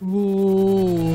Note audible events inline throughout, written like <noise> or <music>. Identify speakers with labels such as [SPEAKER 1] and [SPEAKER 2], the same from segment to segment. [SPEAKER 1] Uh,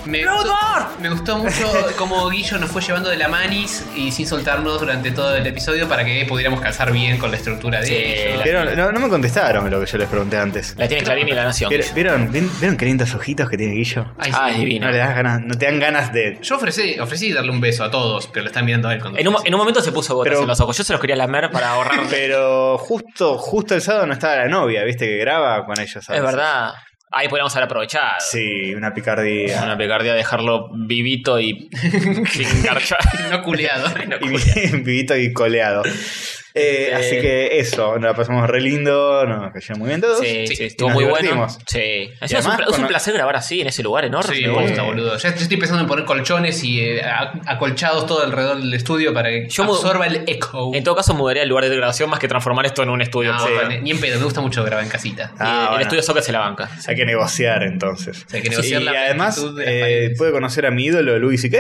[SPEAKER 2] Me
[SPEAKER 3] ¡Blue
[SPEAKER 2] gustó,
[SPEAKER 3] Door!
[SPEAKER 2] me gustó mucho cómo Guillo nos fue llevando de la manis y sin soltarnos durante todo el episodio para que pudiéramos calzar bien con la estructura de
[SPEAKER 3] Sí,
[SPEAKER 2] Guillo.
[SPEAKER 4] Vieron- no, no me contestaron lo que yo les pregunté antes.
[SPEAKER 3] La tiene Clarín y la Nación.
[SPEAKER 4] Vieron, vieron, vieron qué lindos ojitos que tiene Guillo.
[SPEAKER 2] Ay, sí.
[SPEAKER 3] Ah, es
[SPEAKER 4] No
[SPEAKER 3] divino.
[SPEAKER 4] le das ganas, no te dan ganas de.
[SPEAKER 2] Yo ofrecí, ofrecí darle un beso a todos, pero lo están mirando a él cuando.
[SPEAKER 3] En un, en un momento se puso gotas
[SPEAKER 4] Pero-
[SPEAKER 3] en los ojos. Yo se los quería lamer
[SPEAKER 4] <laughs>
[SPEAKER 3] para ahorrar.
[SPEAKER 4] Pero justo, justo el sábado no estaba la novia, viste que graba con ellos. a
[SPEAKER 3] es
[SPEAKER 4] veces.
[SPEAKER 3] verdad. Ahí podríamos haber aprovechado.
[SPEAKER 4] Sí, una
[SPEAKER 3] Es
[SPEAKER 4] picardía.
[SPEAKER 3] Una picardía dejarlo vivito <laughs> y sin <laughs> garchar.
[SPEAKER 2] no culeado. <laughs>
[SPEAKER 4] Y vi- vivito y coleado. Eh, Así que eso, nos la pasamos re lindo, nos cayó muy bien todos.
[SPEAKER 3] Sí, sí,
[SPEAKER 2] Sí,
[SPEAKER 3] estuvo
[SPEAKER 4] nos
[SPEAKER 3] muy bueno.
[SPEAKER 4] divertimos.
[SPEAKER 3] Sí. Encima
[SPEAKER 4] Y
[SPEAKER 3] es, un,
[SPEAKER 4] además
[SPEAKER 3] pla- es un
[SPEAKER 4] cono-
[SPEAKER 3] placer grabar así en ese lugar enorme.
[SPEAKER 2] Sí,
[SPEAKER 3] Me
[SPEAKER 2] me
[SPEAKER 3] gusta.
[SPEAKER 2] gusta, boludo. Ya, ya estoy pensando en poner colchones y eh, a- acolchados todo alrededor del estudio para que
[SPEAKER 3] Yo mu-
[SPEAKER 2] absorba el eco. Ah,
[SPEAKER 3] En todo caso, mudaría el lugar de grabación más que transformar esto en un estudio.
[SPEAKER 2] No,
[SPEAKER 3] Sí.
[SPEAKER 2] ni- Ni en pedo, me gusta mucho grabar en casita.
[SPEAKER 3] Y
[SPEAKER 4] Ah,
[SPEAKER 3] el
[SPEAKER 4] bueno.
[SPEAKER 3] estudio Soccer se la banca.
[SPEAKER 4] Hay que negociar entonces.
[SPEAKER 2] Hay que negociar
[SPEAKER 4] y
[SPEAKER 2] la Mm,
[SPEAKER 4] además
[SPEAKER 2] magnitud de las
[SPEAKER 4] eh,
[SPEAKER 2] paredes.
[SPEAKER 4] pude conocer a mi ídolo Louis C.K.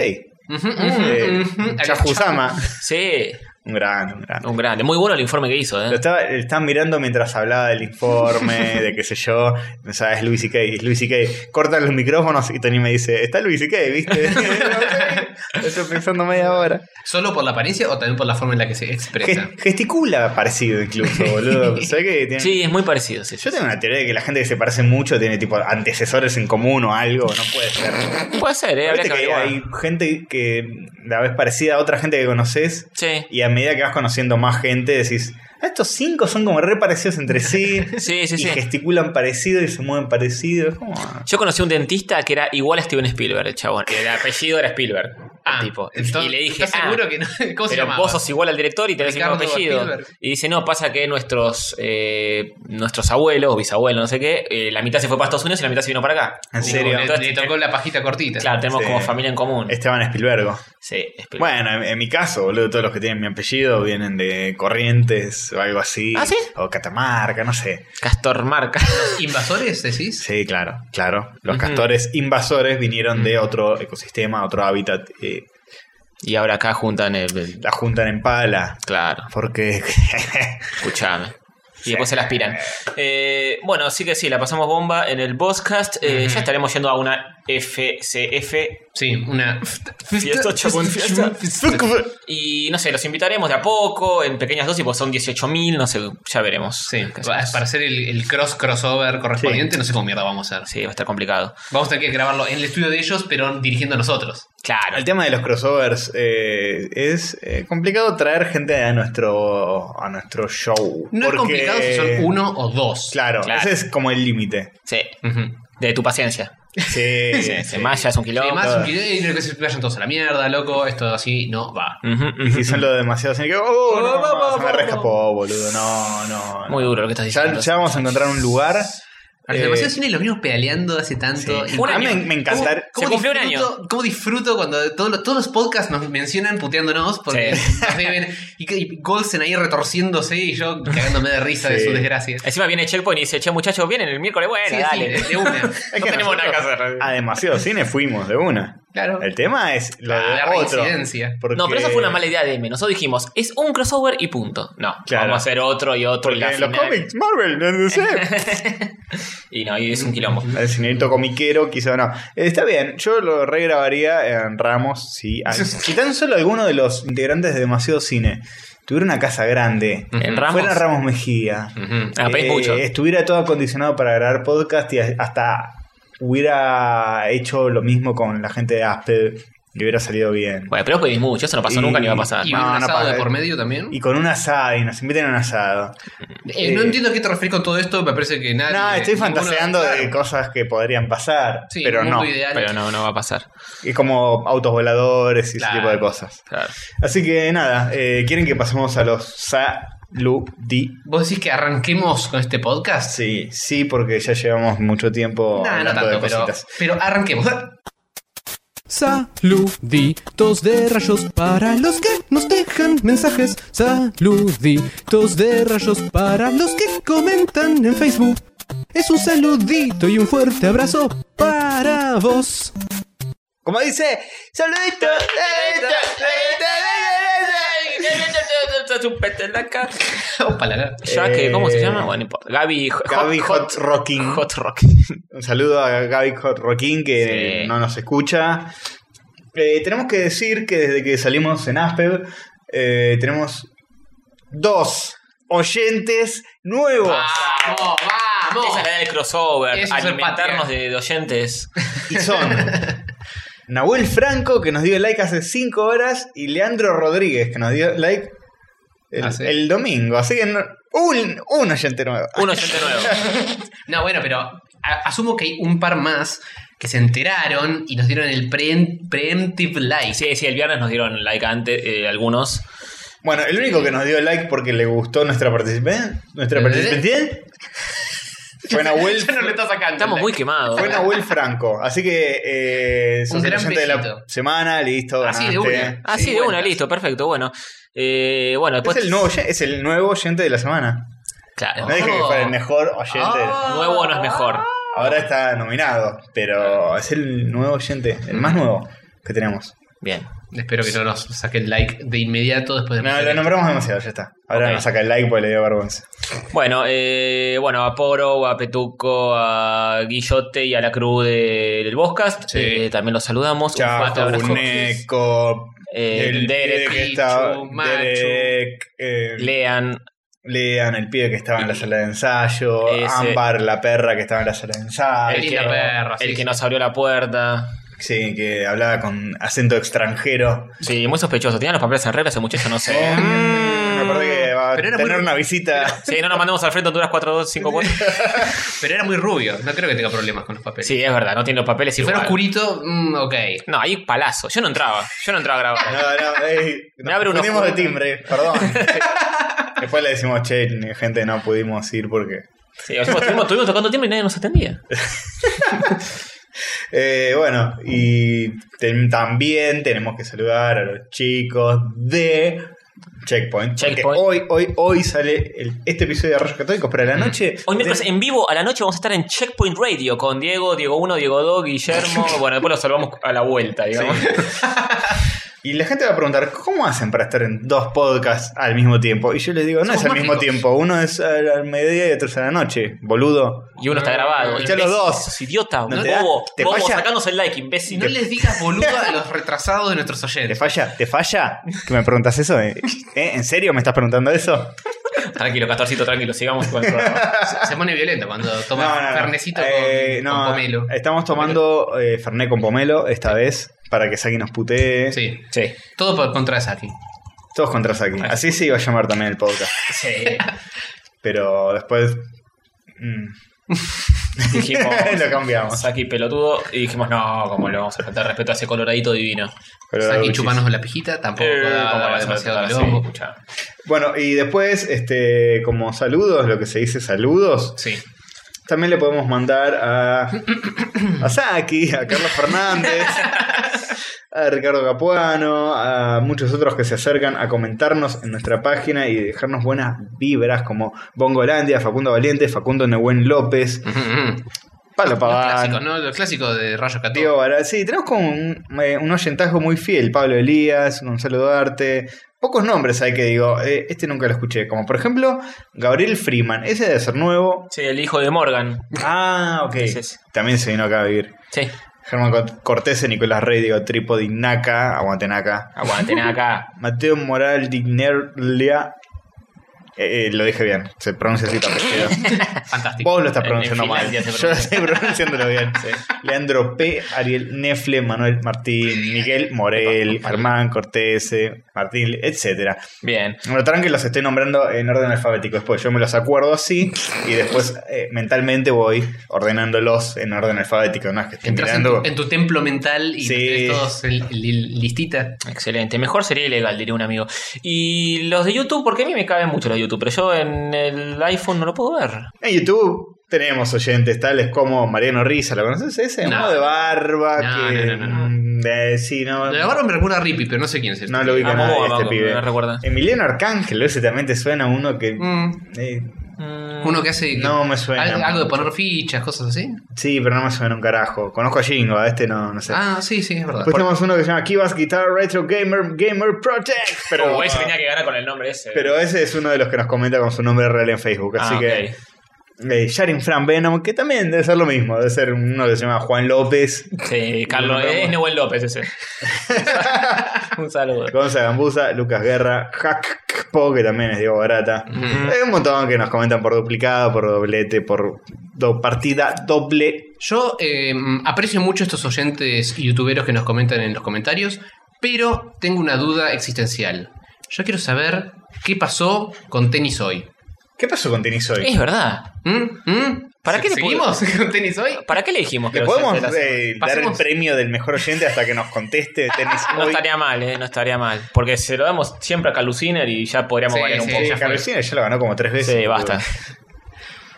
[SPEAKER 2] Ujú, ujú,
[SPEAKER 4] Eh,
[SPEAKER 2] ujú.
[SPEAKER 4] Chajuzama.
[SPEAKER 3] Sí,
[SPEAKER 4] Un gran, un gran.
[SPEAKER 3] un grande. Muy bueno el informe que hizo,
[SPEAKER 4] Lo
[SPEAKER 3] ¿eh?
[SPEAKER 4] estaba, lo estaba mirando mientras hablaba del
[SPEAKER 2] <laughs>
[SPEAKER 4] informe, de qué sé yo. Pensaba, es Luis y es Luis y Cortan los micrófonos y Tony me dice, está Luis y
[SPEAKER 2] <laughs>
[SPEAKER 4] ¿viste? <laughs> No sé, lo estoy pensando media hora.
[SPEAKER 2] ¿Solo por la apariencia o también por la forma en la que se expresa?
[SPEAKER 4] Ge- gesticula parecido
[SPEAKER 3] <laughs>
[SPEAKER 4] incluso, boludo. ¿Sabés que tiene-
[SPEAKER 3] Sí, es muy parecido. Sí, sí.
[SPEAKER 4] Yo tengo una teoría de que la gente que se parece mucho tiene tipo antecesores en común o algo, no puede ser.
[SPEAKER 3] Puede ser, ¿eh? Habría
[SPEAKER 4] Viste
[SPEAKER 3] que
[SPEAKER 4] que
[SPEAKER 3] averiguar.
[SPEAKER 4] hay gente que la ves parecida a otra gente que conoces
[SPEAKER 3] Sí.
[SPEAKER 4] y a medida que vas conociendo más gente decís, "Ah, estos cinco son como re parecidos entre sí.
[SPEAKER 3] <laughs> Sí, sí,
[SPEAKER 4] y
[SPEAKER 3] sí.
[SPEAKER 4] gesticulan parecido y se mueven parecido. Es como, ah,
[SPEAKER 3] Yo conocí a un dentista que era igual a Steven Spielberg, el chabón. El apellido era Spielberg. el
[SPEAKER 2] Ah,
[SPEAKER 3] <laughs> tipo.
[SPEAKER 2] entonces,
[SPEAKER 3] y le dije,
[SPEAKER 2] ¿estás
[SPEAKER 3] "Ah,
[SPEAKER 2] seguro que no? <laughs> ¿Cómo se
[SPEAKER 3] pero
[SPEAKER 2] llamaba?
[SPEAKER 3] vos sos igual al director y tenés el mismo
[SPEAKER 2] Ricardo
[SPEAKER 3] apellido.
[SPEAKER 2] Spielberg.
[SPEAKER 3] Y dice, no, pasa que nuestros eh, nuestros abuelos, bisabuelos, no sé qué, eh, la mitad se fue para Estados Unidos y la mitad se vino para acá. eh,
[SPEAKER 4] en
[SPEAKER 2] Digo,
[SPEAKER 4] serio.
[SPEAKER 2] Le, le tocó la pajita cortita.
[SPEAKER 3] Claro, tenemos
[SPEAKER 4] Sí.
[SPEAKER 3] como familia en común.
[SPEAKER 4] Esteban Spielberg.
[SPEAKER 3] Sí, Spielberg.
[SPEAKER 4] Bueno, en, en mi caso, boludo, todos los que tienen mi apellido vienen de Corrientes o algo así.
[SPEAKER 3] ¿Ah, sí?
[SPEAKER 4] O Catamarca, no sé.
[SPEAKER 3] Castor
[SPEAKER 4] <laughs>
[SPEAKER 3] Marca.
[SPEAKER 2] ¿Invasores decís?
[SPEAKER 4] Sí, claro, claro. Los
[SPEAKER 3] Ujú.
[SPEAKER 4] castores invasores vinieron de otro ecosistema, otro hábitat. eh,
[SPEAKER 3] y ahora acá juntan el. el-
[SPEAKER 4] la juntan en pala.
[SPEAKER 3] claro, <laughs>
[SPEAKER 4] Porque.
[SPEAKER 3] escuchame. Y después se las piran. Eh, bueno, sí que sí, la pasamos bomba en el Boscast. Eh,
[SPEAKER 2] Ujú.
[SPEAKER 3] Ya estaremos yendo a una FCF
[SPEAKER 2] Sí, una.
[SPEAKER 3] Fiesta, chabón, fiesta. Y no sé, los invitaremos de a poco, en pequeñas dosis, porque son 18.000, no sé, ya veremos.
[SPEAKER 2] Sí,
[SPEAKER 3] qué
[SPEAKER 2] va-
[SPEAKER 3] hacemos.
[SPEAKER 2] para hacer el, el cross crossover correspondiente, no sé cómo mierda vamos a hacer.
[SPEAKER 3] Sí, va a estar complicado.
[SPEAKER 2] Vamos a tener que grabarlo en el estudio de ellos, pero dirigiendo nosotros.
[SPEAKER 3] Claro.
[SPEAKER 4] El tema de los crossovers eh, es eh, complicado traer gente a nuestro a nuestro show.
[SPEAKER 2] No
[SPEAKER 4] porque-
[SPEAKER 2] es complicado si son uno o dos.
[SPEAKER 4] Claro,
[SPEAKER 3] Claro.
[SPEAKER 4] ese es como el límite.
[SPEAKER 3] Sí,
[SPEAKER 2] Ujú.
[SPEAKER 3] de tu paciencia.
[SPEAKER 4] Sí,
[SPEAKER 3] <laughs> Sí,
[SPEAKER 4] sí.
[SPEAKER 3] Maya es un
[SPEAKER 2] Y
[SPEAKER 3] quilombo.
[SPEAKER 2] además, un video y que se vayan todos a la mierda, loco. Esto así no
[SPEAKER 4] Eh.
[SPEAKER 2] va.
[SPEAKER 3] Ujú,
[SPEAKER 4] Y
[SPEAKER 3] ujú.
[SPEAKER 4] si son lo demasiado así que, oh, no,
[SPEAKER 3] Vamos,
[SPEAKER 4] no, se me
[SPEAKER 3] vamos.
[SPEAKER 4] rescapó, boludo. No, no. no.
[SPEAKER 3] Muy duro lo que estás
[SPEAKER 4] Ya,
[SPEAKER 3] diciendo.
[SPEAKER 4] ya vamos a encontrar un lugar.
[SPEAKER 2] A los
[SPEAKER 4] eh,
[SPEAKER 2] demasiados cine los vimos pedaleando hace tanto.
[SPEAKER 4] sí.
[SPEAKER 2] y-
[SPEAKER 3] Un
[SPEAKER 4] A mí
[SPEAKER 3] año.
[SPEAKER 4] me, me encantar-
[SPEAKER 3] Se cumplió un
[SPEAKER 2] disfruto, cómo disfruto cuando todos los, todos los podcasts nos mencionan puteándonos porque
[SPEAKER 3] Sí.
[SPEAKER 2] <laughs> nos deben- y, que- y Golsen ahí retorciéndose y yo cagándome de risa de
[SPEAKER 4] Sí.
[SPEAKER 2] sus desgracias.
[SPEAKER 3] Encima viene Checkpoint y dice, che, muchachos, vienen el miércoles. Bueno,
[SPEAKER 2] Sí, así,
[SPEAKER 3] dale.
[SPEAKER 2] de- de una.
[SPEAKER 4] Es
[SPEAKER 3] No
[SPEAKER 4] que
[SPEAKER 3] tenemos nada que
[SPEAKER 4] nosotros
[SPEAKER 3] hacer.
[SPEAKER 4] A demasiado cine fuimos de una.
[SPEAKER 2] Claro.
[SPEAKER 4] El tema es lo de
[SPEAKER 2] la
[SPEAKER 4] otro.
[SPEAKER 2] reincidencia.
[SPEAKER 4] porque-
[SPEAKER 3] No, pero esa fue una mala idea de M. Nosotros dijimos, es un crossover y punto. No,
[SPEAKER 4] Claro.
[SPEAKER 3] vamos a hacer otro y otro y
[SPEAKER 4] Porque
[SPEAKER 3] la
[SPEAKER 4] en los
[SPEAKER 3] final-
[SPEAKER 4] cómics, Marvel, no
[SPEAKER 3] <laughs>
[SPEAKER 4] sé.
[SPEAKER 3] Y no, y es un quilombo.
[SPEAKER 4] El señorito comiquero, quizá no. Eh, Está bien, yo lo regrabaría en Ramos. Si, al- si tan solo alguno de los integrantes de demasiado cine tuviera una casa grande,
[SPEAKER 3] En
[SPEAKER 4] fuera
[SPEAKER 3] Ramos.
[SPEAKER 4] Ramos Mejía,
[SPEAKER 2] Ujú.
[SPEAKER 3] Ah, pedís
[SPEAKER 4] eh,
[SPEAKER 3] mucho.
[SPEAKER 4] estuviera todo acondicionado para grabar podcast y hasta hubiera hecho lo mismo con la gente de Asped y hubiera salido bien.
[SPEAKER 3] Bueno, pero vos pedís mucho, eso no pasó
[SPEAKER 4] Y-
[SPEAKER 3] nunca ni va a pasar.
[SPEAKER 2] Y
[SPEAKER 4] No,
[SPEAKER 2] un
[SPEAKER 4] no
[SPEAKER 2] asado
[SPEAKER 4] pasa.
[SPEAKER 2] de por medio también.
[SPEAKER 4] Y con un asado, y nos invitan a un asado.
[SPEAKER 2] Eh, no
[SPEAKER 4] eh,
[SPEAKER 2] entiendo a qué te referís con todo esto, me parece que nada.
[SPEAKER 4] No, estoy fantaseando de cosas que podrían pasar,
[SPEAKER 2] Sí,
[SPEAKER 4] pero
[SPEAKER 2] mundo
[SPEAKER 4] no.
[SPEAKER 2] ideal.
[SPEAKER 3] Pero no, no va a pasar.
[SPEAKER 4] Es como autos voladores y
[SPEAKER 2] Claro.
[SPEAKER 4] ese tipo de cosas.
[SPEAKER 3] Claro.
[SPEAKER 4] Así que nada, eh, ¿quieren que pasemos a los saluditos?
[SPEAKER 2] ¿Vos decís que arranquemos con este podcast?
[SPEAKER 4] Sí, sí, porque ya llevamos mucho tiempo
[SPEAKER 2] Nah, no
[SPEAKER 4] hablando
[SPEAKER 2] tanto,
[SPEAKER 4] de
[SPEAKER 2] pero,
[SPEAKER 4] cositas.
[SPEAKER 2] pero arranquemos.
[SPEAKER 1] Saluditos de rayos para los que nos dejan mensajes. Saluditos de rayos para los que comentan en Facebook. Es un saludito y un fuerte abrazo para vos.
[SPEAKER 4] Como dice, eh, saluditos.
[SPEAKER 2] eh,
[SPEAKER 4] eh,
[SPEAKER 2] <laughs> Opala.
[SPEAKER 3] Jack, eh, ¿cómo se
[SPEAKER 4] Eh,
[SPEAKER 3] llama? Bueno, no importa. Gaby Hot,
[SPEAKER 4] Gaby Hot,
[SPEAKER 3] Hot-
[SPEAKER 4] Rocking.
[SPEAKER 3] Hot Rock.
[SPEAKER 4] Un saludo a Gaby Hot Rocking que
[SPEAKER 3] Sí.
[SPEAKER 4] no nos escucha. Eh, tenemos que decir que desde que salimos en Aspeb eh, tenemos dos oyentes nuevos.
[SPEAKER 2] ¡Vamos,
[SPEAKER 3] Esa es la
[SPEAKER 2] vamos!
[SPEAKER 3] idea del crossover.
[SPEAKER 2] Eso es ser
[SPEAKER 3] alimentarnos
[SPEAKER 2] patria.
[SPEAKER 3] de, de oyentes.
[SPEAKER 4] Y
[SPEAKER 2] <laughs>
[SPEAKER 4] son Nahuel Franco, que nos dio like hace 5 horas, y Leandro Rodríguez, que nos dio like el,
[SPEAKER 2] Ah, sí.
[SPEAKER 4] el domingo. Así que no- un, un oyente nuevo.
[SPEAKER 3] Un oyente
[SPEAKER 2] <laughs>
[SPEAKER 3] nuevo.
[SPEAKER 2] No, bueno, pero a- asumo que hay un par más que se enteraron y nos dieron el pre preemptive like.
[SPEAKER 3] Sí, sí, el viernes nos dieron like antes, eh, algunos.
[SPEAKER 4] Ah, Bueno, el único que nos dio like porque le gustó nuestra participación nuestra
[SPEAKER 2] <laughs>
[SPEAKER 4] participante fue Nahuel,
[SPEAKER 2] Ya no le está sacando.
[SPEAKER 3] Estamos
[SPEAKER 2] el
[SPEAKER 3] muy
[SPEAKER 2] like.
[SPEAKER 3] quemados.
[SPEAKER 4] fue Nahuel Franco. Así que eh, sos
[SPEAKER 2] Un
[SPEAKER 4] el
[SPEAKER 2] gran
[SPEAKER 4] oyente de la
[SPEAKER 2] besito.
[SPEAKER 4] semana, listo,
[SPEAKER 2] Así de
[SPEAKER 4] ganaste.
[SPEAKER 2] una.
[SPEAKER 3] Ah, sí,
[SPEAKER 2] Sí,
[SPEAKER 3] de una,
[SPEAKER 2] buenas.
[SPEAKER 3] listo, perfecto. Bueno, Eh, bueno
[SPEAKER 4] Es
[SPEAKER 3] después.
[SPEAKER 4] el, nuevo, oyen- es el nuevo oyente de la semana.
[SPEAKER 3] Claro.
[SPEAKER 4] No dije que fuera el mejor oyente.
[SPEAKER 2] Ah.
[SPEAKER 3] Nuevo no es mejor.
[SPEAKER 4] Ahora está nominado, pero es el nuevo oyente, el más nuevo que tenemos.
[SPEAKER 3] Bien.
[SPEAKER 2] Espero que no nos saque el like de inmediato después de
[SPEAKER 4] No,
[SPEAKER 2] empezar
[SPEAKER 4] lo
[SPEAKER 2] el-
[SPEAKER 4] nombramos demasiado, ya está. Ahora
[SPEAKER 3] Ok.
[SPEAKER 4] nos saca el like porque le dio vergüenza.
[SPEAKER 3] Bueno, eh, bueno, a Poro, a Petuco, a Guillote y a la crew de- del Boscast.
[SPEAKER 2] Sí.
[SPEAKER 3] eh, también los saludamos. Un fuerte
[SPEAKER 4] Chaco,
[SPEAKER 3] abrazo.
[SPEAKER 4] Neco,
[SPEAKER 3] Eh,
[SPEAKER 4] el
[SPEAKER 3] Derek,
[SPEAKER 4] pibe que
[SPEAKER 2] Pichu,
[SPEAKER 4] estaba-
[SPEAKER 2] Machu.
[SPEAKER 4] Derek, eh,
[SPEAKER 3] Lean,
[SPEAKER 4] Lean, el pibe que estaba en la sala de ensayo,
[SPEAKER 3] Ese.
[SPEAKER 4] Ámbar, la perra que estaba en la sala de ensayo.
[SPEAKER 3] el que,
[SPEAKER 2] Linda perra,
[SPEAKER 3] el
[SPEAKER 2] sí,
[SPEAKER 3] que
[SPEAKER 2] sí.
[SPEAKER 3] nos abrió la puerta.
[SPEAKER 4] Sí, que hablaba con acento extranjero.
[SPEAKER 3] Sí, muy sospechoso. Tenían los papeles en regla hace mucho, yo no sé.
[SPEAKER 4] Oh, <laughs>
[SPEAKER 3] Mm.
[SPEAKER 4] Me acuerdo que va a
[SPEAKER 2] Pero era
[SPEAKER 4] tener
[SPEAKER 2] muy-
[SPEAKER 4] una visita.
[SPEAKER 3] Sí, no nos mandemos al frente Honduras 4254.
[SPEAKER 2] Pero era muy rubio, no creo que tenga problemas con los papeles.
[SPEAKER 3] Sí, es verdad, no tiene los papeles.
[SPEAKER 2] Si fuera
[SPEAKER 3] igual.
[SPEAKER 2] oscurito, mm, ok.
[SPEAKER 3] No, ahí palazo. Yo no entraba. Yo no entraba a grabar.
[SPEAKER 4] No, no,
[SPEAKER 3] <laughs>
[SPEAKER 4] ey,
[SPEAKER 3] Me
[SPEAKER 4] nos
[SPEAKER 3] abre un
[SPEAKER 4] confundimos
[SPEAKER 3] ojo.
[SPEAKER 4] de timbre, perdón.
[SPEAKER 3] <laughs>
[SPEAKER 4] Después le decimos, che, gente, no pudimos ir porque.
[SPEAKER 3] Sí, estuvimos, estuvimos tocando timbre y nadie nos atendía.
[SPEAKER 4] Eh, bueno, y ten- también tenemos que saludar a los chicos de Checkpoint. porque
[SPEAKER 3] Checkpoint. Mm.
[SPEAKER 4] hoy, hoy, hoy sale el- este episodio de Arroyos Católicos, pero a la noche.
[SPEAKER 3] Hoy miércoles
[SPEAKER 4] de-
[SPEAKER 3] en vivo a la noche vamos a estar en Checkpoint Radio con Diego, Diego 1, Diego 2, <laughs> Guillermo. Bueno, después lo salvamos a la vuelta, digamos.
[SPEAKER 4] Y la gente va a preguntar, ¿cómo hacen para estar en dos podcasts al mismo tiempo? Y yo les digo, no
[SPEAKER 2] Somos
[SPEAKER 4] es al mismo
[SPEAKER 2] mágicos.
[SPEAKER 4] tiempo, uno es al, al mediodía y otro es a la noche, boludo.
[SPEAKER 3] Y uno está
[SPEAKER 4] Ya
[SPEAKER 3] grabado.
[SPEAKER 4] los
[SPEAKER 3] imbécil,
[SPEAKER 4] dos.
[SPEAKER 3] sos idiota,
[SPEAKER 4] No te da-
[SPEAKER 3] bobo.
[SPEAKER 4] te
[SPEAKER 3] bobo,
[SPEAKER 4] falla.
[SPEAKER 3] sacanos el like,
[SPEAKER 2] Si
[SPEAKER 3] imbécil.
[SPEAKER 2] no les digas boludo a los retrasados de nuestros
[SPEAKER 4] ¿Te
[SPEAKER 2] oyentes.
[SPEAKER 4] falla? ¿Te falla? ¿Que me preguntas eso? ¿Eh? ¿Eh? ¿En serio me estás preguntando eso?
[SPEAKER 3] Tranquilo, Castorcito, tranquilo, sigamos
[SPEAKER 4] <laughs>
[SPEAKER 3] con el programa.
[SPEAKER 2] Se, se pone violento cuando toma
[SPEAKER 4] No, no, no.
[SPEAKER 2] carnecito con,
[SPEAKER 4] Eh, no,
[SPEAKER 2] con pomelo.
[SPEAKER 4] Estamos tomando eh, Fernet con pomelo esta vez para que Saki nos putee.
[SPEAKER 2] Sí.
[SPEAKER 3] Sí.
[SPEAKER 2] Todo por contra de Saki.
[SPEAKER 4] Todos contra Saki. Así se iba a llamar también el podcast.
[SPEAKER 3] Sí.
[SPEAKER 2] <laughs>
[SPEAKER 4] Pero después. mm, <laughs>
[SPEAKER 3] Dijimos.
[SPEAKER 4] lo cambiamos.
[SPEAKER 3] Saki pelotudo. Y dijimos, no, como le vamos a faltar respeto a ese coloradito divino.
[SPEAKER 4] Pero
[SPEAKER 2] Saki
[SPEAKER 4] Gucci.
[SPEAKER 2] chupanos la pijita, tampoco
[SPEAKER 3] Eh,
[SPEAKER 2] va a
[SPEAKER 3] como
[SPEAKER 2] dar
[SPEAKER 3] la
[SPEAKER 2] demasiado
[SPEAKER 3] sí,
[SPEAKER 2] quilombo.
[SPEAKER 3] escuchá.
[SPEAKER 4] Bueno, y después, este, como saludos, lo que se dice saludos,
[SPEAKER 2] Sí.
[SPEAKER 4] también le podemos mandar a, a Saki, a Carlos Fernández, a Ricardo Capuano, a muchos otros que se acercan a comentarnos en nuestra página y dejarnos buenas vibras como Bongolandia, Facundo Valiente, Facundo Nehuen López,
[SPEAKER 2] Ujú, ujú.
[SPEAKER 4] Pablo
[SPEAKER 2] Los
[SPEAKER 4] Paván,
[SPEAKER 2] clásicos, ¿no? Los clásicos de Rayo
[SPEAKER 4] Diego
[SPEAKER 2] Católico.
[SPEAKER 4] Vara- Sí, tenemos como un, eh, un oyentazgo muy fiel. Pablo Elías, Gonzalo Duarte. Pocos nombres hay que digo, eh, este nunca lo escuché. Como por ejemplo, Gabriel Freeman. Ese debe ser nuevo.
[SPEAKER 3] Sí, el hijo de Morgan.
[SPEAKER 4] Ah, ok.
[SPEAKER 3] Ese es.
[SPEAKER 4] También se vino acá a vivir.
[SPEAKER 3] Sí.
[SPEAKER 4] Germán Cort- Cortés, Nicolás Rey, Diego Trípodi, Naca, aguante Naca.
[SPEAKER 3] Aguanten acá.
[SPEAKER 4] Mateo Moral Dignerlia. Eh, eh, lo dije bien, se pronuncia así también.
[SPEAKER 2] Fantástico.
[SPEAKER 4] Vos lo estás
[SPEAKER 3] En- en
[SPEAKER 4] pronunciando mal.
[SPEAKER 2] <laughs>
[SPEAKER 3] Finlandia se
[SPEAKER 4] Yo lo estoy pronunciándolo bien. Leandro P., Ariel Nefle, Manuel Martín, Miguel Morel, Germán Cortese, Martín, etcétera.
[SPEAKER 3] Bien.
[SPEAKER 4] Notarán que los estoy nombrando en orden alfabético. Después yo me los acuerdo así y después eh, mentalmente voy ordenándolos en orden alfabético. No es que estoy
[SPEAKER 2] Entras en
[SPEAKER 4] mirando.
[SPEAKER 2] tu, en tu templo mental y
[SPEAKER 4] Sí.
[SPEAKER 2] tenés todos en- en li- listita.
[SPEAKER 3] Excelente, mejor sería ilegal, diría un amigo. Y los de YouTube, porque a mí me caben mucho los de YouTube, pero yo en el iPhone no lo puedo ver.
[SPEAKER 4] En YouTube tenemos oyentes tales como Mariano Risa, ¿lo conoces? Ese
[SPEAKER 2] No.
[SPEAKER 4] uno de barba
[SPEAKER 2] No,
[SPEAKER 4] que.
[SPEAKER 2] no, no, no, no.
[SPEAKER 4] mm, eh, sí, no.
[SPEAKER 2] De ahora me recuerda a Rippy, pero no sé quién es. este.
[SPEAKER 4] No lo vi
[SPEAKER 3] Ah,
[SPEAKER 4] con nadie
[SPEAKER 3] Momoa,
[SPEAKER 4] este
[SPEAKER 3] Momoa,
[SPEAKER 4] pibe.
[SPEAKER 3] me recuerda.
[SPEAKER 4] Emiliano Arcángel, ese también te suena uno que.
[SPEAKER 2] Mm.
[SPEAKER 4] eh,
[SPEAKER 3] Mm,
[SPEAKER 2] Uno que hace.
[SPEAKER 4] No me suena
[SPEAKER 2] al- Algo de
[SPEAKER 4] mucho.
[SPEAKER 2] poner fichas, cosas así.
[SPEAKER 4] sí, pero no me suena un carajo. Conozco a Jingo, a este no, no sé.
[SPEAKER 2] Ah, sí, sí, es verdad.
[SPEAKER 4] Después tenemos uno que se llama Kivas Guitar Retro Gamer Gamer Project. Pero,
[SPEAKER 3] Oh, ese tenía que ganar con el nombre ese.
[SPEAKER 4] pero ese es uno de los que nos comenta con su nombre real en Facebook. Así
[SPEAKER 3] Ah,
[SPEAKER 4] que.
[SPEAKER 3] ok.
[SPEAKER 4] eh, Sharing Fran Venom, que también debe ser lo mismo. Debe ser uno que se llama Juan López.
[SPEAKER 3] Sí,
[SPEAKER 4] <laughs>
[SPEAKER 3] Carlos,
[SPEAKER 4] Lo
[SPEAKER 3] es
[SPEAKER 4] nombramos.
[SPEAKER 3] Newell
[SPEAKER 4] <laughs>
[SPEAKER 3] López ese. Un saludo.
[SPEAKER 4] Gonza Gambusa, Lucas Guerra, Hack Po, que también es Diego Barata.
[SPEAKER 3] Ujú.
[SPEAKER 4] Hay un montón que nos comentan por duplicado, por doblete, por do- partida doble.
[SPEAKER 2] Yo eh, aprecio mucho estos oyentes y youtuberos que nos comentan en los comentarios, pero tengo una duda existencial. Yo quiero saber qué pasó con tenis hoy.
[SPEAKER 4] ¿Qué pasó con tenis hoy?
[SPEAKER 3] Es verdad.
[SPEAKER 2] ¿Mm? ¿Mm?
[SPEAKER 3] ¿Para qué le
[SPEAKER 2] seguimos <laughs> con tenis hoy?
[SPEAKER 3] ¿Para qué le dijimos que
[SPEAKER 4] ¿Le
[SPEAKER 3] lo-
[SPEAKER 4] podemos
[SPEAKER 3] se las-
[SPEAKER 4] eh, dar el
[SPEAKER 2] pasemos.
[SPEAKER 4] premio del mejor oyente hasta que nos
[SPEAKER 3] <laughs>
[SPEAKER 4] conteste tenis
[SPEAKER 3] No
[SPEAKER 4] hoy?
[SPEAKER 3] estaría mal, eh, no estaría mal. Porque se lo damos siempre a Caluciner y ya podríamos
[SPEAKER 2] Sí,
[SPEAKER 3] variar un
[SPEAKER 2] sí,
[SPEAKER 3] poco.
[SPEAKER 4] Eh,
[SPEAKER 2] ya fue.
[SPEAKER 4] Carlosina ya lo ganó como tres veces.
[SPEAKER 3] Sí, basta.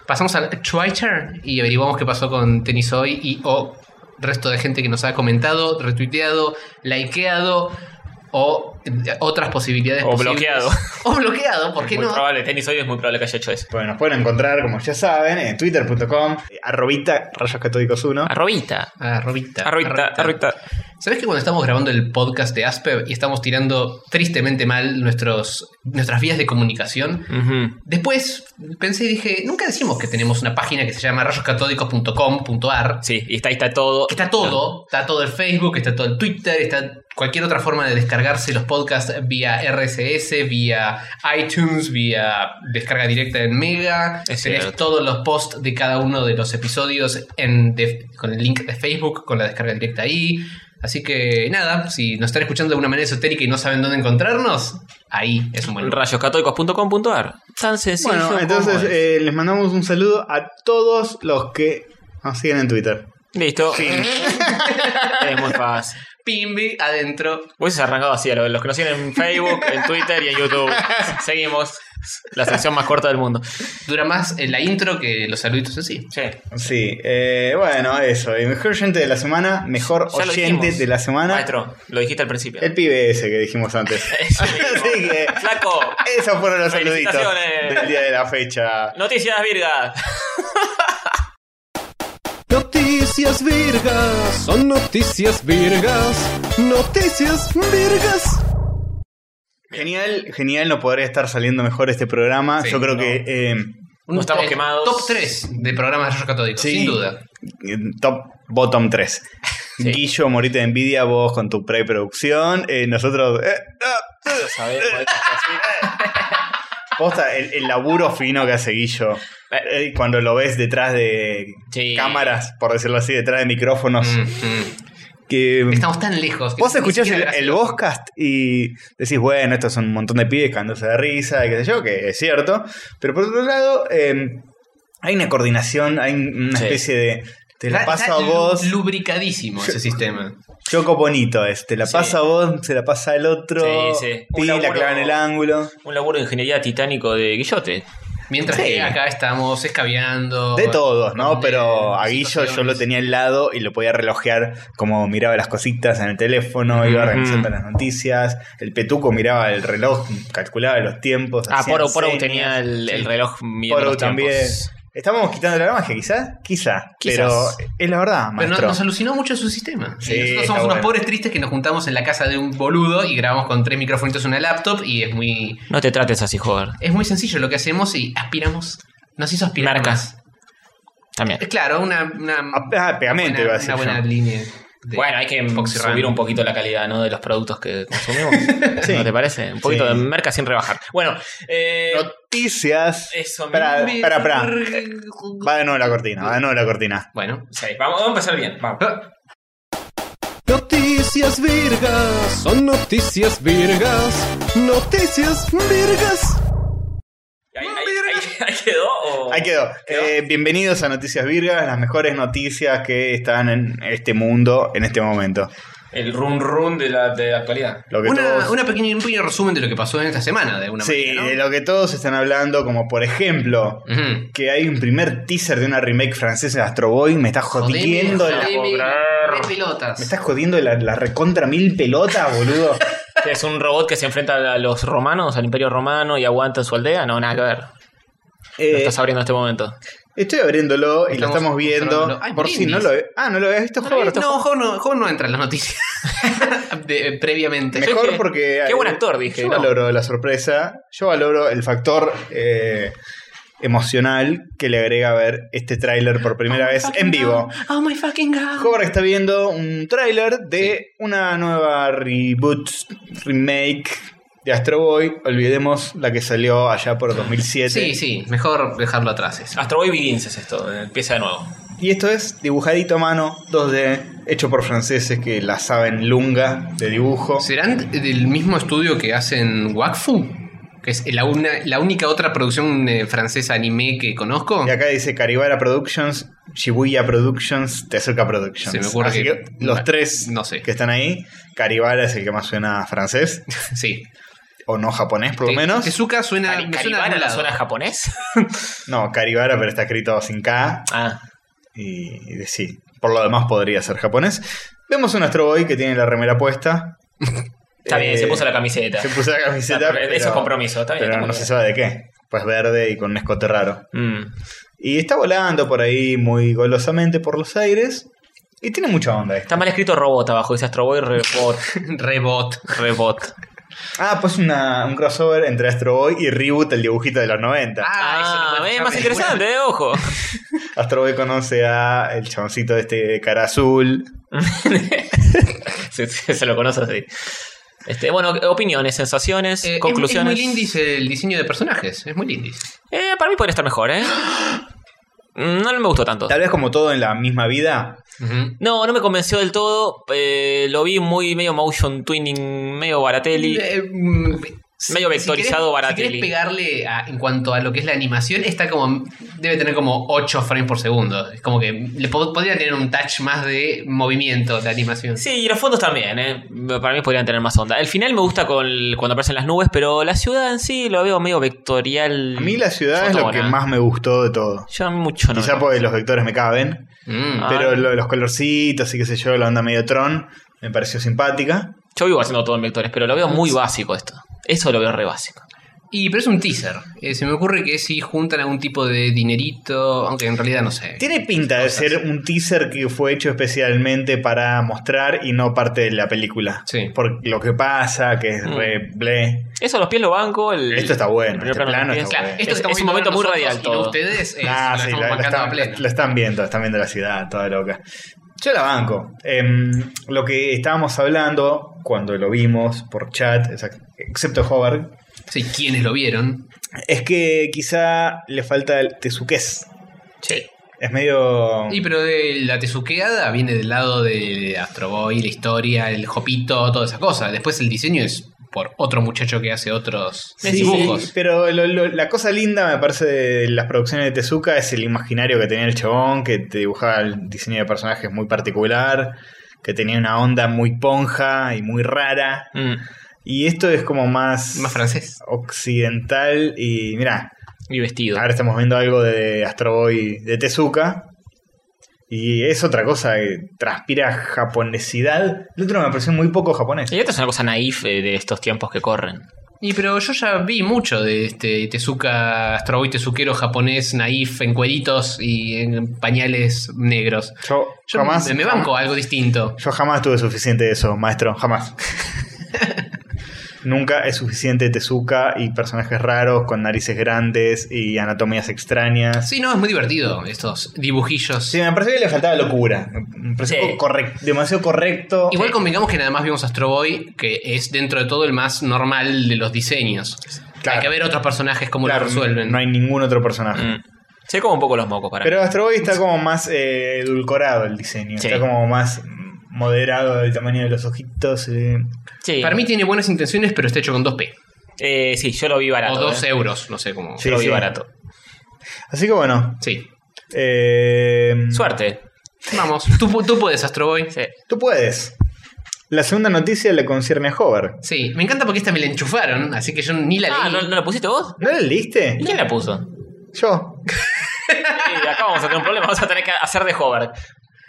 [SPEAKER 2] Pasamos al Twitter y averiguamos qué pasó con tenis hoy y o resto de gente que nos ha comentado, retuiteado, likeado o eh, otras posibilidades.
[SPEAKER 3] O
[SPEAKER 2] posibles.
[SPEAKER 3] bloqueado.
[SPEAKER 2] <laughs> O bloqueado, ¿por qué
[SPEAKER 3] muy
[SPEAKER 2] no?
[SPEAKER 3] probable, tenis hoy es muy probable que haya hecho eso.
[SPEAKER 4] Bueno, nos pueden encontrar, como ya saben, en twitter.com, eh, arrobita rayos catódicos 1.
[SPEAKER 3] Arrobita.
[SPEAKER 2] Ah, Robita.
[SPEAKER 3] Arrobita, arrobita.
[SPEAKER 2] ¿Sabés que cuando estamos grabando el podcast de Asper y estamos tirando tristemente mal nuestros, nuestras vías de comunicación?
[SPEAKER 3] Ujú.
[SPEAKER 2] Después pensé y dije, nunca decimos que tenemos una página que se llama rayoscatódicos.com.ar.
[SPEAKER 3] Sí, y está, ahí está todo.
[SPEAKER 2] Que está todo, está todo el Facebook, está todo el Twitter, está cualquier otra forma de descargarse los podcasts vía RSS, vía iTunes, vía descarga directa en Mega.
[SPEAKER 3] Es
[SPEAKER 2] Tenés
[SPEAKER 3] cierto.
[SPEAKER 2] todos los posts de cada uno de los episodios en de- con el link de Facebook, con la descarga directa ahí. Así que nada, si nos están escuchando de una manera esotérica y no saben dónde encontrarnos, ahí es un buen lugar.
[SPEAKER 3] Rayoscatólicos.com.ar. Tan sencillo.
[SPEAKER 4] bueno,
[SPEAKER 3] como
[SPEAKER 4] entonces
[SPEAKER 3] es.
[SPEAKER 4] eh, les mandamos un saludo a todos los que nos siguen en Twitter.
[SPEAKER 3] Listo. <laughs> es muy fácil.
[SPEAKER 2] Pimbi adentro.
[SPEAKER 3] Hubiese arrancado así a lo- los que nos siguen en Facebook, en Twitter y en YouTube. Seguimos. La sección más corta del mundo.
[SPEAKER 2] Dura más en la intro que los saluditos en sí.
[SPEAKER 3] Sí.
[SPEAKER 4] Sí, eh, bueno, eso. El mejor oyente de la semana, mejor
[SPEAKER 3] Ya lo
[SPEAKER 4] oyente
[SPEAKER 3] dijimos.
[SPEAKER 4] de la semana.
[SPEAKER 3] Maestro, lo dijiste al principio.
[SPEAKER 4] El pibe ese que dijimos antes.
[SPEAKER 3] <laughs> Sí.
[SPEAKER 4] <laughs> Así que
[SPEAKER 3] Flaco.
[SPEAKER 4] esos fueron los saluditos
[SPEAKER 3] Felicitaciones.
[SPEAKER 4] del día de la fecha.
[SPEAKER 3] Noticias Virga.
[SPEAKER 1] Noticias virgas, son noticias virgas, noticias virgas.
[SPEAKER 4] Genial, genial, no podría estar saliendo mejor este programa.
[SPEAKER 2] Sí,
[SPEAKER 4] Yo creo
[SPEAKER 2] no.
[SPEAKER 4] que eh,
[SPEAKER 3] No estamos
[SPEAKER 2] eh,
[SPEAKER 3] quemados.
[SPEAKER 2] Top 3 de programas de rayos catódicos,
[SPEAKER 4] Sí.
[SPEAKER 2] sin duda.
[SPEAKER 4] top bottom 3.
[SPEAKER 3] Sí.
[SPEAKER 4] Guillo, morite de envidia, vos con tu preproducción. eh, nosotros. eh, ah, eh.
[SPEAKER 3] Sabés, podés hacer así.
[SPEAKER 4] Posta, el, el laburo fino que hace Guillo. Eh, Cuando lo ves detrás de
[SPEAKER 3] Sí.
[SPEAKER 4] cámaras, por decirlo así, detrás de micrófonos.
[SPEAKER 2] Mm,
[SPEAKER 4] Que,
[SPEAKER 2] mm. Estamos tan lejos. que
[SPEAKER 4] Vos
[SPEAKER 2] ni
[SPEAKER 4] escuchás el,
[SPEAKER 2] siquiera
[SPEAKER 4] el
[SPEAKER 2] gracioso.
[SPEAKER 4] podcast y decís, bueno, estos son un montón de pibes cagándose de risa y qué sé yo, que es cierto. Pero por otro lado, eh, hay una coordinación, hay un- una
[SPEAKER 3] Sí.
[SPEAKER 4] especie de. Te la
[SPEAKER 2] Está-
[SPEAKER 4] paso
[SPEAKER 2] está
[SPEAKER 4] a
[SPEAKER 2] lu-
[SPEAKER 4] vos,
[SPEAKER 2] Lubricadísimo ese sistema.
[SPEAKER 4] choco bonito es. Te la
[SPEAKER 3] Sí.
[SPEAKER 4] paso a vos, se la pasa al otro,
[SPEAKER 3] Sí, sí.
[SPEAKER 4] pi,
[SPEAKER 3] Un
[SPEAKER 4] la
[SPEAKER 3] laburo-
[SPEAKER 4] clava en el ángulo.
[SPEAKER 3] Un laburo de ingeniería titánico de Guillote.
[SPEAKER 2] Mientras
[SPEAKER 4] Sí.
[SPEAKER 2] que acá estamos escabeando.
[SPEAKER 4] De todos, ¿no?
[SPEAKER 2] con,
[SPEAKER 4] Pero
[SPEAKER 2] eh,
[SPEAKER 4] a Guillo yo lo
[SPEAKER 2] situaciones.
[SPEAKER 4] tenía al lado y lo podía relojear como miraba las cositas en el teléfono, iba
[SPEAKER 3] Ujú.
[SPEAKER 4] organizando las noticias. El Petuco miraba el reloj, calculaba los tiempos.
[SPEAKER 3] Ah,
[SPEAKER 4] hacía
[SPEAKER 3] Poro, Poro
[SPEAKER 4] señas.
[SPEAKER 3] tenía el, el reloj midiendo
[SPEAKER 4] Poro
[SPEAKER 3] los tiempos.
[SPEAKER 4] también. Estamos quitando la magia, quizás, quizás.
[SPEAKER 3] Quizás.
[SPEAKER 4] Pero es la verdad,
[SPEAKER 2] Pero no-
[SPEAKER 4] maestro.
[SPEAKER 2] nos alucinó mucho su sistema. Y
[SPEAKER 4] Sí,
[SPEAKER 2] nosotros
[SPEAKER 4] está
[SPEAKER 2] somos unos
[SPEAKER 4] bueno.
[SPEAKER 2] pobres tristes que nos juntamos en la casa de un boludo y grabamos con tres microfonitos en una laptop y es muy
[SPEAKER 3] No te trates así, joder.
[SPEAKER 2] es muy sencillo lo que hacemos y aspiramos. Nos hizo aspirar.
[SPEAKER 3] Marcas.
[SPEAKER 2] más.
[SPEAKER 3] También.
[SPEAKER 2] Eh, Claro, una, una,
[SPEAKER 4] Ah, ah, pegamento
[SPEAKER 2] buena-
[SPEAKER 4] iba a
[SPEAKER 2] una
[SPEAKER 4] decir
[SPEAKER 2] buena
[SPEAKER 4] yo.
[SPEAKER 2] línea. de
[SPEAKER 3] Bueno, hay que
[SPEAKER 2] Foxy
[SPEAKER 3] subir
[SPEAKER 2] Ram.
[SPEAKER 3] un poquito la calidad, ¿no? De los productos que consumimos.
[SPEAKER 4] <laughs> Sí.
[SPEAKER 3] ¿No te parece? Un poquito
[SPEAKER 4] Sí.
[SPEAKER 3] de merca sin rebajar. Bueno, eh,
[SPEAKER 4] Noticias.
[SPEAKER 3] eso
[SPEAKER 4] Espera,
[SPEAKER 3] mismo.
[SPEAKER 4] espera, espera. Va de nuevo la cortina, va de nuevo la cortina.
[SPEAKER 2] <laughs> Bueno.
[SPEAKER 3] Sí, vamos, vamos a empezar bien. Vamos.
[SPEAKER 1] Noticias virgas, son noticias virgas, noticias virgas.
[SPEAKER 3] Ahí, ahí- ahí- ahí quedó. o-
[SPEAKER 4] Ahí quedó.
[SPEAKER 3] ¿Quedó?
[SPEAKER 4] Eh, bienvenidos a Noticias Virgas, las mejores noticias que están en este mundo en este momento.
[SPEAKER 3] El run run de la, de la actualidad.
[SPEAKER 4] Lo que
[SPEAKER 2] Una,
[SPEAKER 4] todos,
[SPEAKER 2] una pequeña, un pequeño resumen de lo que pasó en esta semana, de una
[SPEAKER 4] sí,
[SPEAKER 2] manera. ¿no? Mm.
[SPEAKER 4] de lo que todos están hablando, como por ejemplo,
[SPEAKER 2] Ujú.
[SPEAKER 4] que hay un primer teaser de una remake francesa de Astro Boy, me está
[SPEAKER 2] Jodeme,
[SPEAKER 4] jodiendo la,
[SPEAKER 2] jodeme,
[SPEAKER 3] puedo creer.
[SPEAKER 2] de pelotas.
[SPEAKER 4] me está jodiendo la, la recontra mil pelota, boludo.
[SPEAKER 2] <laughs>
[SPEAKER 3] Que es un robot que se enfrenta a los romanos, al imperio romano y aguanta en su aldea. No, nada que ver.
[SPEAKER 4] Eh,
[SPEAKER 3] lo estás abriendo en este momento.
[SPEAKER 4] estoy abriéndolo y lo
[SPEAKER 2] Estamos
[SPEAKER 4] estamos viendo.
[SPEAKER 2] observándolo. Ay,
[SPEAKER 4] por si no lo Ah, no lo habías visto, Jorge.
[SPEAKER 2] No, Joven no, Joven no entra en las
[SPEAKER 4] <laughs>
[SPEAKER 2] noticias De- eh, previamente.
[SPEAKER 3] Me-
[SPEAKER 4] Mejor
[SPEAKER 3] Dije,
[SPEAKER 4] porque.
[SPEAKER 3] qué buen actor, dije,
[SPEAKER 4] Yo
[SPEAKER 3] ¿no?
[SPEAKER 4] valoro la sorpresa. Yo valoro el factor eh, emocional que le agrega ver este tráiler por primera vez en vivo.
[SPEAKER 2] Oh my fucking god.
[SPEAKER 4] Hobart está viendo un tráiler de una nueva reboot, remake de Astro Boy. Olvidemos la que salió allá por 2007.
[SPEAKER 2] Sí, sí, mejor dejarlo atrás. eso.
[SPEAKER 3] Astro Boy Begins es esto. eh, Empieza de nuevo.
[SPEAKER 4] Y esto es dibujadito a mano, 2D, hecho por franceses que la saben lunga de dibujo.
[SPEAKER 2] ¿Serán del mismo estudio que hacen Wakfu? Que es la, una- la única otra producción eh, francesa anime que conozco.
[SPEAKER 4] Y acá dice Caribara Productions, Shibuya Productions, Tezuka Productions.
[SPEAKER 2] Se me ocurre
[SPEAKER 4] Así
[SPEAKER 2] que-
[SPEAKER 4] que, los tres
[SPEAKER 2] no sé.
[SPEAKER 4] que están ahí, Caribara es el que más suena a francés,
[SPEAKER 2] Sí.
[SPEAKER 4] o no japonés por lo
[SPEAKER 2] Te-
[SPEAKER 4] menos.
[SPEAKER 2] Tezuka suena.
[SPEAKER 3] Cari-
[SPEAKER 2] me suena
[SPEAKER 3] Caribana,
[SPEAKER 2] de algún
[SPEAKER 3] la
[SPEAKER 2] lado.
[SPEAKER 3] zona japonés? <laughs>
[SPEAKER 4] No, Caribara, pero está escrito sin K.
[SPEAKER 3] Ah,
[SPEAKER 4] Y, y de- sí, por lo demás podría ser japonés. Vemos un Astro Boy que tiene la remera
[SPEAKER 2] <laughs>
[SPEAKER 4] puesta.
[SPEAKER 3] está bien,
[SPEAKER 4] Eh,
[SPEAKER 3] se puso la camiseta.
[SPEAKER 4] se
[SPEAKER 3] <laughs>
[SPEAKER 4] puso la
[SPEAKER 3] Ah,
[SPEAKER 4] camiseta.
[SPEAKER 3] pero eso es compromiso, está bien.
[SPEAKER 4] Pero
[SPEAKER 3] está
[SPEAKER 4] no
[SPEAKER 3] muy
[SPEAKER 4] se
[SPEAKER 3] bien.
[SPEAKER 4] sabe de qué. Pues verde y con un escote raro.
[SPEAKER 3] Mm.
[SPEAKER 4] Y está volando por ahí muy golosamente por los aires. Y tiene mucha onda esto.
[SPEAKER 3] Está mal escrito robot abajo, dice Astroboy
[SPEAKER 2] <laughs>
[SPEAKER 3] Robot.
[SPEAKER 2] Rebot.
[SPEAKER 3] Rebot.
[SPEAKER 4] Ah, pues una, un crossover entre Astro Boy y Reboot, el dibujito de los 90.
[SPEAKER 3] Ah,
[SPEAKER 2] eso no puede
[SPEAKER 3] es
[SPEAKER 2] faltar
[SPEAKER 3] más
[SPEAKER 2] ninguna.
[SPEAKER 3] interesante, eh, <laughs> ojo.
[SPEAKER 4] Astro Boy conoce a el chaboncito de este de cara azul.
[SPEAKER 3] se, se- se lo conoce así. Este, bueno, opiniones, sensaciones,
[SPEAKER 2] Eh, es-
[SPEAKER 3] conclusiones.
[SPEAKER 2] Es, muy lindis el diseño de personajes. Es muy lindis.
[SPEAKER 3] Eh, para mí podría estar mejor, ¿eh? Mm, No me gustó tanto.
[SPEAKER 4] Tal vez como todo en la misma vida.
[SPEAKER 3] No, no me convenció del todo. eh, lo vi muy medio motion twinning, medio baratelli.
[SPEAKER 2] Eh, mm,
[SPEAKER 3] Medio vectorizado
[SPEAKER 2] querés-
[SPEAKER 3] Baratelli.
[SPEAKER 2] Si querés pegarle a- en cuanto a lo que es la animación, está como. Debe tener como 8 frames por segundo. Es como que le po- podría tener un touch más de movimiento de animación.
[SPEAKER 3] Sí, y los fondos también, ¿eh? Para mí podrían tener más onda. El final me gusta con el- cuando aparecen las nubes, pero la ciudad en sí lo veo medio vectorial.
[SPEAKER 4] A mí la ciudad es lo que
[SPEAKER 3] fotona.
[SPEAKER 4] más me gustó de todo.
[SPEAKER 3] Yo a mí mucho no.
[SPEAKER 4] Quizá
[SPEAKER 3] me-
[SPEAKER 4] porque los vectores me caben.
[SPEAKER 2] Mm.
[SPEAKER 3] Ah.
[SPEAKER 4] Pero lo de los colorcitos y qué sé yo, la onda medio Tron, me pareció simpática.
[SPEAKER 3] Yo vivo haciendo todo en vectores, pero lo veo muy básico esto. Eso lo veo re básico.
[SPEAKER 2] Y pero es un teaser. Eh, se me ocurre que si juntan algún tipo de dinerito, aunque en realidad no sé.
[SPEAKER 4] Tiene pinta de ser un teaser que fue hecho especialmente para mostrar y no parte de la película.
[SPEAKER 2] Sí.
[SPEAKER 4] Por lo que pasa, que es
[SPEAKER 3] Mm.
[SPEAKER 4] re bleh.
[SPEAKER 3] Eso, los pies lo banco. El,
[SPEAKER 4] Esto está bueno,
[SPEAKER 3] el primer
[SPEAKER 4] este plano
[SPEAKER 3] de los
[SPEAKER 4] está
[SPEAKER 3] pies.
[SPEAKER 2] Claro,
[SPEAKER 4] bueno.
[SPEAKER 2] esto que
[SPEAKER 3] Es-
[SPEAKER 2] estamos
[SPEAKER 3] es un
[SPEAKER 2] viendo
[SPEAKER 3] momento muy
[SPEAKER 2] nosotros
[SPEAKER 3] radial
[SPEAKER 2] y
[SPEAKER 3] todo.
[SPEAKER 2] no ustedes es,
[SPEAKER 4] Ah,
[SPEAKER 2] lo
[SPEAKER 4] sí,
[SPEAKER 2] estamos
[SPEAKER 4] la- la
[SPEAKER 2] bancando
[SPEAKER 4] están-
[SPEAKER 2] a pleno.
[SPEAKER 4] lo están viendo, están viendo la ciudad, toda loca. Yo la banco. Em, lo que estábamos hablando cuando lo vimos por chat, exact- excepto Hover,
[SPEAKER 2] Sí, quienes lo vieron.
[SPEAKER 4] es que quizá le falta el tesuqués.
[SPEAKER 3] Sí.
[SPEAKER 4] Es medio.
[SPEAKER 2] Y pero de la tesuqueada viene del lado de Astro Boy, la historia, el jopito, toda esa cosa. Después el diseño es por otro muchacho que hace otros
[SPEAKER 4] Sí,
[SPEAKER 2] dibujos.
[SPEAKER 4] pero lo- lo- la cosa linda, me parece, de las producciones de Tezuka es el imaginario que tenía el chabón, que te dibujaba el diseño de personajes muy particular, que tenía una onda muy ponja y muy rara.
[SPEAKER 3] Mm.
[SPEAKER 4] Y esto es como más,
[SPEAKER 2] Más francés.
[SPEAKER 4] occidental. Y mira,
[SPEAKER 3] Y vestido.
[SPEAKER 4] ahora estamos viendo algo de Astro Boy de Tezuka. Y es otra cosa que transpira japonesidad. El otro me pareció muy poco japonés.
[SPEAKER 3] Y esto es una cosa naif eh, de estos tiempos que corren.
[SPEAKER 2] Y pero yo ya vi mucho de este Tezuka, Astro Boy tezuquero japonés, naif, en cueritos y en pañales negros.
[SPEAKER 4] Yo,
[SPEAKER 2] Yo
[SPEAKER 4] jamás.
[SPEAKER 2] me- me banco algo distinto.
[SPEAKER 4] Yo jamás tuve suficiente de eso, maestro,
[SPEAKER 3] <laughs>
[SPEAKER 4] jamás. Nunca es suficiente Tezuka y personajes raros con narices grandes y anatomías extrañas.
[SPEAKER 2] Sí, no, es muy divertido estos dibujillos.
[SPEAKER 4] Sí, me pareció que le faltaba locura. Me pareció
[SPEAKER 3] Sí.
[SPEAKER 4] correc- demasiado correcto.
[SPEAKER 2] Igual convengamos que nada más vimos Astro Boy, que es dentro de todo el más normal de los diseños.
[SPEAKER 4] Claro.
[SPEAKER 2] Hay que ver otros personajes cómo
[SPEAKER 4] Claro,
[SPEAKER 2] lo resuelven.
[SPEAKER 4] No hay ningún otro personaje.
[SPEAKER 3] Mm. Se como un poco los mocos para
[SPEAKER 4] Pero Astro Boy está como más eh, edulcorado el diseño.
[SPEAKER 3] Sí.
[SPEAKER 4] Está como más mm, moderado el tamaño de los ojitos. eh.
[SPEAKER 3] mí. Sí.
[SPEAKER 2] Para mí tiene buenas intenciones, pero está hecho con 2p.
[SPEAKER 3] Eh, sí, yo lo vi barato.
[SPEAKER 2] o 2
[SPEAKER 3] eh.
[SPEAKER 2] euros, no sé cómo.
[SPEAKER 4] Sí,
[SPEAKER 3] Yo lo vi
[SPEAKER 4] sí.
[SPEAKER 3] barato.
[SPEAKER 4] Así que bueno.
[SPEAKER 2] Sí.
[SPEAKER 4] eh,
[SPEAKER 3] Mm. Suerte.
[SPEAKER 2] Vamos, tú, pu- tú puedes, Astro Boy.
[SPEAKER 3] Sí.
[SPEAKER 4] Tú puedes. La segunda noticia le concierne a Hover.
[SPEAKER 2] Sí, me encanta porque esta me la enchufaron, así que yo ni la
[SPEAKER 3] Ah,
[SPEAKER 2] leí.
[SPEAKER 3] ¿no, no la pusiste vos?
[SPEAKER 4] ¿No la leíste?
[SPEAKER 3] ¿Y quién la
[SPEAKER 2] <laughs>
[SPEAKER 3] puso?
[SPEAKER 4] Yo.
[SPEAKER 3] Sí, acá vamos a tener un problema, vamos a tener que hacer de hover.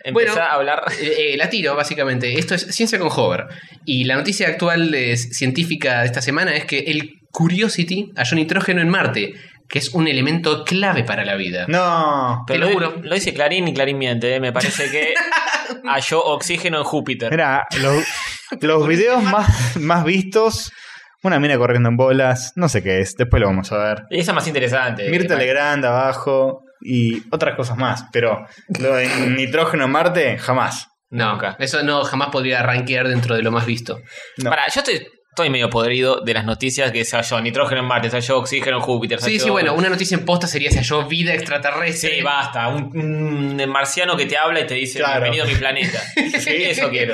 [SPEAKER 3] Empezá
[SPEAKER 2] Bueno.
[SPEAKER 3] a hablar.
[SPEAKER 2] Eh, eh, la tiro, básicamente. Esto es Ciencia con Hover. Y la noticia actual eh, científica de esta semana es que el Curiosity halló nitrógeno en Marte, que es un elemento clave para la vida.
[SPEAKER 4] No.
[SPEAKER 3] Pero
[SPEAKER 2] lo
[SPEAKER 3] lo,
[SPEAKER 2] juro.
[SPEAKER 3] lo dice Clarín y Clarín miente, eh, me parece
[SPEAKER 2] <laughs>
[SPEAKER 3] que halló oxígeno en Júpiter.
[SPEAKER 4] Mira, los, los videos más, más vistos. Una mina corriendo en bolas. No sé qué es. Después lo vamos a ver.
[SPEAKER 3] Y esa es más interesante.
[SPEAKER 4] Mirta
[SPEAKER 3] Eh,
[SPEAKER 4] Legrand abajo. Y otras cosas más. Pero lo de nitrógeno en Marte, jamás.
[SPEAKER 2] No,
[SPEAKER 3] Nunca.
[SPEAKER 2] eso no jamás podría rankear dentro de lo más visto.
[SPEAKER 4] No.
[SPEAKER 3] Pará, yo estoy, estoy medio podrido de las noticias que se halló nitrógeno en Marte, se halló oxígeno en Júpiter. se
[SPEAKER 2] Sí,
[SPEAKER 3] halló-
[SPEAKER 2] sí, bueno, una noticia en posta sería se halló vida extraterrestre.
[SPEAKER 3] Sí, basta. Un, un marciano que te habla y te dice
[SPEAKER 4] Claro.
[SPEAKER 3] bienvenido a mi <laughs> planeta. Eso quiero.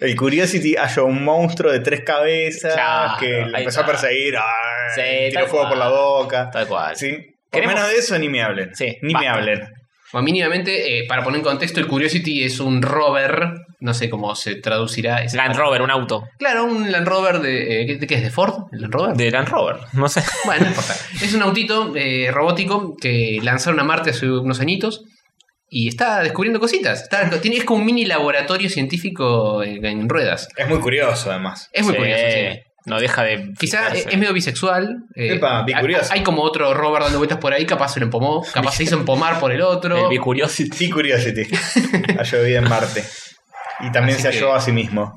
[SPEAKER 4] El Curiosity halló un monstruo de tres cabezas
[SPEAKER 3] Claro,
[SPEAKER 4] que lo
[SPEAKER 3] ahí
[SPEAKER 4] empezó a
[SPEAKER 3] está.
[SPEAKER 4] perseguir. ¡ay!
[SPEAKER 3] Sí,
[SPEAKER 4] tiró
[SPEAKER 3] tal
[SPEAKER 4] fuego por la
[SPEAKER 3] cual.
[SPEAKER 4] boca.
[SPEAKER 3] Tal cual.
[SPEAKER 4] ¿Sí? Por
[SPEAKER 3] Queremos-
[SPEAKER 4] menos de eso ni me hablen.
[SPEAKER 3] Sí,
[SPEAKER 4] ni
[SPEAKER 3] basta.
[SPEAKER 4] me hablen.
[SPEAKER 2] O mínimamente, eh, para poner en contexto, el Curiosity es un rover, no sé cómo se traducirá. Es-
[SPEAKER 3] Land Rover, un auto.
[SPEAKER 2] Claro, un Land Rover de... eh, ¿qué- ¿Qué es? ¿De Ford? ¿El Land Rover?
[SPEAKER 3] De Land Rover, no sé.
[SPEAKER 2] Bueno, no importa. Es un autito eh, robótico que lanzaron a Marte hace unos añitos y está descubriendo cositas. Está- tiene, es como un mini laboratorio científico eh, en, en ruedas.
[SPEAKER 4] Es muy curioso, además.
[SPEAKER 2] Es muy
[SPEAKER 3] Sí.
[SPEAKER 2] curioso, sí.
[SPEAKER 3] No deja de.
[SPEAKER 2] Quizá es,
[SPEAKER 3] fijarse.
[SPEAKER 2] es medio bisexual. eh,
[SPEAKER 4] Epa, bicurioso.
[SPEAKER 2] hay, hay como otro Robert dando vueltas por ahí, capaz se lo empomó, capaz se hizo empomar por el otro.
[SPEAKER 4] <laughs>
[SPEAKER 3] El bicuriosity.
[SPEAKER 4] T-Curiosity. Ha llovido en Marte. Y también
[SPEAKER 2] Así
[SPEAKER 4] se
[SPEAKER 2] que-
[SPEAKER 4] halló a sí mismo.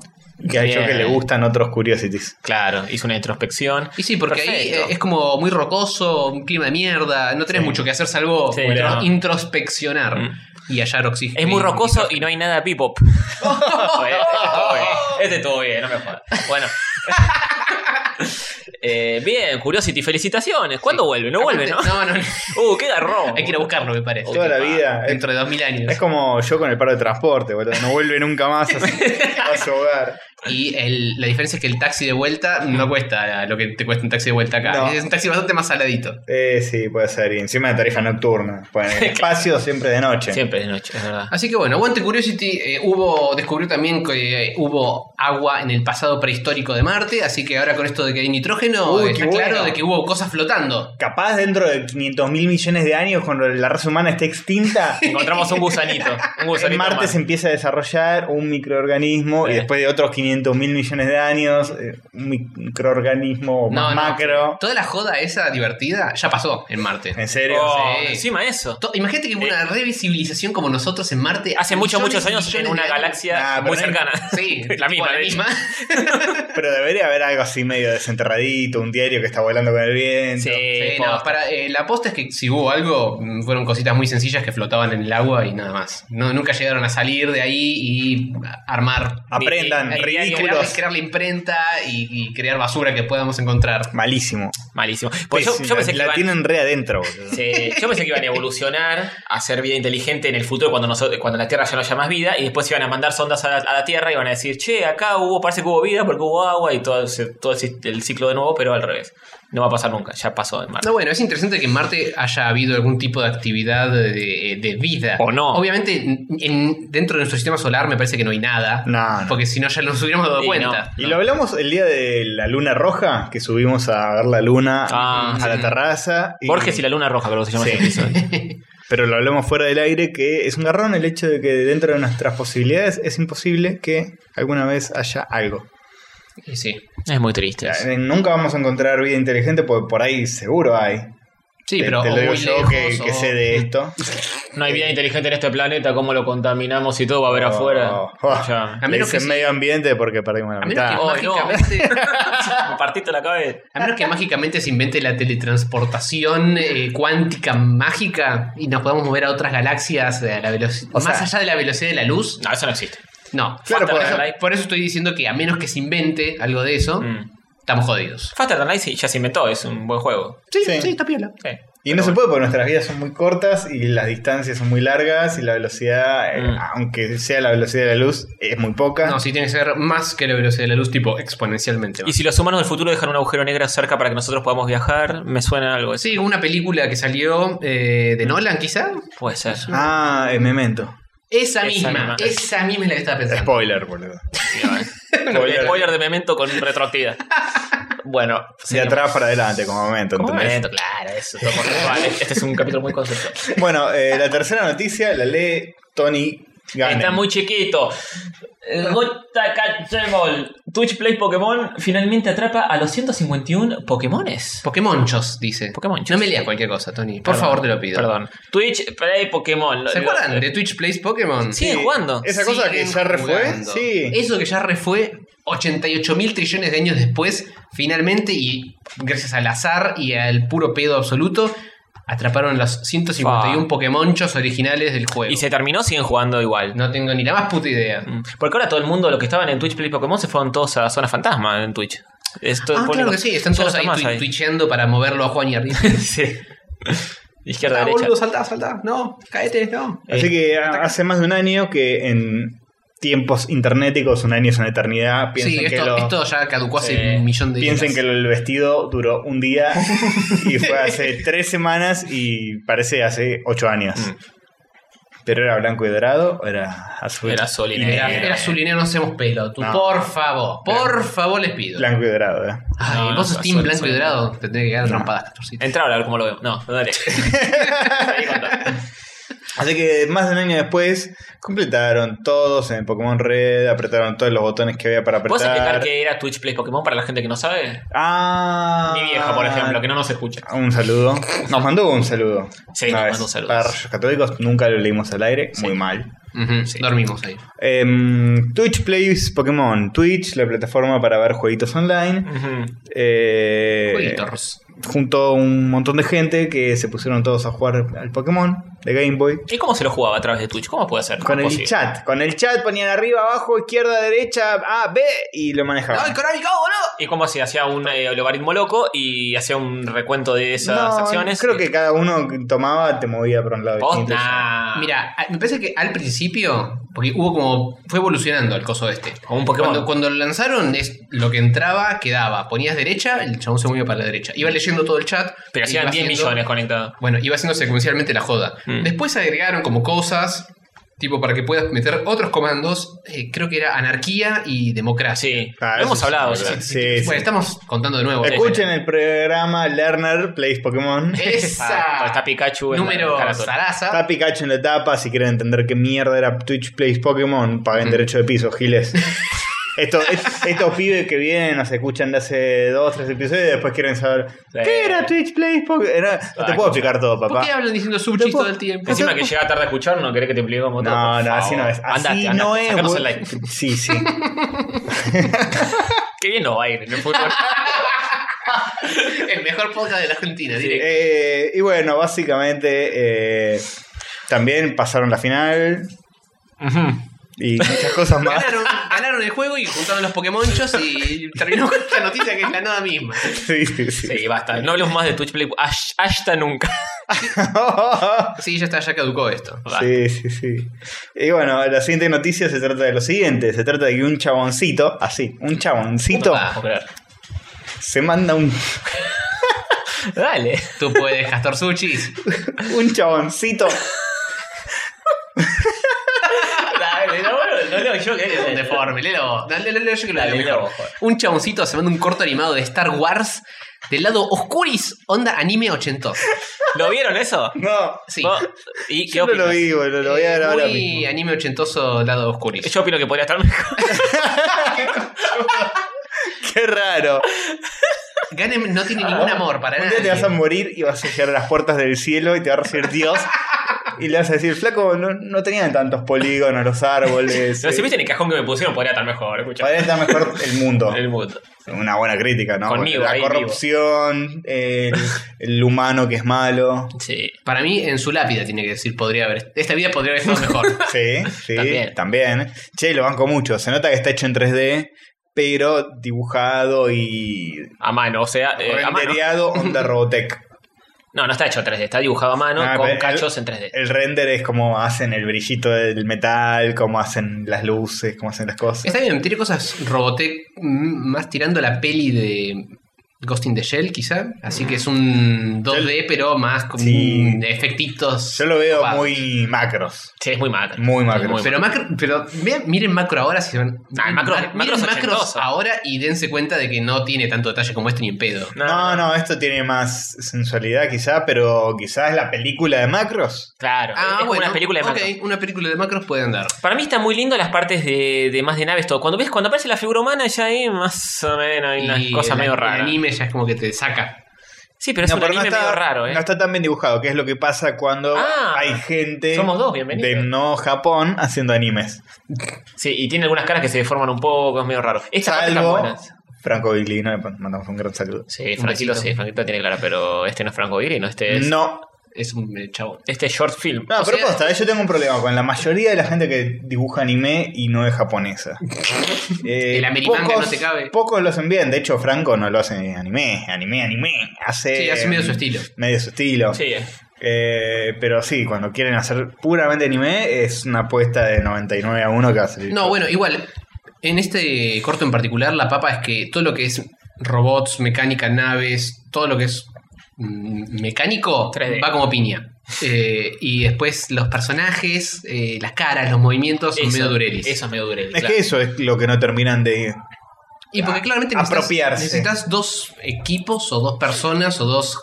[SPEAKER 4] Que ha hecho
[SPEAKER 3] Bien.
[SPEAKER 4] que le gustan otros Curiosities.
[SPEAKER 3] Claro, hizo una introspección.
[SPEAKER 2] Y sí, porque
[SPEAKER 3] Perfecto.
[SPEAKER 2] ahí eh, es como muy rocoso, un clima de mierda, no tenés
[SPEAKER 4] Sí.
[SPEAKER 2] mucho que hacer salvo
[SPEAKER 3] Sí,
[SPEAKER 2] intro-
[SPEAKER 3] no.
[SPEAKER 2] introspeccionar
[SPEAKER 3] Mm.
[SPEAKER 2] y hallar oxígeno.
[SPEAKER 3] Es muy rocoso y no hay nada
[SPEAKER 2] <laughs>
[SPEAKER 3] pipop. este estuvo bien, no me jodas.
[SPEAKER 2] <laughs>
[SPEAKER 3] Bueno. Eh, bien, Curiosity, felicitaciones. ¿Cuándo vuelve? No vuelve, ¿no?
[SPEAKER 2] No, no, no.
[SPEAKER 3] Uh, qué garrón.
[SPEAKER 2] Hay que ir a buscarlo, me parece.
[SPEAKER 4] Toda la vida. Es,
[SPEAKER 2] Dentro de 2000 años.
[SPEAKER 4] es como yo con el paro de transporte, boludo. No vuelve nunca más
[SPEAKER 3] <laughs>
[SPEAKER 4] a su, a su hogar.
[SPEAKER 2] Y el- la diferencia es que el taxi de vuelta no cuesta lo que te cuesta un taxi de vuelta acá.
[SPEAKER 4] No.
[SPEAKER 2] Es un taxi bastante más saladito.
[SPEAKER 4] Eh, sí, puede ser. Y encima de tarifa nocturna. Bueno,
[SPEAKER 3] <laughs>
[SPEAKER 4] el espacio siempre de noche.
[SPEAKER 3] Siempre de noche, es verdad.
[SPEAKER 2] Así que bueno, Aguante Curiosity eh, hubo, descubrió también que eh, hubo agua en el pasado prehistórico de Marte, así que ahora con esto de que hay nitrógeno,
[SPEAKER 4] Uy,
[SPEAKER 2] eh, está
[SPEAKER 4] qué bueno.
[SPEAKER 2] claro de que hubo cosas flotando.
[SPEAKER 4] Capaz dentro de 500 mil millones de años, cuando la raza humana esté
[SPEAKER 3] <laughs>
[SPEAKER 4] extinta,
[SPEAKER 3] Encontramos un
[SPEAKER 2] <laughs>
[SPEAKER 3] gusanito. Un gusanito
[SPEAKER 4] en Marte
[SPEAKER 3] más.
[SPEAKER 4] se empieza a desarrollar un microorganismo y
[SPEAKER 3] Sí.
[SPEAKER 4] después de otros 500 mil millones de años, eh, un microorganismo más
[SPEAKER 2] No, no.
[SPEAKER 4] macro.
[SPEAKER 2] Toda la joda esa divertida ya pasó en Marte.
[SPEAKER 4] ¿En serio?
[SPEAKER 3] Oh,
[SPEAKER 2] Sí.
[SPEAKER 3] Encima eso.
[SPEAKER 2] To- Imagínate que hubo una revisibilización como nosotros en Marte.
[SPEAKER 3] Eh. Hace muchos, muchos
[SPEAKER 2] millones y
[SPEAKER 3] años en
[SPEAKER 2] millones
[SPEAKER 3] una
[SPEAKER 2] de años.
[SPEAKER 3] galaxia
[SPEAKER 4] Ah, pero
[SPEAKER 3] muy
[SPEAKER 4] no-
[SPEAKER 3] cercana.
[SPEAKER 2] Sí,
[SPEAKER 3] La misma,
[SPEAKER 2] la
[SPEAKER 3] de hecho.
[SPEAKER 2] misma. <laughs>
[SPEAKER 4] Pero debería haber algo así medio desenterradito, un diario que está volando con el viento.
[SPEAKER 2] Sí,
[SPEAKER 3] posta.
[SPEAKER 2] no, para, eh, la aposta es que si hubo algo, mm, fueron cositas muy sencillas que flotaban en el agua y nada más. No, nunca llegaron a salir de ahí y armar.
[SPEAKER 4] Aprendan,
[SPEAKER 2] y- y- y-
[SPEAKER 4] ridículos.
[SPEAKER 2] Crear, crear la imprenta y, y crear basura que podamos encontrar.
[SPEAKER 4] Malísimo.
[SPEAKER 3] <laughs> Malísimo. Pues yo,
[SPEAKER 4] Pésimo.
[SPEAKER 3] yo pensé que
[SPEAKER 4] la
[SPEAKER 3] iban-
[SPEAKER 4] tienen re adentro, boludo.
[SPEAKER 3] <laughs> Sí, yo pensé que iban a evolucionar a ser vida inteligente en el futuro cuando nosotros, cuando la Tierra ya no haya más vida y después iban a mandar sondas a la, a la Tierra y iban a decir, che, acá hubo, parece que hubo vida porque hubo agua y todo, ese- todo ese- el ciclo de nuevo, pero al revés. No va a pasar nunca, ya pasó en Marte.
[SPEAKER 2] No, bueno, es interesante que en Marte haya habido algún tipo de actividad de, de vida.
[SPEAKER 3] O no.
[SPEAKER 2] Obviamente, en- en- dentro de nuestro sistema solar me parece que no hay nada.
[SPEAKER 4] No, no.
[SPEAKER 2] Porque si no, ya nos hubiéramos dado
[SPEAKER 3] Y
[SPEAKER 2] cuenta.
[SPEAKER 4] Y lo hablamos el día de la luna roja, que subimos a ver la luna
[SPEAKER 3] Ah,
[SPEAKER 4] a la
[SPEAKER 2] sí.
[SPEAKER 4] terraza. y-
[SPEAKER 3] Borges y la Luna Roja, creo que se llama
[SPEAKER 4] Sí.
[SPEAKER 3] ese episodio.
[SPEAKER 4] Pero lo hablamos fuera del aire, que es un garrón el hecho de que dentro de nuestras posibilidades es imposible que alguna vez haya algo.
[SPEAKER 2] Y sí.
[SPEAKER 3] <laughs> Es muy triste. eso.
[SPEAKER 4] Eh, Nunca vamos a encontrar vida inteligente, porque por ahí seguro hay.
[SPEAKER 2] Sí,
[SPEAKER 4] Te-
[SPEAKER 2] pero.
[SPEAKER 4] te
[SPEAKER 2] o
[SPEAKER 4] lo digo
[SPEAKER 2] muy
[SPEAKER 4] yo
[SPEAKER 2] lejos,
[SPEAKER 4] que, que
[SPEAKER 2] o-
[SPEAKER 4] sé de esto.
[SPEAKER 3] No hay vida inteligente en este planeta, cómo lo contaminamos y todo va a haber
[SPEAKER 4] Oh,
[SPEAKER 3] afuera.
[SPEAKER 4] oh.
[SPEAKER 3] Ya.
[SPEAKER 2] A
[SPEAKER 4] A
[SPEAKER 2] menos
[SPEAKER 4] menos
[SPEAKER 2] que sí.
[SPEAKER 4] medio ambiente porque perdimos la
[SPEAKER 2] A menos
[SPEAKER 4] mitad.
[SPEAKER 3] Oh,
[SPEAKER 2] que
[SPEAKER 3] no.
[SPEAKER 2] mágicamente.
[SPEAKER 3] Me partiste la cabeza.
[SPEAKER 2] A menos que mágicamente se invente la teletransportación eh, cuántica mágica y nos podamos mover a otras galaxias eh, a la veloci-
[SPEAKER 4] O
[SPEAKER 2] más
[SPEAKER 4] sea-
[SPEAKER 2] allá de la velocidad de la luz.
[SPEAKER 3] No, eso no existe.
[SPEAKER 2] No.
[SPEAKER 4] Claro,
[SPEAKER 2] por,
[SPEAKER 4] por-
[SPEAKER 2] eso, por eso estoy diciendo que a menos que se invente algo de eso,
[SPEAKER 3] Mm.
[SPEAKER 2] estamos jodidos.
[SPEAKER 3] Faster Than Light sí, ya se inventó, es un buen juego.
[SPEAKER 2] Sí, sí,
[SPEAKER 4] Sí.
[SPEAKER 2] está piola.
[SPEAKER 3] Sí.
[SPEAKER 4] Y no se puede porque nuestras vidas son muy cortas y las distancias son muy largas y la velocidad, eh,
[SPEAKER 3] Mm.
[SPEAKER 4] aunque sea la velocidad de la luz, es muy poca.
[SPEAKER 2] No, sí tiene que ser más que la velocidad de la luz, tipo exponencialmente.
[SPEAKER 3] Y
[SPEAKER 2] más.
[SPEAKER 3] si los humanos del futuro dejan un agujero negro cerca para que nosotros podamos viajar, me suena algo. Sí,
[SPEAKER 2] Sí, una película que salió eh,
[SPEAKER 3] Mm.
[SPEAKER 2] de Nolan, quizá.
[SPEAKER 3] puede <laughs> ser.
[SPEAKER 4] Ah, es memento.
[SPEAKER 3] Esa
[SPEAKER 2] Esa misma,
[SPEAKER 3] misma.
[SPEAKER 2] esa misma es la que estaba pensando.
[SPEAKER 4] Spoiler, boludo.
[SPEAKER 3] Spoiler. Spoiler de Memento con retroactividad. bueno,
[SPEAKER 4] De
[SPEAKER 3] seguimos.
[SPEAKER 4] atrás para adelante, como momento,
[SPEAKER 3] Con
[SPEAKER 4] ¿entendés?
[SPEAKER 3] Memento, claro, eso. todo conceptual. este es un capítulo muy conceptual.
[SPEAKER 4] Bueno, eh, la tercera noticia la lee Tony Gannon.
[SPEAKER 3] Está muy chiquito. Gotacachemol. Twitch Play Pokémon finalmente atrapa a los 151 Pokémones.
[SPEAKER 2] Pokémonchos, dice.
[SPEAKER 3] Pokémonchos.
[SPEAKER 2] No me leas cualquier cosa, Tony. Por
[SPEAKER 3] Perdón,
[SPEAKER 2] favor, te lo pido.
[SPEAKER 3] Perdón. Twitch Play Pokémon.
[SPEAKER 2] ¿Se acuerdan de Twitch Plays Pokémon?
[SPEAKER 3] Sí. ¿Siguen jugando?
[SPEAKER 4] Esa cosa que
[SPEAKER 2] Siguen
[SPEAKER 4] ya refue,
[SPEAKER 2] jugando.
[SPEAKER 4] sí.
[SPEAKER 2] Eso que ya refue 88 mil trillones de años después, finalmente, y gracias al azar y al puro pedo absoluto, atraparon los 151
[SPEAKER 3] Fa.
[SPEAKER 2] Pokémonchos originales del juego.
[SPEAKER 3] Y se terminó, siguen jugando igual.
[SPEAKER 2] No tengo ni la más puta idea. Ah,
[SPEAKER 3] Mm. Porque ahora todo el mundo, los que estaban en Twitch Play Pokémon, se fueron todos a Zona Fantasma en Twitch. Es todo el
[SPEAKER 2] ah,
[SPEAKER 3] público.
[SPEAKER 2] claro que sí, están
[SPEAKER 3] Ya no
[SPEAKER 2] todos ahí,
[SPEAKER 3] está más
[SPEAKER 2] twi- twitcheando para moverlo a Ah, Juan y
[SPEAKER 3] <laughs>
[SPEAKER 2] arriba.
[SPEAKER 3] Sí. Izquierda,
[SPEAKER 2] Ah,
[SPEAKER 3] derecha.
[SPEAKER 2] boludo, saltá, saltá. No, caete, no.
[SPEAKER 4] Así que a- hace más de un año que en tiempos internéticos, un año es una eternidad, piensen
[SPEAKER 2] Sí,
[SPEAKER 4] que
[SPEAKER 2] esto,
[SPEAKER 4] lo-
[SPEAKER 2] esto ya caducó hace
[SPEAKER 3] Sí.
[SPEAKER 2] un millón de días.
[SPEAKER 4] Piensen que el vestido duró un día y fue hace tres semanas y parece hace ocho años.
[SPEAKER 3] Mm.
[SPEAKER 4] Pero era blanco y dorado, o era azul.
[SPEAKER 3] Era azul y negro.
[SPEAKER 2] Era, Eh, era azul y negro, no hacemos pelo. Tú,
[SPEAKER 4] No.
[SPEAKER 2] por favor, por favor, les pido.
[SPEAKER 4] Blanco y dorado, ¿eh?
[SPEAKER 2] Ay,
[SPEAKER 3] No,
[SPEAKER 2] vos
[SPEAKER 3] no,
[SPEAKER 2] sos team
[SPEAKER 3] azul,
[SPEAKER 2] blanco y
[SPEAKER 3] azul.
[SPEAKER 2] dorado. Te tenés que quedar trompadas, Castorcito.
[SPEAKER 3] Entra ahora a ver cómo lo veo. No, dale. Ahí contá.
[SPEAKER 4] Así que más de un año después, completaron todos en Pokémon Red, apretaron todos los botones que había para apretar.
[SPEAKER 3] ¿Puedes explicar qué era Twitch Play Pokémon para la gente que no sabe?
[SPEAKER 4] Ah,
[SPEAKER 3] Mi vieja, por ejemplo, que no nos escucha.
[SPEAKER 4] Un saludo. Nos mandó un saludo.
[SPEAKER 3] Sí,
[SPEAKER 4] Una
[SPEAKER 3] nos
[SPEAKER 4] vez.
[SPEAKER 3] mandó un saludo.
[SPEAKER 4] Para Rayos Católicos nunca lo leímos al aire, muy mal.
[SPEAKER 3] Eh,
[SPEAKER 2] Ujú, Dormimos ahí.
[SPEAKER 4] Em, Twitch Plays Pokémon. Twitch, la plataforma para ver jueguitos online.
[SPEAKER 3] Ujú.
[SPEAKER 4] Eh,
[SPEAKER 2] Jueguitos.
[SPEAKER 4] Junto un montón de gente que se pusieron todos a jugar al Pokémon de Game Boy.
[SPEAKER 3] ¿Y cómo se lo jugaba a través de Twitch? ¿Cómo puede ser?
[SPEAKER 4] Con el chat. Con el chat ponían arriba, abajo, izquierda, derecha, A, B y lo manejaban.
[SPEAKER 3] ¿Y cómo se hacía un eh, logaritmo loco y hacía un recuento de esas
[SPEAKER 4] No,
[SPEAKER 3] acciones?
[SPEAKER 4] Creo que cada uno que tomaba te movía por un lado.
[SPEAKER 3] Posta.
[SPEAKER 4] distinto.
[SPEAKER 2] Mira, a- me parece que al principio, porque hubo como. fue evolucionando el coso este.
[SPEAKER 3] Como un Pokémon.
[SPEAKER 2] Cuando, cuando lo lanzaron, es lo que entraba, quedaba. Ponías derecha, el chabón se movía para la derecha. Iba leyendo todo el chat.
[SPEAKER 3] Pero hacían
[SPEAKER 2] iba
[SPEAKER 3] 10
[SPEAKER 2] haciendo-
[SPEAKER 3] millones conectados.
[SPEAKER 2] Bueno, iba haciendo secuencialmente la joda.
[SPEAKER 3] Mm.
[SPEAKER 2] Después agregaron como cosas, tipo para que puedas meter otros comandos. eh, creo que era anarquía y democracia.
[SPEAKER 3] Sí,
[SPEAKER 4] Ah,
[SPEAKER 3] lo
[SPEAKER 4] eso
[SPEAKER 3] hemos
[SPEAKER 4] sí,
[SPEAKER 3] hablado.
[SPEAKER 4] verdad.
[SPEAKER 3] sí.
[SPEAKER 4] Sí,
[SPEAKER 2] bueno,
[SPEAKER 4] sí.
[SPEAKER 2] estamos contando de nuevo.
[SPEAKER 4] Escuchen el programa Learner Plays
[SPEAKER 3] <laughs>
[SPEAKER 4] Pokémon.
[SPEAKER 2] Esa.
[SPEAKER 3] Está, está Pikachu en la
[SPEAKER 2] número
[SPEAKER 3] cara toda.
[SPEAKER 2] Sarasa.
[SPEAKER 4] Está Pikachu en la tapa. Si quieren entender qué mierda era Twitch Plays Pokémon,
[SPEAKER 3] Mm.
[SPEAKER 4] paguen derecho de piso,
[SPEAKER 3] <laughs>
[SPEAKER 4] giles. Esto- es- estos pibes que vienen nos escuchan de hace dos, tres episodios y después quieren saber
[SPEAKER 3] Sí.
[SPEAKER 4] qué era Twitch Plays Pokémon. Era- no te
[SPEAKER 3] Ah,
[SPEAKER 4] puedo explicar todo,
[SPEAKER 2] ¿Por
[SPEAKER 4] papá.
[SPEAKER 2] qué hablan diciendo sushi
[SPEAKER 4] Después-
[SPEAKER 2] todo el tiempo?
[SPEAKER 3] Encima que llega tarde a escuchar, no querés que te pliegamos todo.
[SPEAKER 4] No,
[SPEAKER 3] por
[SPEAKER 4] no, así
[SPEAKER 3] favor.
[SPEAKER 4] no es. Así
[SPEAKER 3] Andate, andate,
[SPEAKER 4] no es.
[SPEAKER 3] sacanos
[SPEAKER 4] bol-
[SPEAKER 3] el like.
[SPEAKER 4] Sí, sí.
[SPEAKER 3] Qué bien nos va a ir en el fútbol.
[SPEAKER 2] El mejor podcast de la Argentina, directo.
[SPEAKER 4] Eh, y bueno, básicamente eh, también pasaron la final y muchas cosas
[SPEAKER 3] <laughs>
[SPEAKER 4] más.
[SPEAKER 2] Ganaron, ganaron el juego y juntaron los Pokémonchos y terminó con esta noticia que es la nada misma.
[SPEAKER 4] Sí, sí, sí. <laughs>
[SPEAKER 3] Sí, basta. No hablemos más de Twitch Play. Ash- Hasta nunca.
[SPEAKER 2] Sí, ya está, ya caducó esto.
[SPEAKER 4] Sí, sí, sí. Y bueno, la siguiente noticia se trata de lo siguiente. Se trata de que un chaboncito, así, un chaboncito,
[SPEAKER 2] Papá.
[SPEAKER 3] No puedo creer.
[SPEAKER 4] se manda un, <laughs>
[SPEAKER 3] Dale.
[SPEAKER 2] Tú puedes, Castor Sushi.
[SPEAKER 4] un chaboncito.
[SPEAKER 3] Dale, no, no, no, yo
[SPEAKER 2] Un
[SPEAKER 4] <laughs>
[SPEAKER 2] deforme, léelo. Dale, léelo, yo que lo leo
[SPEAKER 3] Dale, léelo
[SPEAKER 2] mejor.
[SPEAKER 3] vos, joder.
[SPEAKER 2] Un chaboncito se manda un corto animado de Star Wars del lado Oscuris, onda anime ochentoso.
[SPEAKER 3] ¿Lo vieron eso?
[SPEAKER 4] No,
[SPEAKER 2] Sí.
[SPEAKER 3] ¿Vos- ¿Y qué
[SPEAKER 4] yo no lo
[SPEAKER 3] opinas?
[SPEAKER 4] vi, boludo, lo voy a ver
[SPEAKER 2] Eh,
[SPEAKER 4] ahora
[SPEAKER 2] muy
[SPEAKER 4] mismo.
[SPEAKER 2] anime ochentoso lado Oscuris.
[SPEAKER 3] Yo opino que podría estar
[SPEAKER 4] <laughs>
[SPEAKER 3] mejor.
[SPEAKER 4] Qué raro.
[SPEAKER 2] Ganem no tiene ningún amor para
[SPEAKER 4] Ah, Un
[SPEAKER 2] nada.
[SPEAKER 4] día te vas a morir y vas a llegar a las puertas del cielo y te va a recibir Dios. Y le vas a decir, flaco, no, no tenían tantos polígonos los árboles.
[SPEAKER 3] No,
[SPEAKER 4] eh,
[SPEAKER 3] si viste en el cajón que me pusieron, podría estar mejor. Escucha.
[SPEAKER 4] Podría estar mejor el mundo.
[SPEAKER 3] El mundo.
[SPEAKER 4] Una buena crítica, ¿no?
[SPEAKER 3] Conmigo,
[SPEAKER 4] la
[SPEAKER 3] ahí
[SPEAKER 4] corrupción, el, el humano que es malo.
[SPEAKER 3] Sí.
[SPEAKER 2] Para mí, en su lápida tiene que decir, podría haber. Esta vida podría haber estado mejor.
[SPEAKER 3] <laughs>
[SPEAKER 4] Sí, sí, también.
[SPEAKER 2] También.
[SPEAKER 4] Che, lo banco mucho. Se nota que está hecho en 3D, pero dibujado y
[SPEAKER 3] A mano, o sea, eh, a mano.
[SPEAKER 4] rendereado
[SPEAKER 3] <laughs>
[SPEAKER 4] onda Robotech.
[SPEAKER 3] No, no está hecho 3D, está dibujado a mano
[SPEAKER 4] Ah,
[SPEAKER 3] con
[SPEAKER 4] pero el-
[SPEAKER 3] cachos en 3D.
[SPEAKER 4] El render es como hacen el brillito del metal, como hacen las luces, como hacen las cosas.
[SPEAKER 2] Está bien, tiene cosas Robotech mm, más tirando la peli de Ghost in the Shell, quizá. Así que es un 2D, pero más con
[SPEAKER 4] Sí.
[SPEAKER 2] efectitos.
[SPEAKER 4] Yo lo veo
[SPEAKER 2] copados.
[SPEAKER 4] muy macros.
[SPEAKER 3] Sí, es muy macro.
[SPEAKER 4] Muy macro.
[SPEAKER 3] muy
[SPEAKER 2] Pero, macro, pero vean- miren macro ahora si se van.
[SPEAKER 3] Ah, el macro-
[SPEAKER 2] Ma-
[SPEAKER 3] el macro es
[SPEAKER 2] miren macros
[SPEAKER 3] ochentoso.
[SPEAKER 2] ahora y dense cuenta de que no tiene tanto detalle como este ni en pedo.
[SPEAKER 3] No,
[SPEAKER 4] No, no, esto tiene más sensualidad quizá, pero quizás la película de macros.
[SPEAKER 3] Claro, es como una película de
[SPEAKER 2] Ah, ok,
[SPEAKER 3] macro.
[SPEAKER 2] una película de macros puede andar.
[SPEAKER 3] Para mí está muy lindo las partes de, de más de naves, todo. Cuando ves, cuando aparece la figura humana, ya ahí más o menos hay unas
[SPEAKER 2] Y
[SPEAKER 3] cosas
[SPEAKER 2] el-
[SPEAKER 3] medio
[SPEAKER 2] el
[SPEAKER 3] raras.
[SPEAKER 2] anime ya es como que te saca.
[SPEAKER 3] Sí, pero es un
[SPEAKER 4] pero
[SPEAKER 3] anime medio raro, ¿eh?
[SPEAKER 4] no está tan bien dibujado, que es lo que pasa cuando
[SPEAKER 3] Ah,
[SPEAKER 4] hay gente
[SPEAKER 3] somos dos, bienvenidos.
[SPEAKER 4] de no Japón haciendo animes.
[SPEAKER 3] Sí, y tiene algunas caras que se deforman un poco, es medio raro. Estas partes están
[SPEAKER 4] Salvo
[SPEAKER 3] buenas.
[SPEAKER 4] Franco Viglino, le mandamos un gran saludo.
[SPEAKER 3] Sí,
[SPEAKER 2] Un
[SPEAKER 3] Franquito,
[SPEAKER 2] besito.
[SPEAKER 3] sí, Franquito tiene clara, pero este no es Franco Giri, no, este es.
[SPEAKER 4] No.
[SPEAKER 2] Es un eh, chabón.
[SPEAKER 3] Este es short film.
[SPEAKER 4] No,
[SPEAKER 2] O
[SPEAKER 4] pero
[SPEAKER 2] sea-
[SPEAKER 4] posta, yo tengo un problema con la mayoría de la gente que dibuja anime y no es japonesa. Eh,
[SPEAKER 2] El amerimanga
[SPEAKER 4] pocos-
[SPEAKER 2] no te cabe.
[SPEAKER 4] Pocos lo hacen bien, de hecho Franco no lo hace anime, anime, anime. Hace,
[SPEAKER 2] Sí, hace medio su estilo.
[SPEAKER 4] Medio su estilo.
[SPEAKER 3] Sí, eh.
[SPEAKER 4] Eh, pero sí, cuando quieren hacer puramente anime, es una apuesta de 99 a 1 que va a salir.
[SPEAKER 2] No, bueno, igual, en este corto en particular, la papa es que todo lo que es robots, mecánica, naves, todo lo que es mm, mecánico
[SPEAKER 3] 3D.
[SPEAKER 2] va como piña. Eh, y después los personajes, eh, las caras, los movimientos son
[SPEAKER 3] Eso-
[SPEAKER 2] medio durelis.
[SPEAKER 3] Eso es medio durelis.
[SPEAKER 4] Es
[SPEAKER 3] claro.
[SPEAKER 4] que eso es lo que no terminan de.
[SPEAKER 2] Y porque claramente necesitas,
[SPEAKER 4] Apropiarse.
[SPEAKER 2] necesitas dos equipos o dos personas o dos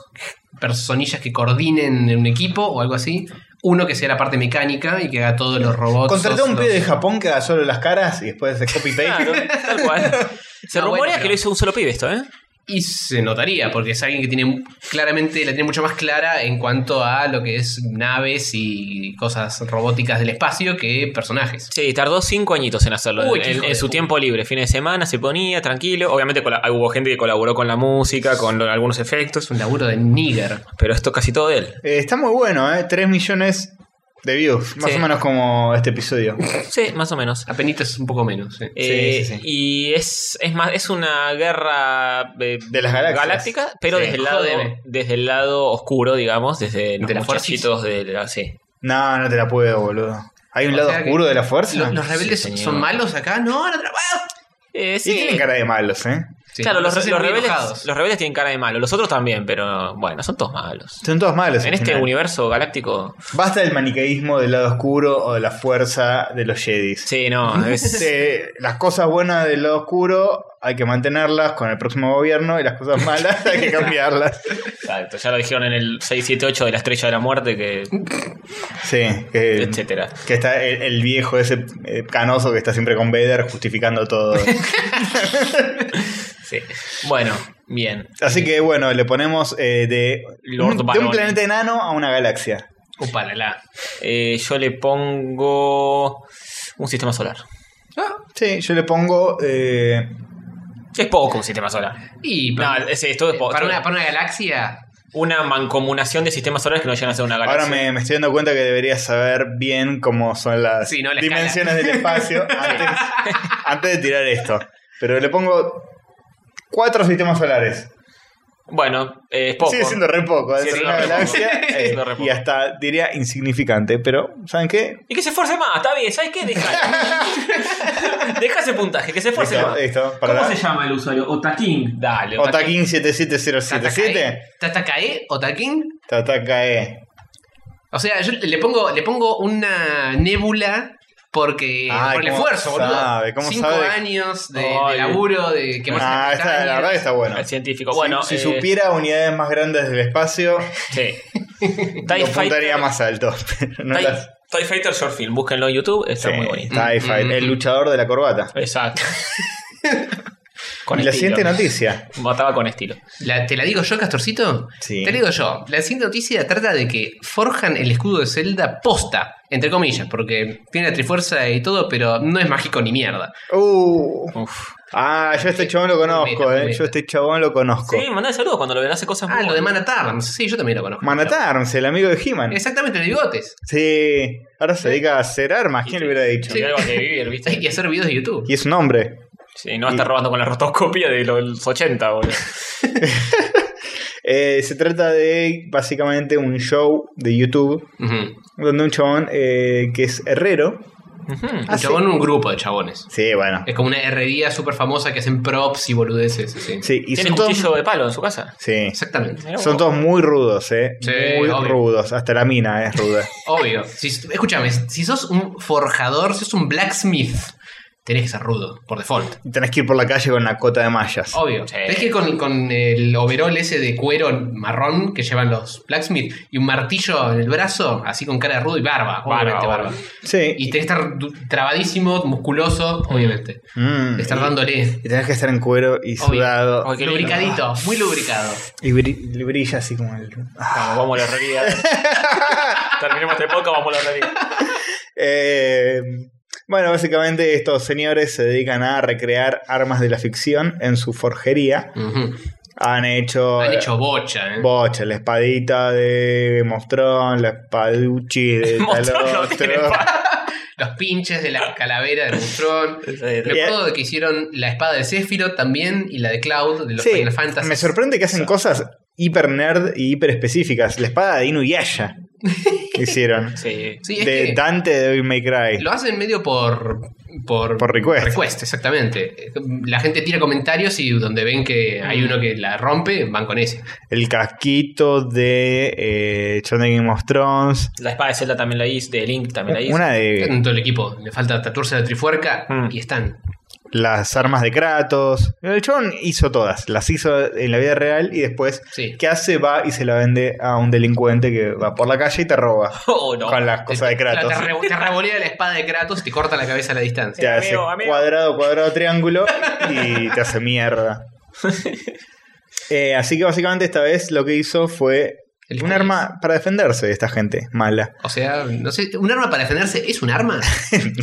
[SPEAKER 2] personillas que coordinen en un equipo o algo así Uno que sea la parte mecánica y que haga todos los robots.
[SPEAKER 4] Contraté a un
[SPEAKER 2] los-
[SPEAKER 4] pibe de Japón que haga solo las caras y después se copy
[SPEAKER 2] <laughs>
[SPEAKER 4] paste.
[SPEAKER 3] Claro, tal cual. Se
[SPEAKER 2] Ah,
[SPEAKER 3] rumorea
[SPEAKER 2] bueno,
[SPEAKER 3] que
[SPEAKER 2] pero-
[SPEAKER 3] lo hizo un solo pibe esto, ¿eh?
[SPEAKER 2] Y se notaría, porque es alguien que tiene claramente, la tiene mucho más clara en cuanto a lo que es naves y cosas robóticas del espacio que personajes.
[SPEAKER 3] Sí, tardó cinco añitos en hacerlo.
[SPEAKER 2] Uy,
[SPEAKER 3] en-
[SPEAKER 2] qué hijo
[SPEAKER 3] en
[SPEAKER 2] de
[SPEAKER 3] su
[SPEAKER 2] puta.
[SPEAKER 3] tiempo libre, fines de semana, se ponía tranquilo. Obviamente cola- hubo gente que colaboró con la música, con lo- algunos efectos,
[SPEAKER 2] Es un laburo de nigger.
[SPEAKER 3] pero esto casi todo de él.
[SPEAKER 4] Eh, está muy bueno, ¿eh? 3 millones de views. Más
[SPEAKER 3] Sí.
[SPEAKER 4] o menos como este episodio.
[SPEAKER 3] Sí, más o menos.
[SPEAKER 2] Apenitas un poco menos. sí.
[SPEAKER 3] Eh,
[SPEAKER 4] sí, sí.
[SPEAKER 3] Y es, es más, es una guerra eh,
[SPEAKER 4] De las galaxias.
[SPEAKER 3] galáctica, pero
[SPEAKER 2] Sí,
[SPEAKER 3] desde el lado,
[SPEAKER 2] jodeme.
[SPEAKER 3] desde el lado oscuro, digamos, desde los
[SPEAKER 2] ¿De las
[SPEAKER 3] muchachitos de la- sí.
[SPEAKER 4] No, no te la puedo, boludo. ¿Hay un
[SPEAKER 2] O
[SPEAKER 4] lado
[SPEAKER 2] sea que
[SPEAKER 4] oscuro de la fuerza?
[SPEAKER 2] Lo- ¿Los rebeldes
[SPEAKER 3] señor.
[SPEAKER 2] son malos acá? No, no trabajo.
[SPEAKER 3] Eh,
[SPEAKER 4] Y tienen cara de malos, ¿eh?
[SPEAKER 2] Sí,
[SPEAKER 3] claro, los,
[SPEAKER 2] hacen
[SPEAKER 3] los
[SPEAKER 2] muy
[SPEAKER 3] rebeldes,
[SPEAKER 2] enojados.
[SPEAKER 3] los rebeldes tienen cara de malo, los otros también, pero bueno, son todos malos.
[SPEAKER 4] Son todos malos.
[SPEAKER 3] En
[SPEAKER 4] al
[SPEAKER 3] este
[SPEAKER 4] final.
[SPEAKER 3] universo galáctico,
[SPEAKER 4] Basta del maniqueísmo del lado oscuro o de la fuerza de los Jedis.
[SPEAKER 3] sí, no, es,
[SPEAKER 4] Este, las cosas buenas del lado oscuro hay que mantenerlas con el próximo gobierno y las
[SPEAKER 3] <laughs>
[SPEAKER 4] cosas malas hay que cambiarlas.
[SPEAKER 3] Exacto, ya lo dijeron en el 678 de la estrella de la muerte, que
[SPEAKER 4] Sí, que,
[SPEAKER 3] etcétera.
[SPEAKER 4] que está el, el viejo ese eh, canoso que está siempre con Vader justificando todo.
[SPEAKER 3] <laughs> Sí. Bueno, bien.
[SPEAKER 4] Así que bueno, le ponemos eh, de,
[SPEAKER 3] Lord
[SPEAKER 4] un, de un
[SPEAKER 3] Barón.
[SPEAKER 4] planeta enano a una galaxia.
[SPEAKER 2] Upalala.
[SPEAKER 3] Eh, yo le pongo un sistema solar.
[SPEAKER 4] Sí, yo le pongo eh,
[SPEAKER 3] Es poco un sistema solar.
[SPEAKER 2] Y
[SPEAKER 3] No,
[SPEAKER 2] para,
[SPEAKER 3] es, es- todo es poco.
[SPEAKER 2] para
[SPEAKER 3] Todo-
[SPEAKER 2] una,
[SPEAKER 3] una,
[SPEAKER 2] para una galaxia.
[SPEAKER 3] mancomunación de sistemas solares que no llegan a ser una galaxia.
[SPEAKER 4] Ahora me, me estoy dando cuenta que debería saber bien cómo son las
[SPEAKER 2] Sí, ¿no? La
[SPEAKER 4] dimensiones del
[SPEAKER 3] <laughs>
[SPEAKER 4] espacio antes, antes de tirar esto. Pero le pongo cuatro sistemas solares.
[SPEAKER 3] Bueno, eh, es poco.
[SPEAKER 4] Sigue siendo re poco.
[SPEAKER 3] Sigue
[SPEAKER 4] dentro de
[SPEAKER 3] siendo
[SPEAKER 4] una
[SPEAKER 3] re poco.
[SPEAKER 4] galaxia,
[SPEAKER 3] Sigue
[SPEAKER 4] eh,
[SPEAKER 3] siendo re poco.
[SPEAKER 4] y hasta diría insignificante. Pero, ¿saben qué?
[SPEAKER 3] Y que se esfuerce más, está bien, ¿sabes
[SPEAKER 4] <laughs>
[SPEAKER 3] qué? Deja, Deja ese puntaje, que se esfuerce
[SPEAKER 4] Listo,
[SPEAKER 3] más.
[SPEAKER 4] listo, eh, para
[SPEAKER 3] ¿Cómo
[SPEAKER 4] la-
[SPEAKER 3] se llama el usuario? Otaking. Dale, Otaking.
[SPEAKER 4] Otaking
[SPEAKER 3] E.
[SPEAKER 4] 77077
[SPEAKER 2] ¿Tatakae? ¿Otaking?
[SPEAKER 4] Tatakae.
[SPEAKER 2] O sea, yo le pongo, le pongo una nébula porque
[SPEAKER 4] Ay,
[SPEAKER 2] por el
[SPEAKER 4] ¿cómo
[SPEAKER 2] esfuerzo, boludo.
[SPEAKER 4] sabe? ¿Cómo
[SPEAKER 2] Cinco
[SPEAKER 4] sabe?
[SPEAKER 2] años de, de
[SPEAKER 3] Ay.
[SPEAKER 2] laburo, de quemarse
[SPEAKER 4] Ah, esta- la
[SPEAKER 2] las
[SPEAKER 3] E?
[SPEAKER 2] pestañas.
[SPEAKER 4] verdad que está bueno.
[SPEAKER 3] El científico.
[SPEAKER 4] Si-
[SPEAKER 3] Bueno,
[SPEAKER 4] si,
[SPEAKER 3] eh,
[SPEAKER 4] supiera unidades más grandes del espacio,
[SPEAKER 3] Sí.
[SPEAKER 4] <laughs> lo
[SPEAKER 3] TIE
[SPEAKER 4] apuntaría
[SPEAKER 3] Fighter.
[SPEAKER 4] más alto. <laughs> pero no
[SPEAKER 3] TIE,
[SPEAKER 4] las-
[SPEAKER 3] TIE Fighter Short Film, búsquenlo en YouTube, está
[SPEAKER 4] Sí,
[SPEAKER 3] muy bonito.
[SPEAKER 4] TIE Fighter,
[SPEAKER 2] Mm.
[SPEAKER 4] el luchador de la corbata. <laughs>
[SPEAKER 3] Exacto.
[SPEAKER 4] y la siguiente noticia.
[SPEAKER 3] Mataba con estilo.
[SPEAKER 2] La- ¿Te la digo yo, Castorcito?
[SPEAKER 4] Sí.
[SPEAKER 2] Te la digo yo. La siguiente noticia trata de que forjan el escudo de Zelda posta, entre comillas, porque tiene la trifuerza y todo, pero no es mágico ni mierda.
[SPEAKER 4] Uh.
[SPEAKER 3] Uf.
[SPEAKER 4] Ah, yo a este chabón lo conozco,
[SPEAKER 2] Muy meta,
[SPEAKER 4] eh.
[SPEAKER 2] muy
[SPEAKER 4] Yo a
[SPEAKER 2] meta.
[SPEAKER 4] este chabón lo conozco.
[SPEAKER 3] Sí, mandale saludos cuando lo verás hace cosas
[SPEAKER 2] Ah,
[SPEAKER 3] muy
[SPEAKER 2] lo de
[SPEAKER 3] buenas.
[SPEAKER 2] Manatarms. Sí, yo también lo conozco.
[SPEAKER 4] Manatarms, el amigo de He-Man.
[SPEAKER 2] Exactamente, los bigotes.
[SPEAKER 4] Sí. Ahora se dedica a hacer armas, ¿quién le hubiera dicho?
[SPEAKER 3] Tiene algo que
[SPEAKER 4] <laughs>
[SPEAKER 3] vivir, ¿viste?
[SPEAKER 2] Y hacer videos de YouTube.
[SPEAKER 4] Y es un hombre.
[SPEAKER 3] Sí, no va a estar robando con la rotoscopia de los 80, boludo.
[SPEAKER 4] Eh, se trata de básicamente un show de YouTube
[SPEAKER 2] Ujú.
[SPEAKER 4] donde un chabón eh, que es herrero.
[SPEAKER 3] Ujú.
[SPEAKER 2] Un
[SPEAKER 4] hace-
[SPEAKER 2] chabón, un grupo de chabones.
[SPEAKER 4] Sí, bueno.
[SPEAKER 2] Es como una herrería súper famosa que hacen props y boludeces. sí.
[SPEAKER 4] Sí, y
[SPEAKER 3] Tiene
[SPEAKER 4] son
[SPEAKER 3] un
[SPEAKER 4] todos,
[SPEAKER 3] cuchillo de palo en su casa.
[SPEAKER 4] sí.
[SPEAKER 2] Exactamente.
[SPEAKER 3] Mirá vos.
[SPEAKER 4] son todos muy rudos, eh.
[SPEAKER 2] Sí,
[SPEAKER 4] muy
[SPEAKER 2] obvio.
[SPEAKER 4] rudos. Hasta la mina es
[SPEAKER 2] <laughs>
[SPEAKER 4] ruda.
[SPEAKER 2] Obvio. Si- escúchame, si sos un forjador, si sos un blacksmith, tenés que ser rudo, por default.
[SPEAKER 4] Y Tenés que ir por la calle con una cota de mallas.
[SPEAKER 2] Obvio.
[SPEAKER 3] Sí.
[SPEAKER 2] Tenés que ir con, con el overol ese de cuero marrón que llevan los blacksmith y un martillo en el brazo, así con cara de rudo y barba, obviamente barba.
[SPEAKER 3] obvio.
[SPEAKER 4] Sí.
[SPEAKER 2] Y tenés que estar du- trabadísimo, musculoso, obviamente.
[SPEAKER 4] Mm.
[SPEAKER 2] Estar dándole
[SPEAKER 4] Y tenés que estar en cuero y
[SPEAKER 2] Obvio.
[SPEAKER 4] sudado.
[SPEAKER 3] Ay, qué lindo.
[SPEAKER 2] lubricadito, muy lubricado.
[SPEAKER 4] Y bri- le brilla así como el. <laughs> Ah.
[SPEAKER 3] Vamos, vamos a la herrería. Terminemos este podcast, vamos a la herrería.
[SPEAKER 4] Eh, bueno, básicamente estos señores se dedican a recrear armas de la ficción en su forjería.
[SPEAKER 2] Ujú.
[SPEAKER 4] Han hecho.
[SPEAKER 2] Han hecho bocha, ¿eh?
[SPEAKER 4] Bocha, la espadita de Mostrón, la espaduchi
[SPEAKER 2] <laughs>
[SPEAKER 4] de
[SPEAKER 3] Monstruo no
[SPEAKER 4] Talostro.
[SPEAKER 3] tiene pa-
[SPEAKER 2] Los pinches de la calavera de Monstrón. Me
[SPEAKER 4] Eh,
[SPEAKER 2] acuerdo de que hicieron la espada de Céfiro también y la de Cloud de los
[SPEAKER 4] Sí,
[SPEAKER 2] Final Fantasy.
[SPEAKER 4] me sorprende que hacen cosas hiper nerd y hiper específicas. La espada de Inuyasha
[SPEAKER 2] <laughs>
[SPEAKER 4] que hicieron.
[SPEAKER 3] Sí.
[SPEAKER 2] Sí, es
[SPEAKER 4] de
[SPEAKER 2] que
[SPEAKER 4] Dante de Devil May Cry.
[SPEAKER 2] lo hacen medio por, por.
[SPEAKER 4] Por request.
[SPEAKER 2] exactamente. La gente tira comentarios y donde ven que
[SPEAKER 4] Mm.
[SPEAKER 2] hay uno que la rompe, van con ese.
[SPEAKER 4] El casquito de eh, John de Game of Thrones.
[SPEAKER 3] La espada de Zelda también la hice, de Link también la hice.
[SPEAKER 4] Una de.
[SPEAKER 2] En todo el equipo. Le falta tatuarse la trifuerca
[SPEAKER 3] Mm.
[SPEAKER 2] y están.
[SPEAKER 4] las armas de Kratos. El chabón hizo todas, las hizo en la vida real y después,
[SPEAKER 2] Sí.
[SPEAKER 4] ¿qué hace? Va y se la vende a un delincuente que va por la calle y te roba
[SPEAKER 3] <laughs> Oh, no.
[SPEAKER 4] con las cosas de
[SPEAKER 2] Te,
[SPEAKER 4] Kratos.
[SPEAKER 2] re- te revolea la espada de Kratos y te corta la cabeza a la
[SPEAKER 4] <laughs>
[SPEAKER 2] distancia.
[SPEAKER 4] Te hace
[SPEAKER 3] Amigo, amigo.
[SPEAKER 4] cuadrado, cuadrado, triángulo y te hace mierda. Eh, así que básicamente esta vez lo que hizo fue
[SPEAKER 2] El
[SPEAKER 4] un
[SPEAKER 2] país.
[SPEAKER 4] arma para defenderse de esta gente
[SPEAKER 2] <laughs>
[SPEAKER 4] mala.
[SPEAKER 2] O sea, no sé, un arma para defenderse es
[SPEAKER 4] <laughs>
[SPEAKER 2] un arma.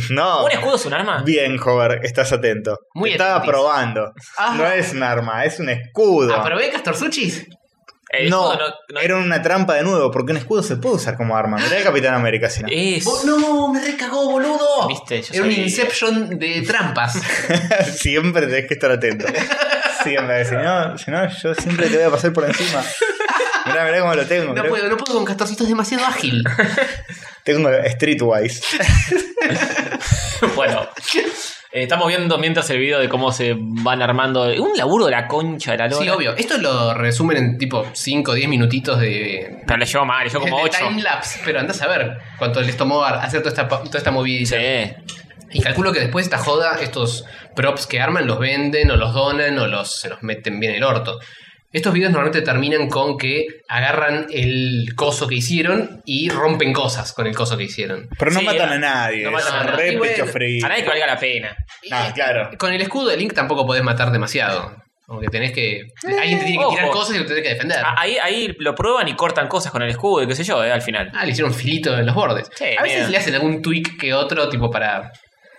[SPEAKER 4] no.
[SPEAKER 3] ¿Un escudo es un arma?
[SPEAKER 4] Bien, Hover, estás atento.
[SPEAKER 2] Muy
[SPEAKER 4] Te estaba
[SPEAKER 2] atentis.
[SPEAKER 4] probando.
[SPEAKER 2] Ah.
[SPEAKER 4] No es un arma, es un escudo.
[SPEAKER 2] ¿Aprobé Castor Suchis?
[SPEAKER 3] El
[SPEAKER 4] no,
[SPEAKER 3] escudo Eh, no-
[SPEAKER 4] era una trampa de nuevo, porque un escudo se puede usar como arma. Mirá el Capitán América, si no.
[SPEAKER 3] Es.
[SPEAKER 2] Oh, no, me recagó, boludo.
[SPEAKER 3] Viste, yo
[SPEAKER 2] Era un
[SPEAKER 3] sabía.
[SPEAKER 2] Inception de
[SPEAKER 3] <laughs>
[SPEAKER 2] trampas.
[SPEAKER 4] <laughs> siempre tenés que estar atento. Siempre, si no, si no, yo siempre te voy a pasar por encima. Mirá, mirá cómo lo tengo.
[SPEAKER 2] No
[SPEAKER 4] mirá-
[SPEAKER 2] puedo, no puedo con Castorcito, es demasiado
[SPEAKER 3] <laughs>
[SPEAKER 2] ágil.
[SPEAKER 4] Tengo Streetwise.
[SPEAKER 3] <laughs> Bueno, eh, estamos viendo mientras el video de cómo se van armando. Un laburo de la concha de la lora.
[SPEAKER 2] Sí, obvio. Esto lo resumen en tipo 5 o 10 minutitos de.
[SPEAKER 3] Pero le llevo mal, le llevo como
[SPEAKER 2] <laughs> de
[SPEAKER 3] 8.
[SPEAKER 2] time lapse, pero andás a ver cuánto les tomó a- hacer toda esta, pa- toda esta movidita.
[SPEAKER 3] Sí.
[SPEAKER 2] Y calculo que después de esta joda, estos props que arman los venden o los donan o los, se los meten bien el orto. Estos videos normalmente terminan con que agarran el coso que hicieron y rompen cosas con el coso que hicieron.
[SPEAKER 4] Pero no
[SPEAKER 3] Sí,
[SPEAKER 4] matan
[SPEAKER 3] no-
[SPEAKER 4] a nadie.
[SPEAKER 3] no matan
[SPEAKER 4] es
[SPEAKER 3] a nadie.
[SPEAKER 4] re
[SPEAKER 2] Y bueno,
[SPEAKER 4] pecho frío.
[SPEAKER 3] A nadie que valga la pena.
[SPEAKER 4] Nah, claro.
[SPEAKER 2] Con el escudo de Link tampoco podés matar demasiado. Como que tenés que. alguien te tiene
[SPEAKER 3] Eh,
[SPEAKER 2] que
[SPEAKER 3] ojo. Ah,
[SPEAKER 2] tirar cosas y lo tenés que defender.
[SPEAKER 3] A- Ahí, ahí lo prueban y cortan cosas con el escudo y qué sé yo, eh, al final.
[SPEAKER 2] Ah, le hicieron filito en los bordes.
[SPEAKER 3] Sí,
[SPEAKER 2] a veces
[SPEAKER 3] mira.
[SPEAKER 2] le hacen algún tweak que otro, tipo para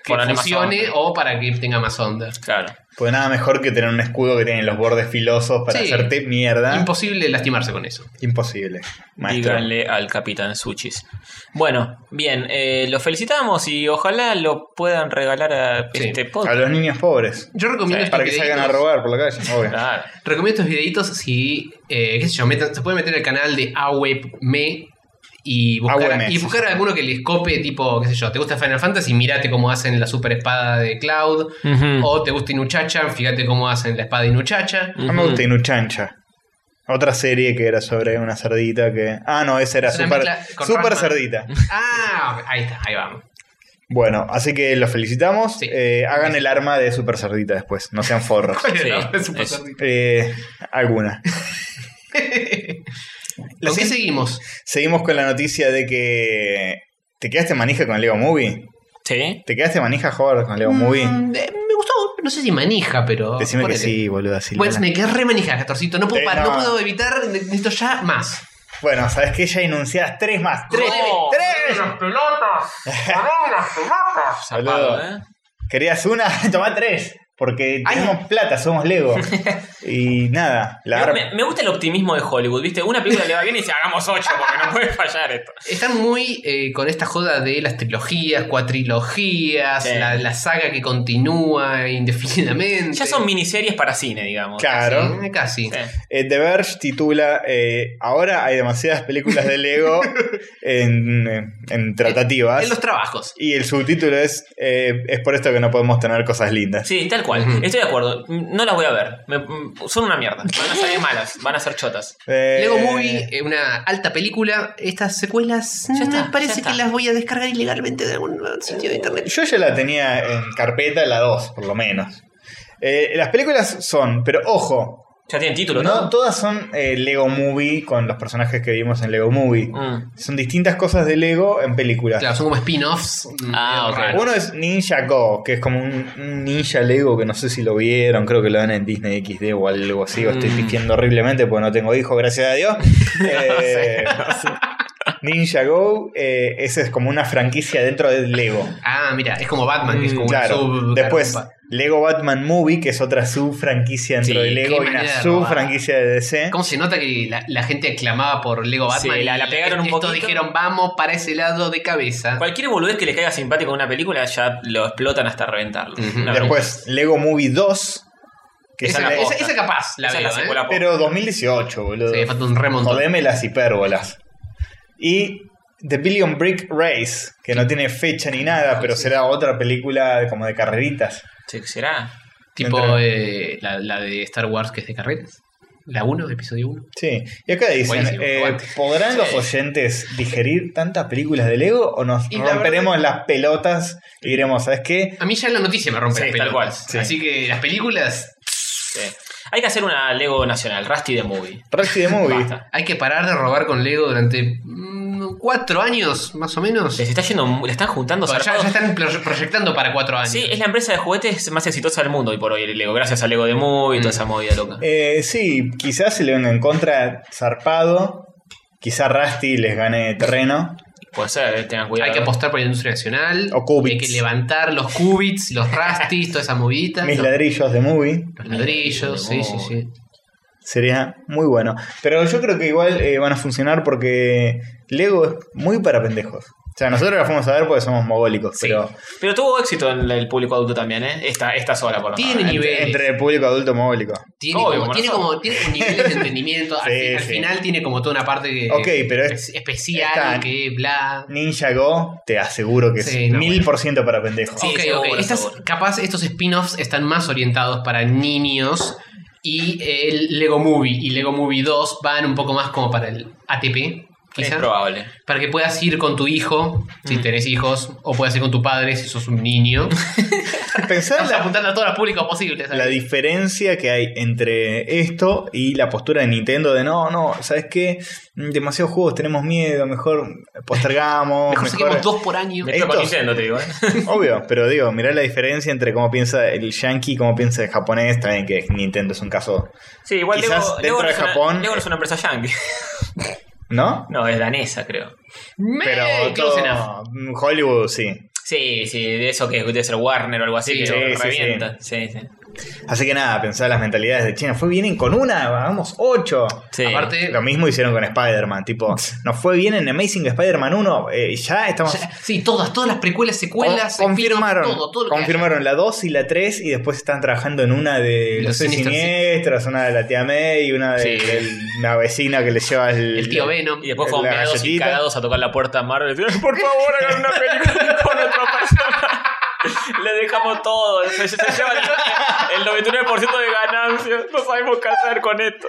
[SPEAKER 2] que
[SPEAKER 3] Ponerle más
[SPEAKER 2] funcione
[SPEAKER 3] onda.
[SPEAKER 2] o para que tenga más onda.
[SPEAKER 3] Claro.
[SPEAKER 4] Pues nada mejor que tener un escudo que tiene los bordes filosos para
[SPEAKER 2] Sí.
[SPEAKER 4] hacerte mierda.
[SPEAKER 2] Imposible lastimarse con eso.
[SPEAKER 4] Imposible. Maestro.
[SPEAKER 3] Díganle al capitán Suchis. Bueno, bien, eh, los felicitamos y ojalá lo puedan regalar a
[SPEAKER 2] Sí.
[SPEAKER 3] este
[SPEAKER 4] A
[SPEAKER 3] podcast.
[SPEAKER 4] los niños pobres. Eh,
[SPEAKER 2] Yo recomiendo estos
[SPEAKER 4] Para que salgan a
[SPEAKER 2] videitos-
[SPEAKER 4] robar por la calle, obvio.
[SPEAKER 3] Claro.
[SPEAKER 2] Recomiendo estos videitos si, eh, qué sé yo, metan- se pueden meter al canal de AWebMe E y buscar,
[SPEAKER 4] AWebMe,
[SPEAKER 2] y
[SPEAKER 4] E sí,
[SPEAKER 2] buscar alguno que les cope, tipo, qué sé yo, te gusta Final Fantasy, mirate cómo hacen la super espada de Cloud,
[SPEAKER 3] Ujú.
[SPEAKER 2] o te gusta Inuchacha, fíjate cómo hacen la espada de
[SPEAKER 3] <laughs>
[SPEAKER 2] Inuchacha.
[SPEAKER 4] No me gusta Inuchancha. Otra serie que era sobre una cerdita que. Ah, no, esa era
[SPEAKER 2] Es una
[SPEAKER 4] super,
[SPEAKER 2] mezcla con
[SPEAKER 4] super
[SPEAKER 2] Ranma.
[SPEAKER 4] cerdita.
[SPEAKER 2] Ah, ahí está, ahí vamos.
[SPEAKER 4] Bueno, así que los felicitamos.
[SPEAKER 2] Sí.
[SPEAKER 4] Eh, hagan el arma de super cerdita después, no sean forros.
[SPEAKER 2] <laughs>
[SPEAKER 3] Sí,
[SPEAKER 2] No, es un
[SPEAKER 3] es-
[SPEAKER 2] pasar-
[SPEAKER 4] Eh, alguna.
[SPEAKER 2] ¿Con qué seguimos?
[SPEAKER 4] Seguimos con la noticia de que. ¿Te quedaste manija con Lego Movie?
[SPEAKER 3] Sí.
[SPEAKER 4] ¿Te quedaste manija, joder, con Lego Movie?
[SPEAKER 2] Mm, eh, me gustó, no sé si manija, pero.
[SPEAKER 4] Decime que
[SPEAKER 2] ponele.
[SPEAKER 4] sí, boluda. Silvana.
[SPEAKER 2] Pues me quedé re manija, Castorcito. No puedo,
[SPEAKER 4] Eh,
[SPEAKER 2] pa-
[SPEAKER 4] no.
[SPEAKER 2] no puedo evitar, ne- necesito ya más.
[SPEAKER 4] Bueno, sabes que ya enunciás tres más. Tres.
[SPEAKER 3] No.
[SPEAKER 4] ¡Tres!
[SPEAKER 3] Zapado,
[SPEAKER 4] Boludo.
[SPEAKER 3] ¿eh?
[SPEAKER 4] ¿Querías una? <laughs> Tomá tres. Porque
[SPEAKER 2] Ay.
[SPEAKER 4] tenemos plata, somos
[SPEAKER 2] <laughs>
[SPEAKER 4] Lego. y nada, la
[SPEAKER 3] Me,
[SPEAKER 4] arma.
[SPEAKER 3] me- me gusta el optimismo de Hollywood, ¿viste? Una película le va bien y dice hagamos ocho porque no puede fallar esto.
[SPEAKER 2] Están muy eh, con esta joda de las trilogías, cuatrilogías,
[SPEAKER 3] Sí.
[SPEAKER 2] la, la saga que continúa indefinidamente.
[SPEAKER 3] Ya son miniseries para cine, digamos.
[SPEAKER 4] Claro.
[SPEAKER 2] Sí, casi.
[SPEAKER 3] Sí.
[SPEAKER 4] Eh, The Verge titula eh, Ahora hay demasiadas películas de
[SPEAKER 2] <laughs>
[SPEAKER 4] Lego en, en tratativas.
[SPEAKER 2] En los trabajos.
[SPEAKER 4] Y el subtítulo es eh, Es por esto que no podemos tener cosas lindas.
[SPEAKER 3] Sí, tal cual.
[SPEAKER 2] Ujú.
[SPEAKER 3] Estoy de acuerdo. Mm, No las voy a ver. Me- mm, son una mierda. Van a salir malas. Van a ser chotas.
[SPEAKER 4] Eh,
[SPEAKER 2] Lego Movie, eh, una alta película. Estas secuelas
[SPEAKER 3] Ya
[SPEAKER 2] mm,
[SPEAKER 3] está,
[SPEAKER 2] me
[SPEAKER 3] Ah, ya
[SPEAKER 2] parece
[SPEAKER 3] está.
[SPEAKER 2] que las voy a descargar ilegalmente de algún sitio de internet.
[SPEAKER 4] Yo ya la tenía en carpeta, la 2, por lo menos. Eh, las películas son, pero ojo,
[SPEAKER 3] Ya tienen título, ¿no?
[SPEAKER 4] no todas son eh, Lego Movie con los personajes que vimos en Lego Movie.
[SPEAKER 3] Mm.
[SPEAKER 4] Son distintas cosas de Lego en películas.
[SPEAKER 2] Claro, son como spin-offs. mm,
[SPEAKER 3] Ah,
[SPEAKER 2] medio
[SPEAKER 3] ok.
[SPEAKER 2] raros.
[SPEAKER 4] Uno es Ninja Go, que es como un, un ninja Lego que no sé si lo vieron, creo que lo dan en Disney XD o algo así, o estoy
[SPEAKER 3] Mm.
[SPEAKER 4] pifiando horriblemente porque no tengo hijos, gracias a Dios. Eh, Ninja Go, eh, ese es como una franquicia dentro de Lego.
[SPEAKER 2] Ah, mira, es como Batman, que es como una
[SPEAKER 4] Claro.
[SPEAKER 2] sub-
[SPEAKER 4] Después,
[SPEAKER 2] garompa.
[SPEAKER 4] Lego Batman Movie, que es otra subfranquicia dentro
[SPEAKER 3] Sí,
[SPEAKER 4] de Lego
[SPEAKER 2] qué
[SPEAKER 4] y una
[SPEAKER 2] manera de
[SPEAKER 4] subfranquicia de DC.
[SPEAKER 2] ¿Cómo se nota que la, la gente aclamaba por Lego Batman?
[SPEAKER 3] Sí, la-
[SPEAKER 2] y
[SPEAKER 3] la pegaron un
[SPEAKER 2] estos
[SPEAKER 3] poquito.
[SPEAKER 2] dijeron, vamos para ese lado de cabeza.
[SPEAKER 3] Cualquier boludez que le caiga simpático a una película ya lo explotan hasta reventarlo.
[SPEAKER 2] Ujú.
[SPEAKER 3] Una
[SPEAKER 4] Después, Lego Movie 2, que
[SPEAKER 2] Esa,
[SPEAKER 4] es
[SPEAKER 3] la
[SPEAKER 4] el-
[SPEAKER 2] esa-
[SPEAKER 3] posta.
[SPEAKER 2] esa capaz la
[SPEAKER 3] Esa es
[SPEAKER 2] veo,
[SPEAKER 3] la secuela
[SPEAKER 2] ¿eh?
[SPEAKER 3] posta.
[SPEAKER 4] pero 2018, boludo.
[SPEAKER 2] Sí, falta un remontón.
[SPEAKER 4] Jodeme las hipérbolas. Y The Billion Brick Race, que no tiene fecha ni
[SPEAKER 2] Ah,
[SPEAKER 4] nada, pero será otra película como de carreritas.
[SPEAKER 3] Sí, ¿Será?
[SPEAKER 2] Tipo
[SPEAKER 4] Dentro.
[SPEAKER 2] eh, la, la de Star Wars que es de carreras. La 1, episodio 1.
[SPEAKER 4] Sí, y acá dicen,
[SPEAKER 2] Buenísimo,
[SPEAKER 4] eh,
[SPEAKER 2] aguante.
[SPEAKER 4] ¿podrán
[SPEAKER 3] Sí.
[SPEAKER 4] los oyentes digerir tantas películas de Lego o nos
[SPEAKER 2] Y la
[SPEAKER 4] romperemos las pelotas y diremos, ¿sabes qué?
[SPEAKER 2] A mí ya la noticia me rompe
[SPEAKER 3] Sí,
[SPEAKER 2] las
[SPEAKER 3] tal
[SPEAKER 2] pelotas.
[SPEAKER 3] cual,
[SPEAKER 4] sí.
[SPEAKER 2] Así que las películas
[SPEAKER 3] Sí. Hay que hacer una Lego nacional, Rusty the Movie.
[SPEAKER 2] <laughs>
[SPEAKER 4] Rusty the Movie.
[SPEAKER 3] Basta.
[SPEAKER 2] hay que parar de robar con Lego durante mm, cuatro años, más o menos.
[SPEAKER 3] Les está yendo, mu- le están juntando
[SPEAKER 2] Bueno, ya,
[SPEAKER 3] zarpado.
[SPEAKER 2] ya están pro- proyectando para cuatro años.
[SPEAKER 3] Sí, es la empresa de juguetes más exitosa del mundo y por hoy el Lego, gracias a Lego de Movie
[SPEAKER 2] Mm.
[SPEAKER 3] y toda esa movida loca.
[SPEAKER 4] Eh, sí, quizás se le venga en contra zarpado. Quizás Rusty les gane terreno.
[SPEAKER 3] Puede ser, eh, tengan cuidado.
[SPEAKER 2] Hay que apostar por la industria nacional.
[SPEAKER 4] O qubits.
[SPEAKER 2] Hay que levantar los qubits, los rastis, toda esa movidita.
[SPEAKER 4] Mis
[SPEAKER 2] los,
[SPEAKER 4] ladrillos de movie.
[SPEAKER 2] los ladrillos, sí, sí, sí.
[SPEAKER 4] Sería muy bueno. Pero yo creo que igual eh, van a funcionar porque Lego es muy para pendejos. O sea, nosotros la fuimos a ver porque somos mogólicos.
[SPEAKER 2] Sí.
[SPEAKER 4] Pero
[SPEAKER 3] Pero tuvo éxito en el público adulto también, ¿eh? Esta, esta sola, por lo
[SPEAKER 2] Tiene
[SPEAKER 3] menos. ¿eh?
[SPEAKER 2] niveles.
[SPEAKER 4] entre el público adulto mogólico.
[SPEAKER 2] tiene,
[SPEAKER 3] Obvio, como
[SPEAKER 2] como, tiene,
[SPEAKER 3] nosotros.
[SPEAKER 2] como, tiene como
[SPEAKER 4] <laughs>
[SPEAKER 2] niveles de entendimiento. al,
[SPEAKER 4] Sí,
[SPEAKER 2] fi- al
[SPEAKER 4] sí.
[SPEAKER 2] final tiene como toda una parte que-
[SPEAKER 4] Ok, pero es-
[SPEAKER 2] espe- especial
[SPEAKER 4] está-
[SPEAKER 2] que bla.
[SPEAKER 4] Ninja Go, te aseguro que
[SPEAKER 2] Sí,
[SPEAKER 4] es
[SPEAKER 2] no,
[SPEAKER 4] mil por ciento para pendejos.
[SPEAKER 3] Sí,
[SPEAKER 2] ok,
[SPEAKER 3] seguro,
[SPEAKER 2] ok. Estas,
[SPEAKER 3] seguro.
[SPEAKER 2] capaz estos spin-offs están más orientados para niños y eh, el Lego Movie y Lego Movie 2 van un poco más como para el ATP,
[SPEAKER 3] Es
[SPEAKER 2] quizás.
[SPEAKER 3] probable.
[SPEAKER 2] Para que puedas ir con tu hijo, si
[SPEAKER 4] Mm.
[SPEAKER 2] tenés hijos, o puedas ir con tu padre si sos un
[SPEAKER 4] <laughs>
[SPEAKER 2] niño.
[SPEAKER 4] Pensá
[SPEAKER 2] Estamos
[SPEAKER 4] la,
[SPEAKER 2] apuntando a todos los públicos posibles. ¿sabes?
[SPEAKER 4] la diferencia que hay entre esto y la postura de Nintendo de no, no, ¿sabes qué? Mm, Demasiados juegos, tenemos miedo, mejor postergamos.
[SPEAKER 2] Mejor saquemos dos por año.
[SPEAKER 3] Me chupa
[SPEAKER 4] Estos-
[SPEAKER 3] Nintendo, te digo, ¿eh?
[SPEAKER 4] <laughs> Obvio, pero digo, mirá la diferencia entre cómo piensa el yankee y cómo piensa el japonés. También que Nintendo es un caso,
[SPEAKER 3] Sí, igual
[SPEAKER 4] Quizás dentro
[SPEAKER 3] Lego, Lego, no
[SPEAKER 4] de
[SPEAKER 3] es una-
[SPEAKER 4] Japón-
[SPEAKER 3] Lego no es una empresa yankee.
[SPEAKER 4] ¿no?
[SPEAKER 3] <laughs> No, es danesa, creo.
[SPEAKER 2] Me-
[SPEAKER 4] Pero
[SPEAKER 2] close
[SPEAKER 4] todo-
[SPEAKER 2] enough.
[SPEAKER 4] Hollywood sí.
[SPEAKER 3] Sí, sí, de eso que debe ser Warner o algo así,
[SPEAKER 4] Sí,
[SPEAKER 3] que
[SPEAKER 4] sí,
[SPEAKER 3] lo
[SPEAKER 4] sí,
[SPEAKER 3] revienta. Sí, sí.
[SPEAKER 4] Así que nada, pensá las mentalidades de China. Fue vienen con una, vamos, ocho.
[SPEAKER 3] Sí.
[SPEAKER 2] Aparte-
[SPEAKER 4] Lo mismo hicieron con Spider-Man, tipo, nos fue bien en Amazing Spider-Man 1, eh, ya estamos...
[SPEAKER 2] Ya- sí, todas, todas las precuelas, secuelas,
[SPEAKER 4] Con- confirmaron
[SPEAKER 2] spin-off, todo, todo lo que
[SPEAKER 4] confirmaron la 2 y la 3 y después están trabajando en una de
[SPEAKER 2] Los
[SPEAKER 4] los seis
[SPEAKER 2] Sinister Six.
[SPEAKER 4] siniestros, una de la tía May y una de
[SPEAKER 3] Sí.
[SPEAKER 4] del- una vecina que le lleva el,
[SPEAKER 2] haya. El tío Venom.
[SPEAKER 3] Y después
[SPEAKER 4] Eh, La
[SPEAKER 3] fueron meados y
[SPEAKER 4] galletita.
[SPEAKER 3] cagados a tocar la puerta a Marvel. y decían, Por favor, hagan una película con otro personaje. <laughs> Le dejamos todo. Se, se llevan el 99% de ganancias. No sabemos qué hacer con esto.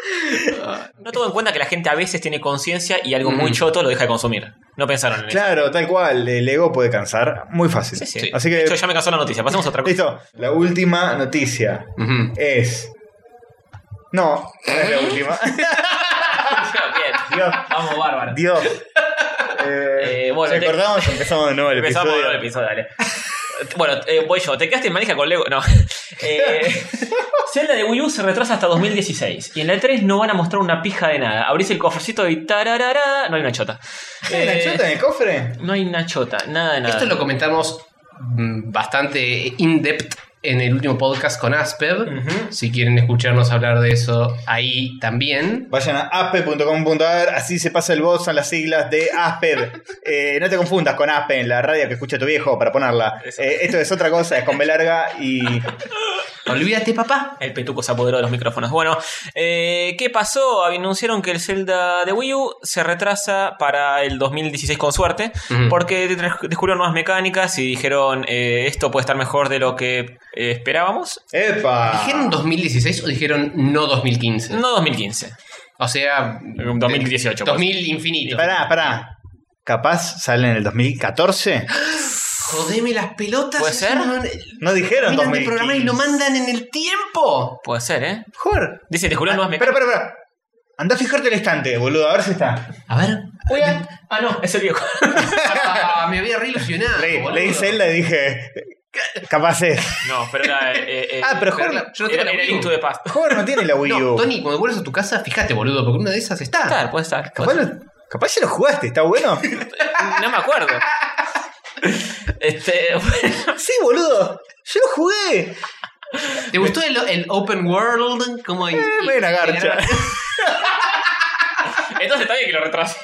[SPEAKER 3] Ah. No tuvo en cuenta que la gente a veces tiene conciencia y algo muy
[SPEAKER 2] Mm.
[SPEAKER 3] choto lo deja de consumir. No pensaron en eso.
[SPEAKER 4] Claro, tal cual, el ego puede cansar muy fácil.
[SPEAKER 3] Sí, sí.
[SPEAKER 4] Así
[SPEAKER 3] De
[SPEAKER 4] que,
[SPEAKER 3] hecho, ya me cansó la noticia. Pasemos a otra cosa.
[SPEAKER 4] listo, la última noticia
[SPEAKER 2] Ujú.
[SPEAKER 4] es... No, no es la última.
[SPEAKER 3] <laughs>
[SPEAKER 4] <laughs>
[SPEAKER 3] Bien.
[SPEAKER 4] Dios,
[SPEAKER 3] Vamos, bárbaro.
[SPEAKER 4] Dios. Eh,
[SPEAKER 3] Eh, bueno,
[SPEAKER 4] ¿se
[SPEAKER 3] te-
[SPEAKER 4] acordamos? empezamos de nuevo el
[SPEAKER 3] Empezamos
[SPEAKER 4] episodio.
[SPEAKER 3] con el episodio, dale. <laughs> Bueno, eh, voy yo. ¿Te quedaste en manija con Lego?
[SPEAKER 2] <laughs>
[SPEAKER 3] No. Eh, Zelda de Wii U se retrasa hasta 2016. Y en la E3 no van a mostrar una pija de nada. Abrís el cofrecito y tararara. No hay una chota.
[SPEAKER 4] ¿Hay una
[SPEAKER 3] Eh,
[SPEAKER 4] chota en el cofre?
[SPEAKER 3] No hay una chota. Nada de nada.
[SPEAKER 2] Esto lo comentamos mm, bastante in-depth en el último podcast con Asper.
[SPEAKER 3] Ujú.
[SPEAKER 2] Si quieren escucharnos hablar de eso ahí también.
[SPEAKER 4] Vayan a aspe.com.ar, así se pasa el voz, son las siglas de Asper. Eh, no te confundas con Aspen, la radio que escucha tu viejo para ponerla.
[SPEAKER 3] Eso.
[SPEAKER 4] Eh, esto es otra cosa, es con B larga y
[SPEAKER 2] Olvídate, papá.
[SPEAKER 3] El petuco se apoderó de los micrófonos. Bueno, eh, ¿qué pasó? Anunciaron que el Zelda de Wii U se retrasa para el 2016 con suerte,
[SPEAKER 2] Ujú.
[SPEAKER 3] porque des- descubrieron nuevas mecánicas y dijeron, eh, esto puede estar mejor de lo que eh, esperábamos.
[SPEAKER 4] ¡epa!
[SPEAKER 2] ¿Dijeron 2016 o dijeron no 2015?
[SPEAKER 3] No 2015.
[SPEAKER 2] O sea,
[SPEAKER 3] 2018,
[SPEAKER 2] 2000 infinito.
[SPEAKER 4] Pará, pará. ¿Capaz sale en el 2014?
[SPEAKER 2] Jodeme las pelotas.
[SPEAKER 3] ¿Puede
[SPEAKER 2] eso
[SPEAKER 3] ser?
[SPEAKER 2] No,
[SPEAKER 4] No dijeron
[SPEAKER 2] miran de programa y
[SPEAKER 4] 2015.
[SPEAKER 2] lo mandan en el tiempo.
[SPEAKER 3] Puede ser, ¿eh?
[SPEAKER 4] Joder.
[SPEAKER 3] Dice, descubrieron
[SPEAKER 4] Espera,
[SPEAKER 3] nuevas
[SPEAKER 4] espera,
[SPEAKER 3] mecánicas.
[SPEAKER 4] espera. Andá a fijarte el estante, boludo, a ver si está.
[SPEAKER 3] <laughs>
[SPEAKER 2] A ver.
[SPEAKER 3] Ah, no, es el viejo.
[SPEAKER 2] Ah, me había re ilusionado.
[SPEAKER 4] Leí,
[SPEAKER 2] boludo.
[SPEAKER 4] leí Zelda y dije, capaz es.
[SPEAKER 3] <laughs> no, pero era... eh, eh,
[SPEAKER 4] Ah, pero
[SPEAKER 2] Pero
[SPEAKER 4] Jorge,
[SPEAKER 2] la- yo no tengo
[SPEAKER 3] era,
[SPEAKER 2] la
[SPEAKER 3] era
[SPEAKER 2] Wii U.
[SPEAKER 3] Link to the Past.
[SPEAKER 4] Jorge no tiene la Wii U.
[SPEAKER 2] No, Tony, cuando vuelvas a tu casa, fíjate, boludo, porque una de esas está.
[SPEAKER 3] Puede estar, puede estar.
[SPEAKER 4] capaz, lo- capaz ya lo jugaste, ¿está bueno?
[SPEAKER 3] No me acuerdo. <laughs> Este, <laughs> bueno,
[SPEAKER 4] sí, boludo. Yo lo jugué.
[SPEAKER 2] ¿Te gustó el, el open world? Como en-
[SPEAKER 4] me la garcha.
[SPEAKER 2] <laughs>
[SPEAKER 3] entonces está bien que lo retrase.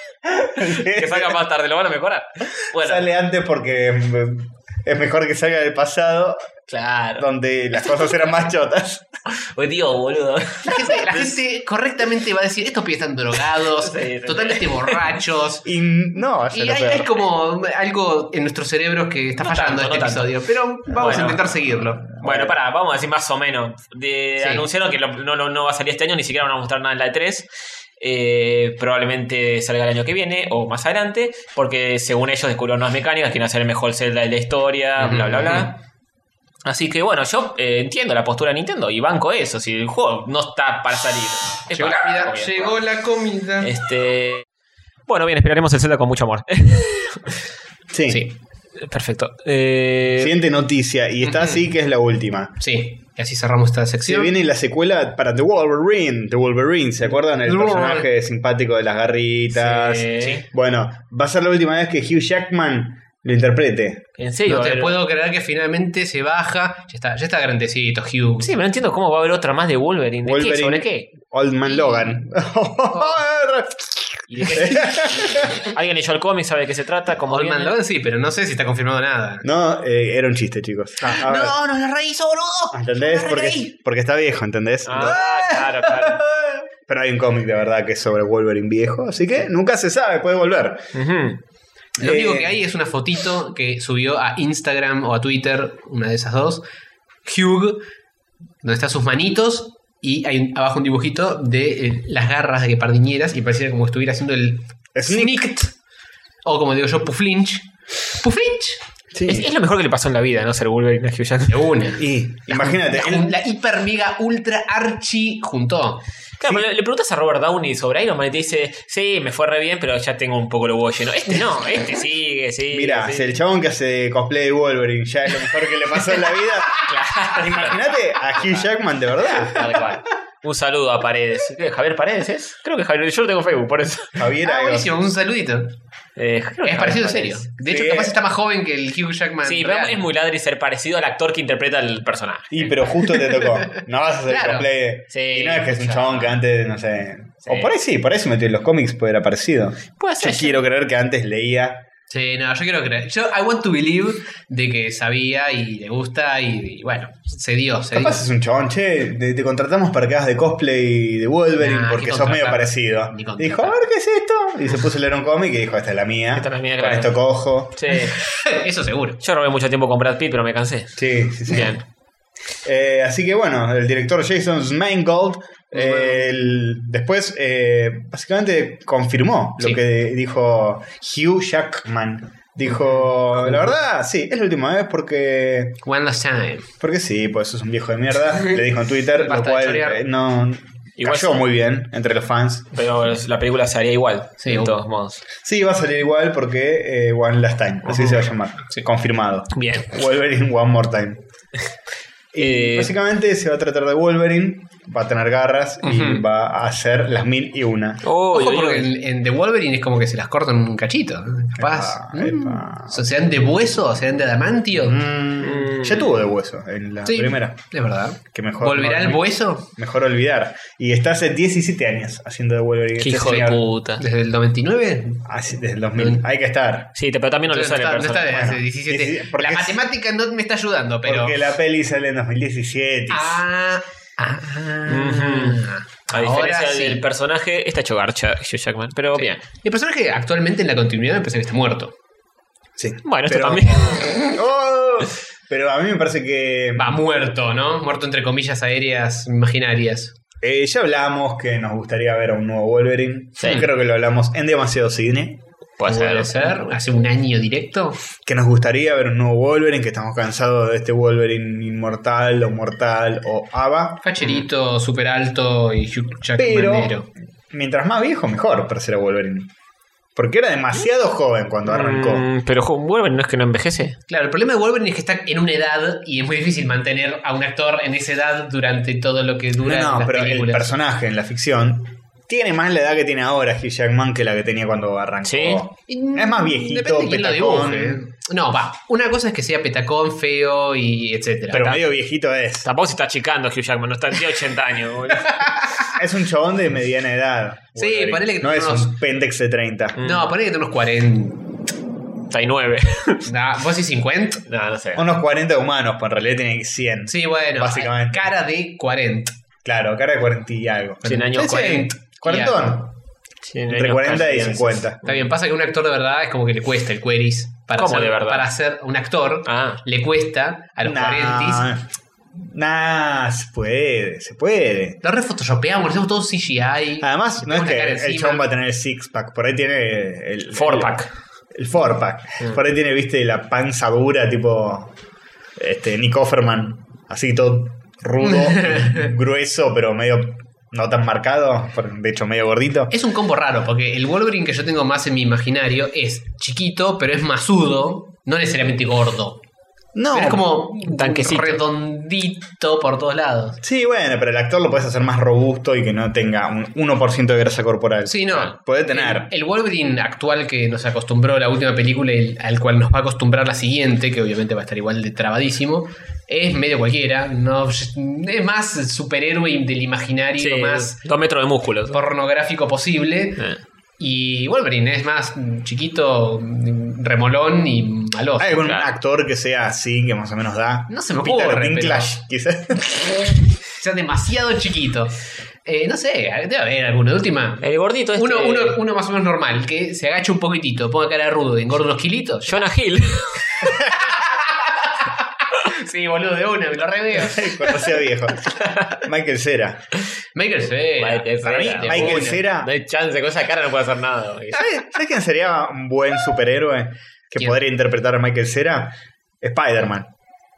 [SPEAKER 3] que salga más tarde, lo van a mejorar. Bueno,
[SPEAKER 4] Sale antes porque mm, es mejor que salga del pasado.
[SPEAKER 3] Claro.
[SPEAKER 4] donde las cosas eran más chotas.
[SPEAKER 3] Oye, tío, boludo.
[SPEAKER 2] La gente, la gente correctamente va a decir, estos pibes están drogados,
[SPEAKER 3] Sí, sí.
[SPEAKER 4] <laughs>
[SPEAKER 2] totalmente borrachos.
[SPEAKER 4] Y no, vaya
[SPEAKER 2] Y
[SPEAKER 4] a
[SPEAKER 2] hay,
[SPEAKER 4] ser.
[SPEAKER 2] hay como algo en nuestros cerebros que está
[SPEAKER 3] No
[SPEAKER 2] fallando
[SPEAKER 3] tanto,
[SPEAKER 2] este
[SPEAKER 3] no tanto.
[SPEAKER 2] episodio, pero vamos
[SPEAKER 3] Bueno.
[SPEAKER 2] a intentar seguirlo.
[SPEAKER 3] Bueno, pará, vamos a decir más o menos. De-
[SPEAKER 2] Sí.
[SPEAKER 3] Anunciaron que lo- no, no- no va a salir este año, ni siquiera van a mostrar nada en la E3. Eh, probablemente salga el año que viene o más adelante, porque según ellos descubrieron nuevas mecánicas, quieren hacer el mejor Zelda de la historia,
[SPEAKER 2] Ujú,
[SPEAKER 3] bla, bla, bla.
[SPEAKER 2] ujú.
[SPEAKER 3] Así que bueno, yo eh, entiendo la postura de Nintendo y banco eso. Si el juego no está para salir, es
[SPEAKER 2] Llegó la
[SPEAKER 3] para-
[SPEAKER 2] comida.
[SPEAKER 3] obvio.
[SPEAKER 2] Llegó la comida.
[SPEAKER 3] Este. Bueno, bien, esperaremos el Zelda con mucho amor.
[SPEAKER 4] Sí.
[SPEAKER 3] sí. <laughs> Perfecto. Eh,
[SPEAKER 4] Siguiente noticia, y esta sí que es la última.
[SPEAKER 2] Sí, y así cerramos esta
[SPEAKER 4] Se
[SPEAKER 2] sección.
[SPEAKER 4] viene la secuela para The Wolverine. The Wolverine, ¿se acuerdan? El
[SPEAKER 2] The
[SPEAKER 4] personaje
[SPEAKER 2] Wolverine.
[SPEAKER 4] simpático de las garritas.
[SPEAKER 3] Sí.
[SPEAKER 4] Bueno, va a ser la última vez que Hugh Jackman lo interprete.
[SPEAKER 3] En serio. eh,
[SPEAKER 2] No te
[SPEAKER 3] pero-
[SPEAKER 2] puedo creer que finalmente se baja. Ya está, ya está grandecito, Hugh.
[SPEAKER 3] Sí, pero no entiendo cómo va a haber otra más de Wolverine. ¿De
[SPEAKER 4] Wolverine.
[SPEAKER 3] qué? ¿Sobre qué?
[SPEAKER 4] Old Man Logan. <laughs>
[SPEAKER 3] ¿Y de qué? Alguien leyó el cómic, sabe de qué se trata. Como
[SPEAKER 2] Old Man Logan sí, pero no sé si está confirmado nada.
[SPEAKER 4] no, eh, era un chiste, chicos.
[SPEAKER 3] Ah,
[SPEAKER 4] A ver,
[SPEAKER 2] no la reí, boludo.
[SPEAKER 4] ¿Entendés?
[SPEAKER 2] no,
[SPEAKER 4] Porque,
[SPEAKER 2] reí.
[SPEAKER 4] porque está viejo, ¿entendés?
[SPEAKER 3] Ah, claro, claro.
[SPEAKER 4] Pero hay un cómic de verdad que es sobre Wolverine viejo, así que nunca se sabe, puede volver.
[SPEAKER 3] Ujú.
[SPEAKER 2] Lo único
[SPEAKER 4] Eh.
[SPEAKER 2] que hay es una fotito que subió a Instagram o a Twitter, una de esas dos. Hugh, donde están sus manitos. Y hay un- abajo un dibujito de eh, las garras de pardiñeras y pareciera como estuviera haciendo el
[SPEAKER 4] Sneak.
[SPEAKER 2] snicked. O como digo yo, puflinch. ¿Puflinch?
[SPEAKER 4] Sí.
[SPEAKER 3] Es, es lo mejor que le pasó en la vida, ¿no? Ser Wolverine a Hugh Jackman.
[SPEAKER 2] De una.
[SPEAKER 4] Y imagínate,
[SPEAKER 2] La,
[SPEAKER 4] él-
[SPEAKER 2] la hiper mega ultra archi juntó.
[SPEAKER 3] Claro, pero le, le preguntas a Robert Downey sobre Iron Man y te dice: Sí, me fue re bien, pero ya tengo un poco los huevos llenos. Este no, este sigue, sí.
[SPEAKER 4] mira, si el chabón que hace cosplay de Wolverine ya es lo mejor que le pasó en la vida. Imagínate a Hugh Jackman de verdad.
[SPEAKER 3] Tal cual. Un saludo a Paredes. ¿Qué, ¿Javier Paredes es? Creo que Javier. Yo lo tengo en Facebook, por eso.
[SPEAKER 4] Javier
[SPEAKER 2] Ah,
[SPEAKER 4] algo.
[SPEAKER 2] buenísimo, un saludito.
[SPEAKER 3] Eh, creo que
[SPEAKER 2] Es parecido
[SPEAKER 3] Javier
[SPEAKER 2] serio.
[SPEAKER 3] Paredes.
[SPEAKER 2] De hecho,
[SPEAKER 4] Sí.
[SPEAKER 2] capaz está más joven que el Hugh Jackman.
[SPEAKER 3] Sí, pero
[SPEAKER 2] real.
[SPEAKER 3] es muy ladri ser parecido al actor que interpreta al personaje.
[SPEAKER 4] Y pero justo te tocó. No vas a hacer
[SPEAKER 2] Claro.
[SPEAKER 4] cosplay. de-
[SPEAKER 3] Sí,
[SPEAKER 4] y no es que es un
[SPEAKER 3] ya.
[SPEAKER 4] chabón que antes, no sé.
[SPEAKER 3] Sí.
[SPEAKER 4] O por ahí sí, por ahí se metió en los cómics, puede haber aparecido.
[SPEAKER 3] Puede
[SPEAKER 4] Yo
[SPEAKER 3] ser.
[SPEAKER 4] quiero creer que antes leía.
[SPEAKER 2] Sí, no, yo quiero creer. Yo, I want to believe de que sabía y le gusta y, y bueno, se dio, se dio.
[SPEAKER 4] Capaz es un chabón, che, te, te contratamos para que hagas de cosplay de Wolverine
[SPEAKER 2] Nah,
[SPEAKER 4] porque
[SPEAKER 2] ni
[SPEAKER 4] sos medio
[SPEAKER 2] contratar.
[SPEAKER 4] parecido.
[SPEAKER 2] Ni contratar.
[SPEAKER 4] Dijo, a ver qué es esto. Y se puso a leer un cómic y dijo, esta es la mía.
[SPEAKER 3] Esta es la mía,
[SPEAKER 4] Con
[SPEAKER 3] claro.
[SPEAKER 4] esto cojo.
[SPEAKER 3] Sí.
[SPEAKER 2] <laughs> Eso seguro.
[SPEAKER 3] Yo robé mucho tiempo con Brad Pitt, pero me cansé.
[SPEAKER 4] Sí, sí, sí.
[SPEAKER 3] Bien.
[SPEAKER 4] Eh, así que bueno, el director Jason Mangold eh, el- después eh, básicamente confirmó lo
[SPEAKER 2] Sí.
[SPEAKER 4] que dijo Hugh Jackman. Dijo, la verdad, sí, es la última vez porque
[SPEAKER 2] One last time.
[SPEAKER 4] porque sí, pues es un viejo de mierda, le dijo en Twitter, lo
[SPEAKER 2] Basta de
[SPEAKER 4] cual
[SPEAKER 2] chorear.
[SPEAKER 4] eh, no
[SPEAKER 3] Igual
[SPEAKER 4] cayó
[SPEAKER 3] sí.
[SPEAKER 4] muy bien entre los fans.
[SPEAKER 3] Pero la película salía igual,
[SPEAKER 2] Sí,
[SPEAKER 3] de
[SPEAKER 2] obvio.
[SPEAKER 3] todos modos.
[SPEAKER 4] Sí, va a salir igual porque eh, One Last Time, así se va a llamar, confirmado.
[SPEAKER 3] Bien.
[SPEAKER 4] Wolverine One More Time.
[SPEAKER 3] Eh,
[SPEAKER 4] Básicamente se va a tratar de Wolverine, va a tener garras y
[SPEAKER 2] Ujú.
[SPEAKER 4] va a hacer las mil y una.
[SPEAKER 3] oh,
[SPEAKER 2] Ojo,
[SPEAKER 3] yo-
[SPEAKER 2] porque en, en The Wolverine es como que se las cortan un cachito. Capaz. Mm.
[SPEAKER 4] Epa, epa.
[SPEAKER 2] O sea, ¿Serán de hueso? ¿Serán de adamantio?
[SPEAKER 4] Mm, ya tuvo de hueso en la
[SPEAKER 2] Sí,
[SPEAKER 4] primera.
[SPEAKER 2] Es verdad.
[SPEAKER 4] Que mejor,
[SPEAKER 2] ¿Volverá
[SPEAKER 4] no-
[SPEAKER 2] el hueso?
[SPEAKER 4] Mejor olvidar. Y está hace 17 años haciendo de Wolverine. este
[SPEAKER 3] Qué hijo de
[SPEAKER 4] señor.
[SPEAKER 3] puta.
[SPEAKER 2] ¿Desde el 99?
[SPEAKER 4] Así, desde el 2000. Hay que estar.
[SPEAKER 3] Sí, te- pero también no le
[SPEAKER 2] Entonces,
[SPEAKER 3] sale
[SPEAKER 2] no está, no
[SPEAKER 3] personal.
[SPEAKER 2] está desde hace
[SPEAKER 4] Bueno,
[SPEAKER 2] 17.
[SPEAKER 4] 17, porque
[SPEAKER 2] La
[SPEAKER 4] es-
[SPEAKER 2] matemática no me está ayudando, pero.
[SPEAKER 4] Porque la peli sale en 2017.
[SPEAKER 2] Ah, ah,
[SPEAKER 3] A diferencia
[SPEAKER 2] ahora
[SPEAKER 3] del
[SPEAKER 2] sí.
[SPEAKER 3] personaje, está hecho garcha Hugh Jackman. Pero
[SPEAKER 2] Sí.
[SPEAKER 3] bien.
[SPEAKER 2] El personaje actualmente en la continuidad me parece que está muerto.
[SPEAKER 4] Sí.
[SPEAKER 3] Bueno, esto
[SPEAKER 4] Pero-
[SPEAKER 2] <laughs>
[SPEAKER 3] también.
[SPEAKER 4] <laughs> Oh, pero a mí me parece que.
[SPEAKER 2] Va muerto, ¿no? Muerto entre comillas aéreas imaginarias.
[SPEAKER 4] eh, ya hablamos que nos gustaría ver a un nuevo Wolverine.
[SPEAKER 3] Sí.
[SPEAKER 4] Creo que lo hablamos en demasiado cine.
[SPEAKER 3] Puede ser.
[SPEAKER 2] hace un año directo.
[SPEAKER 4] Que nos gustaría ver un nuevo Wolverine, que estamos cansados de este Wolverine inmortal o mortal o Ava.
[SPEAKER 2] Facherito, super alto y Hugh
[SPEAKER 4] Pero
[SPEAKER 2] Jackmanero.
[SPEAKER 4] mientras más viejo, mejor para ser a Wolverine. Porque era demasiado joven cuando arrancó.
[SPEAKER 3] Mm, pero jo- Wolverine no es que no envejece.
[SPEAKER 2] Claro, el problema de Wolverine es que está en una edad y es muy difícil mantener a un actor en esa edad durante todo lo que dura
[SPEAKER 4] No, no,
[SPEAKER 2] las
[SPEAKER 4] pero el
[SPEAKER 2] películas.
[SPEAKER 4] personaje en la ficción tiene más la edad que tiene ahora Hugh Jackman que la que tenía cuando arrancó.
[SPEAKER 3] Sí.
[SPEAKER 4] Es más viejito,
[SPEAKER 2] Depende de quién lo
[SPEAKER 4] petacón. ¿eh?
[SPEAKER 2] dibuje. No, va. Una cosa es que sea petacón, feo y etcétera.
[SPEAKER 4] Pero
[SPEAKER 2] Ta-
[SPEAKER 4] medio viejito es.
[SPEAKER 3] Tampoco se está achicando Hugh Jackman, no está tiene 80 años.
[SPEAKER 2] <laughs>
[SPEAKER 3] boludo.
[SPEAKER 4] Es un chabón de mediana edad.
[SPEAKER 2] Sí,
[SPEAKER 4] Wolverine.
[SPEAKER 2] ponele que
[SPEAKER 4] No es
[SPEAKER 2] unos- Mm.
[SPEAKER 4] un pendex de 30.
[SPEAKER 2] No, ponele que tiene unos 40.
[SPEAKER 3] 39.
[SPEAKER 2] Nah, ¿Vos y 50?
[SPEAKER 3] <laughs> no, no sé.
[SPEAKER 4] Unos 40 humanos, pues en realidad tienen 100.
[SPEAKER 2] Sí, bueno.
[SPEAKER 4] Básicamente.
[SPEAKER 2] Cara de 40.
[SPEAKER 4] Claro, cara de 40 y algo.
[SPEAKER 3] 100 años
[SPEAKER 2] Sí, sí.
[SPEAKER 3] 40.
[SPEAKER 4] Cuarentón.
[SPEAKER 3] Cien
[SPEAKER 4] Entre
[SPEAKER 3] años
[SPEAKER 4] 40 y
[SPEAKER 3] casi.
[SPEAKER 4] 50.
[SPEAKER 2] Está bien, pasa que un actor de verdad es como que le cuesta el queries. Para
[SPEAKER 3] ¿Cómo
[SPEAKER 2] ser,
[SPEAKER 3] de verdad?
[SPEAKER 2] Para ser un actor,
[SPEAKER 3] Ah.
[SPEAKER 2] le cuesta a los 40
[SPEAKER 4] Nah, nah, se puede, se puede.
[SPEAKER 2] Lo refotoshopeamos, lo hacemos todo CGI.
[SPEAKER 4] Además,
[SPEAKER 2] Le
[SPEAKER 4] no es
[SPEAKER 2] ponemos la
[SPEAKER 4] que
[SPEAKER 2] cara
[SPEAKER 4] el
[SPEAKER 2] encima.
[SPEAKER 4] chabón va a tener el six pack, por ahí tiene el
[SPEAKER 3] Four
[SPEAKER 4] el-
[SPEAKER 3] pack.
[SPEAKER 4] El four pack. Por ahí tiene, viste, la panza dura, tipo este, Nick Offerman. Así todo
[SPEAKER 2] <laughs>
[SPEAKER 4] rudo, grueso, pero medio no tan marcado. por- De hecho, medio gordito.
[SPEAKER 2] Es un combo raro, porque el Wolverine que yo tengo más en mi imaginario es chiquito, pero es masudo, no necesariamente gordo.
[SPEAKER 4] No,
[SPEAKER 2] Pero es como
[SPEAKER 3] tanquecito.
[SPEAKER 2] redondito por todos lados.
[SPEAKER 4] Sí, bueno, pero el actor lo puedes hacer más robusto y que no tenga un 1% de grasa corporal.
[SPEAKER 2] Sí,
[SPEAKER 3] Ah.
[SPEAKER 2] no. Eh,
[SPEAKER 4] Puede tener.
[SPEAKER 2] El Wolverine actual que nos acostumbró la última película y el- al cual nos va a acostumbrar la siguiente, que obviamente va a estar igual de trabadísimo, es medio cualquiera. No, es más superhéroe del imaginario,
[SPEAKER 3] Sí,
[SPEAKER 2] más
[SPEAKER 3] Dos metros de músculos.
[SPEAKER 2] pornográfico posible.
[SPEAKER 3] Eh.
[SPEAKER 2] Y Wolverine es más mm, chiquito, mm, remolón y maloso.
[SPEAKER 4] Hay algún
[SPEAKER 3] claro.
[SPEAKER 4] actor que sea así, que más o menos da.
[SPEAKER 2] eh, No se me
[SPEAKER 4] Peter
[SPEAKER 2] ocurre,
[SPEAKER 4] Dinklage, quizás. <laughs>
[SPEAKER 2] O sea, demasiado chiquito. Eh, no sé, debe haber alguno. De última,
[SPEAKER 3] El gordito este.
[SPEAKER 2] uno, uno, uno más o menos normal, que se agache un poquitito, ponga cara de rudo y engorda unos kilitos.
[SPEAKER 3] <laughs> Jonah Hill.
[SPEAKER 2] Sí, boludo, de una, me lo reveo.
[SPEAKER 4] Cuando sea
[SPEAKER 2] <laughs>
[SPEAKER 4] viejo. Michael Cera.
[SPEAKER 3] Eh,
[SPEAKER 2] Michael Cera.
[SPEAKER 3] Michael
[SPEAKER 2] para mí,
[SPEAKER 3] Cera.
[SPEAKER 2] de
[SPEAKER 4] Michael
[SPEAKER 2] una.
[SPEAKER 4] Cera.
[SPEAKER 3] No hay chance, con esa cara no puede hacer nada. güey.
[SPEAKER 4] ¿Sabes sabes quién sería un buen superhéroe que
[SPEAKER 2] ¿Quién?
[SPEAKER 4] podría interpretar a Michael Cera? Spider-Man.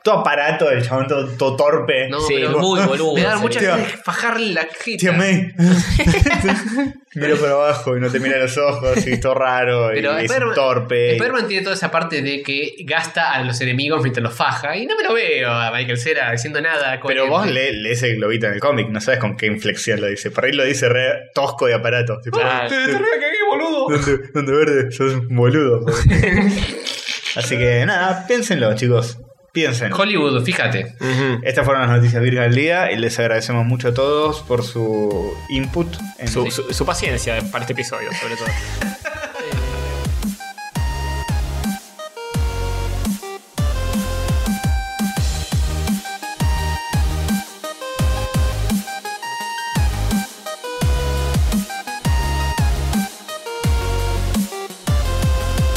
[SPEAKER 4] Todo aparato del chabón, todo, todo torpe.
[SPEAKER 2] No,
[SPEAKER 3] Sí,
[SPEAKER 2] pero-
[SPEAKER 3] muy boludo.
[SPEAKER 2] Me da muchas
[SPEAKER 4] Tío.
[SPEAKER 2] ganas de fajarle la jeta.
[SPEAKER 4] Tío May. <laughs> Miro para abajo y no te mira los ojos y todo raro y
[SPEAKER 2] Pero
[SPEAKER 4] es
[SPEAKER 2] Spider-Man-
[SPEAKER 4] torpe.
[SPEAKER 2] Spider-Man tiene toda esa parte de que gasta a los enemigos mientras los faja. Y no me lo veo a Michael Cera diciendo nada.
[SPEAKER 4] Pero
[SPEAKER 2] coherente.
[SPEAKER 4] vos le- lees el globito en el cómic, no sabes con qué inflexión lo dice. Por ahí lo dice re tosco de aparato. Tipo,
[SPEAKER 3] Ah,
[SPEAKER 2] Te te re cagué, boludo.
[SPEAKER 4] Donde, donde verde, sos un boludo.
[SPEAKER 2] <laughs>
[SPEAKER 4] Así que nada, piénsenlo, chicos. Piénsenlo.
[SPEAKER 2] Hollywood, fíjate.
[SPEAKER 3] Ujú.
[SPEAKER 4] Estas fueron las noticias virgas del día y les agradecemos mucho a todos por su input. En
[SPEAKER 3] <laughs> Su, su- su paciencia para este episodio, sobre todo.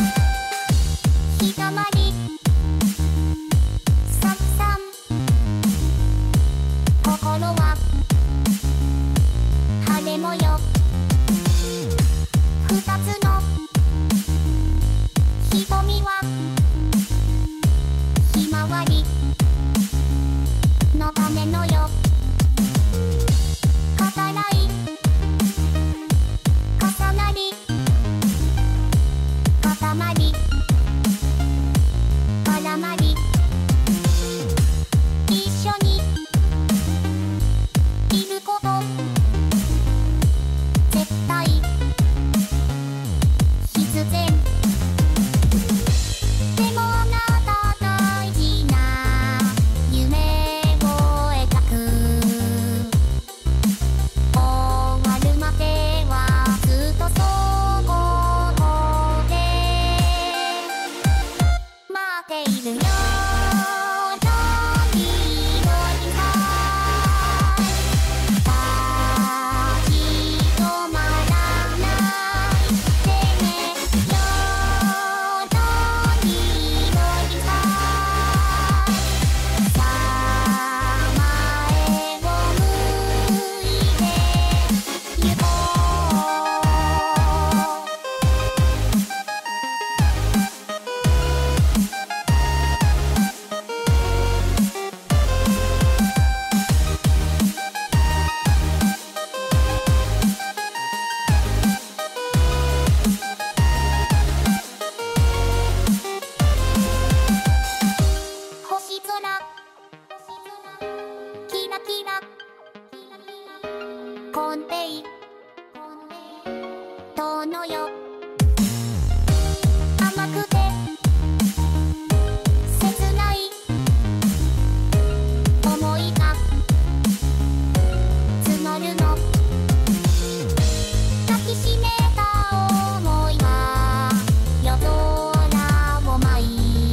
[SPEAKER 5] 「ひだまり」「さきさん」「こころは」「はれもよ」「ふたつの」「ひとみは」「ひまわり」「のためのよ」「かたらい」「かさなり」「かたまり」絡まり一緒にいること絶対必然でもあなた大事な夢を描く終わるまではずっとそこで待っているよ Don't be going high 立ち止まらないでね Don't be going high さあ前を向いて行こう星空キラキラコンペイ遠のよ甘くて切ない思いが募るの抱きしめた想いは夜空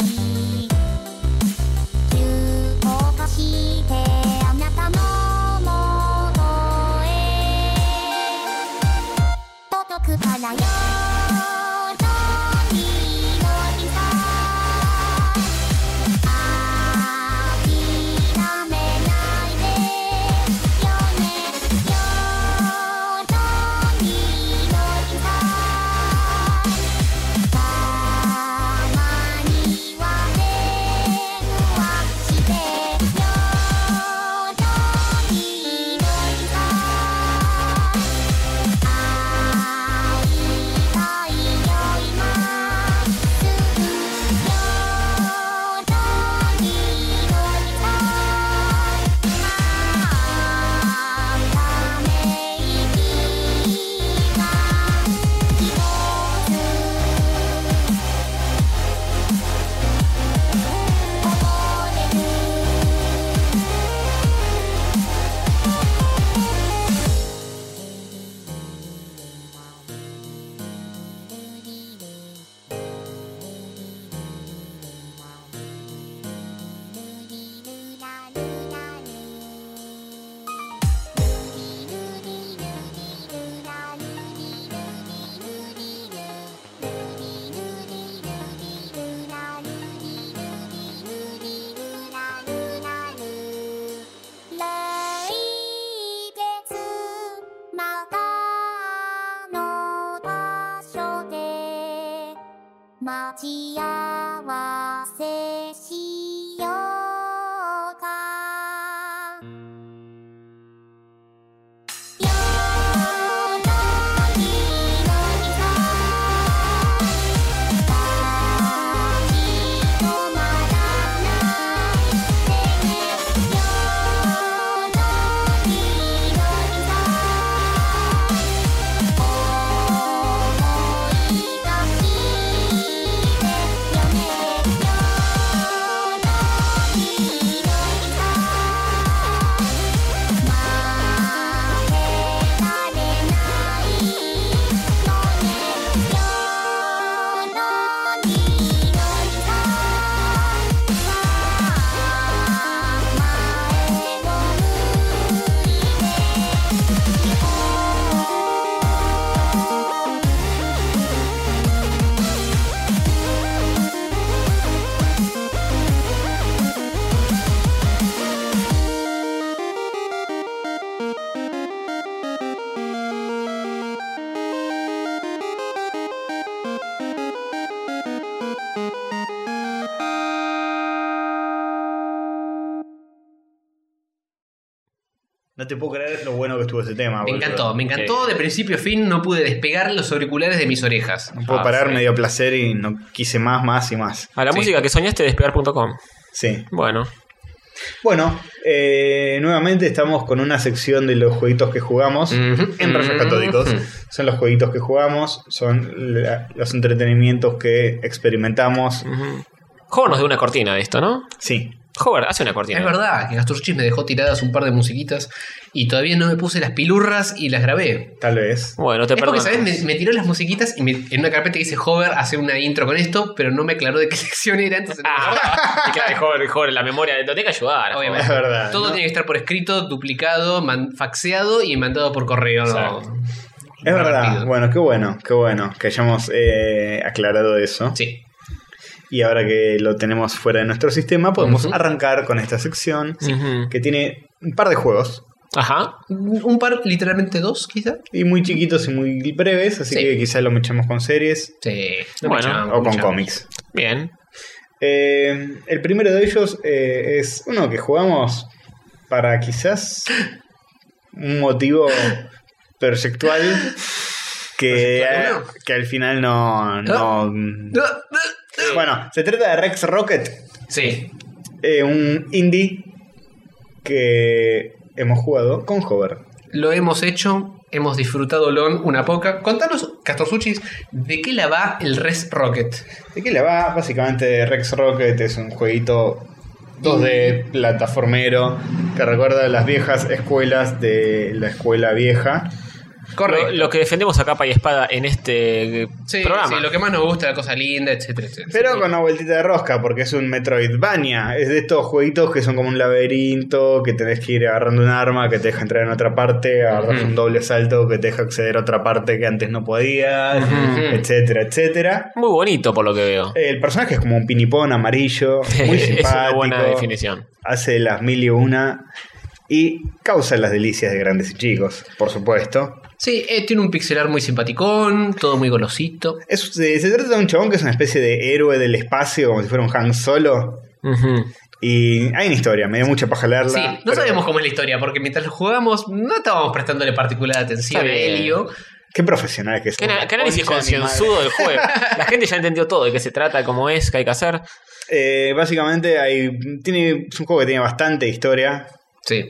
[SPEAKER 4] No te puedo creer lo bueno que estuvo ese tema.
[SPEAKER 2] Me
[SPEAKER 4] Ah, boludo.
[SPEAKER 2] encantó, me encantó de principio a fin, no pude despegar los auriculares de mis orejas.
[SPEAKER 4] No puedo
[SPEAKER 3] Ah,
[SPEAKER 4] parar,
[SPEAKER 3] sí.
[SPEAKER 4] me dio placer y no quise más, más y más.
[SPEAKER 3] A la
[SPEAKER 2] Sí.
[SPEAKER 3] música que soñaste, despegar.com.
[SPEAKER 4] Sí.
[SPEAKER 3] Bueno,
[SPEAKER 4] Bueno, eh, nuevamente estamos con una sección de los jueguitos que jugamos
[SPEAKER 2] Ujú.
[SPEAKER 4] en Rayos
[SPEAKER 2] Ujú.
[SPEAKER 4] Catódicos. Son los jueguitos que jugamos, son la- los entretenimientos que experimentamos.
[SPEAKER 3] Hover nos dio una cortina de esto, ¿no?
[SPEAKER 4] Sí.
[SPEAKER 3] Hover, hace una cortina.
[SPEAKER 2] Es verdad que Gasturchis me dejó tiradas un par de musiquitas y todavía no me puse las pilurras y las grabé.
[SPEAKER 4] Tal vez.
[SPEAKER 3] Bueno, te
[SPEAKER 2] es porque,
[SPEAKER 3] perdono.
[SPEAKER 2] ¿sabes? Me, me tiró las musiquitas y me- en una carpeta que dice Hover hace una intro con esto, pero no me aclaró de qué <laughs> sección era, entonces no me acordaba.
[SPEAKER 3] Ah,
[SPEAKER 2] <laughs>
[SPEAKER 3] y claro, Hover, Hover, la memoria, lo tenés que ayudar. Hover.
[SPEAKER 2] Obviamente.
[SPEAKER 4] Es verdad.
[SPEAKER 2] Todo
[SPEAKER 4] ¿no?
[SPEAKER 2] tiene que estar por escrito, duplicado, man- faxeado y mandado por correo.
[SPEAKER 3] Exacto.
[SPEAKER 4] Es verdad.
[SPEAKER 2] Rápido.
[SPEAKER 4] Bueno, qué bueno, qué bueno que hayamos eh, aclarado eso.
[SPEAKER 2] Sí.
[SPEAKER 4] Y ahora que lo tenemos fuera de nuestro sistema, podemos
[SPEAKER 2] Ujú.
[SPEAKER 4] arrancar con esta sección
[SPEAKER 3] Ujú.
[SPEAKER 4] que tiene un par de juegos.
[SPEAKER 3] Ajá.
[SPEAKER 2] Un un par, literalmente dos, quizá.
[SPEAKER 4] Y muy chiquitos y muy breves, así
[SPEAKER 2] Sí.
[SPEAKER 4] que quizás lo mechemos con series
[SPEAKER 2] Sí.
[SPEAKER 3] Bueno,
[SPEAKER 2] echamos,
[SPEAKER 4] o con
[SPEAKER 2] echamos.
[SPEAKER 4] cómics.
[SPEAKER 3] Bien.
[SPEAKER 4] Eh, el primero de ellos eh, es uno que jugamos para quizás un motivo proyectual que,
[SPEAKER 2] ¿Proyectual uno?
[SPEAKER 4] que al final no, no-
[SPEAKER 2] Ah, ah,
[SPEAKER 4] Bueno, se trata de Rex Rocket,
[SPEAKER 2] Sí.
[SPEAKER 4] eh, un indie que hemos jugado con Hover.
[SPEAKER 2] Lo hemos hecho, hemos disfrutado Lon una poca. Contanos, Castorzuchis, ¿de qué la va el Res Rocket?
[SPEAKER 4] ¿De qué le va? Básicamente Rex Rocket es un jueguito 2D plataformero que recuerda a las viejas escuelas de la escuela vieja.
[SPEAKER 2] Correcto.
[SPEAKER 3] Lo, lo que defendemos a capa y espada en este eh,
[SPEAKER 2] Sí,
[SPEAKER 3] programa.
[SPEAKER 2] sí, lo que más nos gusta, la cosa linda, etcétera, etcétera.
[SPEAKER 4] Pero con una vueltita de rosca, porque es un Metroidvania. Es de estos jueguitos que son como un laberinto, que tenés que ir agarrando un arma que te deja entrar en otra parte, agarras
[SPEAKER 2] Ujú.
[SPEAKER 4] un doble salto que te deja acceder a otra parte que antes no podías, etcétera, etcétera.
[SPEAKER 3] Muy bonito por lo que veo.
[SPEAKER 4] El personaje es como un pinipón amarillo, muy simpático.
[SPEAKER 3] <laughs> es una buena definición.
[SPEAKER 4] Hace las mil y una y causa las delicias de grandes y chicos, por supuesto.
[SPEAKER 2] Sí, eh, tiene un pixelar muy simpaticón, todo muy golosito.
[SPEAKER 4] Es- se, se trata de un chabón que es una especie de héroe del espacio, como si fuera un Han Solo. Y hay una historia, me dio mucha paja leerla.
[SPEAKER 2] Sí, no
[SPEAKER 4] pero-
[SPEAKER 2] sabemos cómo es la historia, porque mientras lo jugamos no estábamos prestándole particular atención
[SPEAKER 3] Está
[SPEAKER 2] a
[SPEAKER 3] bien.
[SPEAKER 2] Helio.
[SPEAKER 4] Qué profesional que es.
[SPEAKER 3] ¿Qué, ana- qué
[SPEAKER 4] Una
[SPEAKER 3] análisis
[SPEAKER 4] concha de mi madre.
[SPEAKER 3] concienzudo del
[SPEAKER 2] <laughs>
[SPEAKER 3] juego? La gente ya entendió todo de qué se trata, cómo es, qué hay que hacer.
[SPEAKER 4] Eh, básicamente hay, tiene, es un juego que tiene bastante historia,
[SPEAKER 2] Sí.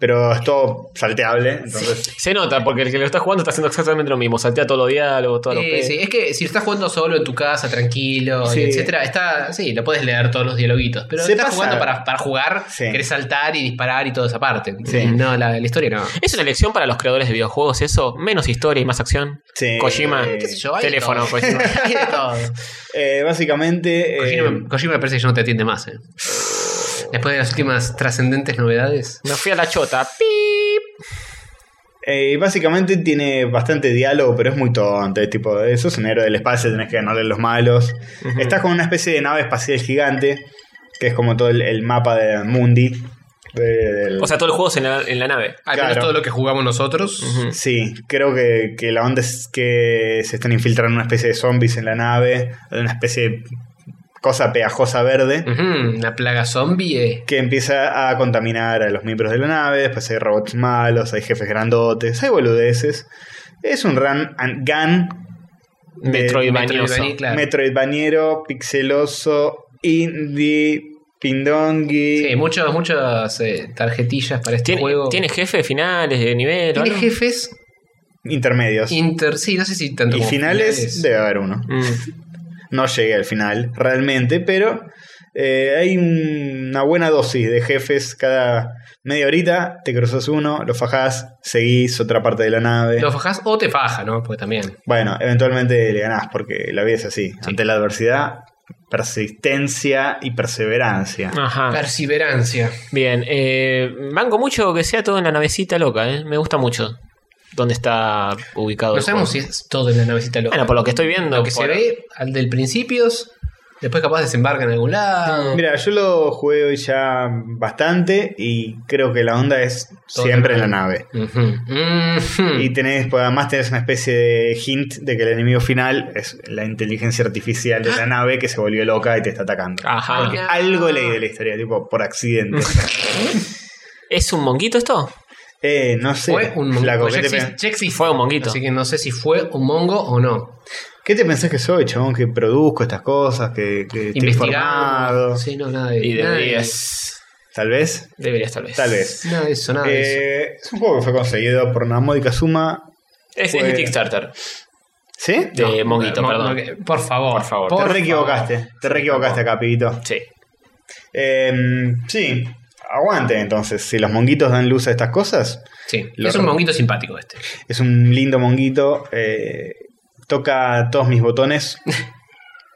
[SPEAKER 4] pero es todo salteable. Entonces,
[SPEAKER 3] Se nota, porque el que lo está jugando está haciendo exactamente lo mismo. Saltea todos los diálogos, todos los
[SPEAKER 2] Eh,
[SPEAKER 3] pe-
[SPEAKER 2] sí, es que si lo estás jugando solo en tu casa, tranquilo,
[SPEAKER 4] Sí.
[SPEAKER 2] y etcétera, está, sí, lo puedes leer todos los dialoguitos, pero
[SPEAKER 4] Se
[SPEAKER 2] estás
[SPEAKER 4] pasa.
[SPEAKER 2] jugando para, para jugar,
[SPEAKER 4] Sí.
[SPEAKER 2] querés saltar y disparar y toda esa parte.
[SPEAKER 4] Sí.
[SPEAKER 2] No, la, la historia no.
[SPEAKER 3] Es una elección para los creadores de videojuegos, eso. Menos historia y más acción.
[SPEAKER 4] Sí.
[SPEAKER 3] Kojima.
[SPEAKER 4] ¿Qué
[SPEAKER 2] sé yo? Hay de
[SPEAKER 3] Teléfono,
[SPEAKER 2] todo.
[SPEAKER 3] Kojima.
[SPEAKER 2] <laughs> Hay de todo.
[SPEAKER 4] eh, básicamente. eh,
[SPEAKER 2] Kojima, Kojima me parece que ya no te atiende más. eh. Después de las últimas trascendentes novedades.
[SPEAKER 3] Me fui a la chota. ¡Pip!
[SPEAKER 4] eh, básicamente tiene bastante diálogo, pero es muy tonto. Es tipo, eh, sos un héroe del espacio, tenés que ganarle a los malos. Estás con una especie de nave espacial gigante, que es como todo el, el mapa de Mundi. de- del-
[SPEAKER 3] O sea, todo el juego es en la, en la nave.
[SPEAKER 2] Al menos
[SPEAKER 4] Claro.
[SPEAKER 2] todo lo que jugamos nosotros.
[SPEAKER 4] Sí, creo que, que la onda es que se están infiltrando una especie de zombies en la nave, una especie de cosa pegajosa verde
[SPEAKER 2] Ujú, Una plaga zombie. eh.
[SPEAKER 4] que empieza a contaminar a los miembros de la nave, después hay robots malos, hay jefes grandotes, hay boludeces. Es un run and gun de-
[SPEAKER 3] Metroidvanioso.
[SPEAKER 2] Metroidvania, claro.
[SPEAKER 4] metroidvaniero, pixeloso, indie, pindongi.
[SPEAKER 2] Sí, muchos, muchas eh, tarjetillas para este
[SPEAKER 3] ¿Tiene,
[SPEAKER 2] juego.
[SPEAKER 3] ¿Tiene jefe finales de nivel? o
[SPEAKER 2] Tiene
[SPEAKER 3] algo?
[SPEAKER 2] jefes
[SPEAKER 4] intermedios.
[SPEAKER 2] inter. Sí, no sé si tanto.
[SPEAKER 4] y
[SPEAKER 2] como
[SPEAKER 4] finales, debe haber uno.
[SPEAKER 3] Mm.
[SPEAKER 4] No llegué al final, realmente, pero eh, hay un- una buena dosis de jefes cada media horita. Te cruzas uno, lo fajás, seguís otra parte de la nave.
[SPEAKER 2] Lo fajas o te faja, ¿no? Porque también.
[SPEAKER 4] Bueno, eventualmente le ganás, porque la vida es así. Ante la adversidad, persistencia y
[SPEAKER 2] Ah,
[SPEAKER 4] perseverancia.
[SPEAKER 3] Ajá.
[SPEAKER 2] Perseverancia.
[SPEAKER 3] Bien, eh, mango mucho que sea todo en la navecita loca, eh. me gusta mucho. ¿Dónde está ubicado?
[SPEAKER 2] No
[SPEAKER 3] el
[SPEAKER 2] sabemos si
[SPEAKER 3] juego.
[SPEAKER 2] es todo en la navecita loca.
[SPEAKER 3] Bueno, por lo que estoy viendo.
[SPEAKER 2] Lo que se
[SPEAKER 3] por-
[SPEAKER 2] ve al del principio, después capaz desembarca en algún lado.
[SPEAKER 4] Mira, yo lo jugué hoy ya bastante y creo que la onda es
[SPEAKER 2] Todo Mm.
[SPEAKER 4] siempre en la
[SPEAKER 2] en la
[SPEAKER 4] nave.
[SPEAKER 2] Ujú. Ujú.
[SPEAKER 4] Y tenés, pues, además tenés una especie de hint de que el enemigo final es la inteligencia artificial de la nave que se volvió loca y te está atacando.
[SPEAKER 3] Ajá.
[SPEAKER 2] Ah.
[SPEAKER 4] Algo leí de la historia, tipo, por accidente.
[SPEAKER 2] <laughs>
[SPEAKER 3] ¿Es un monguito esto?
[SPEAKER 4] eh, no sé.
[SPEAKER 2] Fue un mongo.
[SPEAKER 4] flaco,
[SPEAKER 2] Pues
[SPEAKER 4] ¿qué,
[SPEAKER 2] ya
[SPEAKER 4] te
[SPEAKER 2] existe-
[SPEAKER 4] pe-
[SPEAKER 2] ya existe.
[SPEAKER 3] Fue un monguito.
[SPEAKER 2] Así que no sé si fue un mongo o no.
[SPEAKER 4] qué te pensás que soy, chabón? Que produzco estas cosas, que, que estoy
[SPEAKER 2] Investigado.
[SPEAKER 4] informado.
[SPEAKER 2] Sí, no, nada de,
[SPEAKER 3] Y
[SPEAKER 2] nada de-
[SPEAKER 3] deberías.
[SPEAKER 4] Tal vez.
[SPEAKER 3] Deberías tal vez.
[SPEAKER 4] Tal vez.
[SPEAKER 2] nada de eso, nada de Ah, eso.
[SPEAKER 4] Eh, es un juego que fue conseguido por una módica suma.
[SPEAKER 3] Es, es
[SPEAKER 4] Fue-
[SPEAKER 3] de Kickstarter.
[SPEAKER 4] ¿Sí?
[SPEAKER 3] De monguito,
[SPEAKER 2] Mo-
[SPEAKER 3] perdón.
[SPEAKER 2] no, que- por favor,
[SPEAKER 3] Por favor.
[SPEAKER 4] te re equivocaste. Te re equivocaste acá, pibito.
[SPEAKER 3] Sí.
[SPEAKER 4] Eh, sí, aguante entonces. Si los monguitos dan luz a estas cosas,
[SPEAKER 2] Sí,
[SPEAKER 4] Lo
[SPEAKER 2] es un
[SPEAKER 4] re-
[SPEAKER 2] monguito simpático este.
[SPEAKER 4] es un lindo monguito. eh, toca todos mis botones.
[SPEAKER 3] <laughs>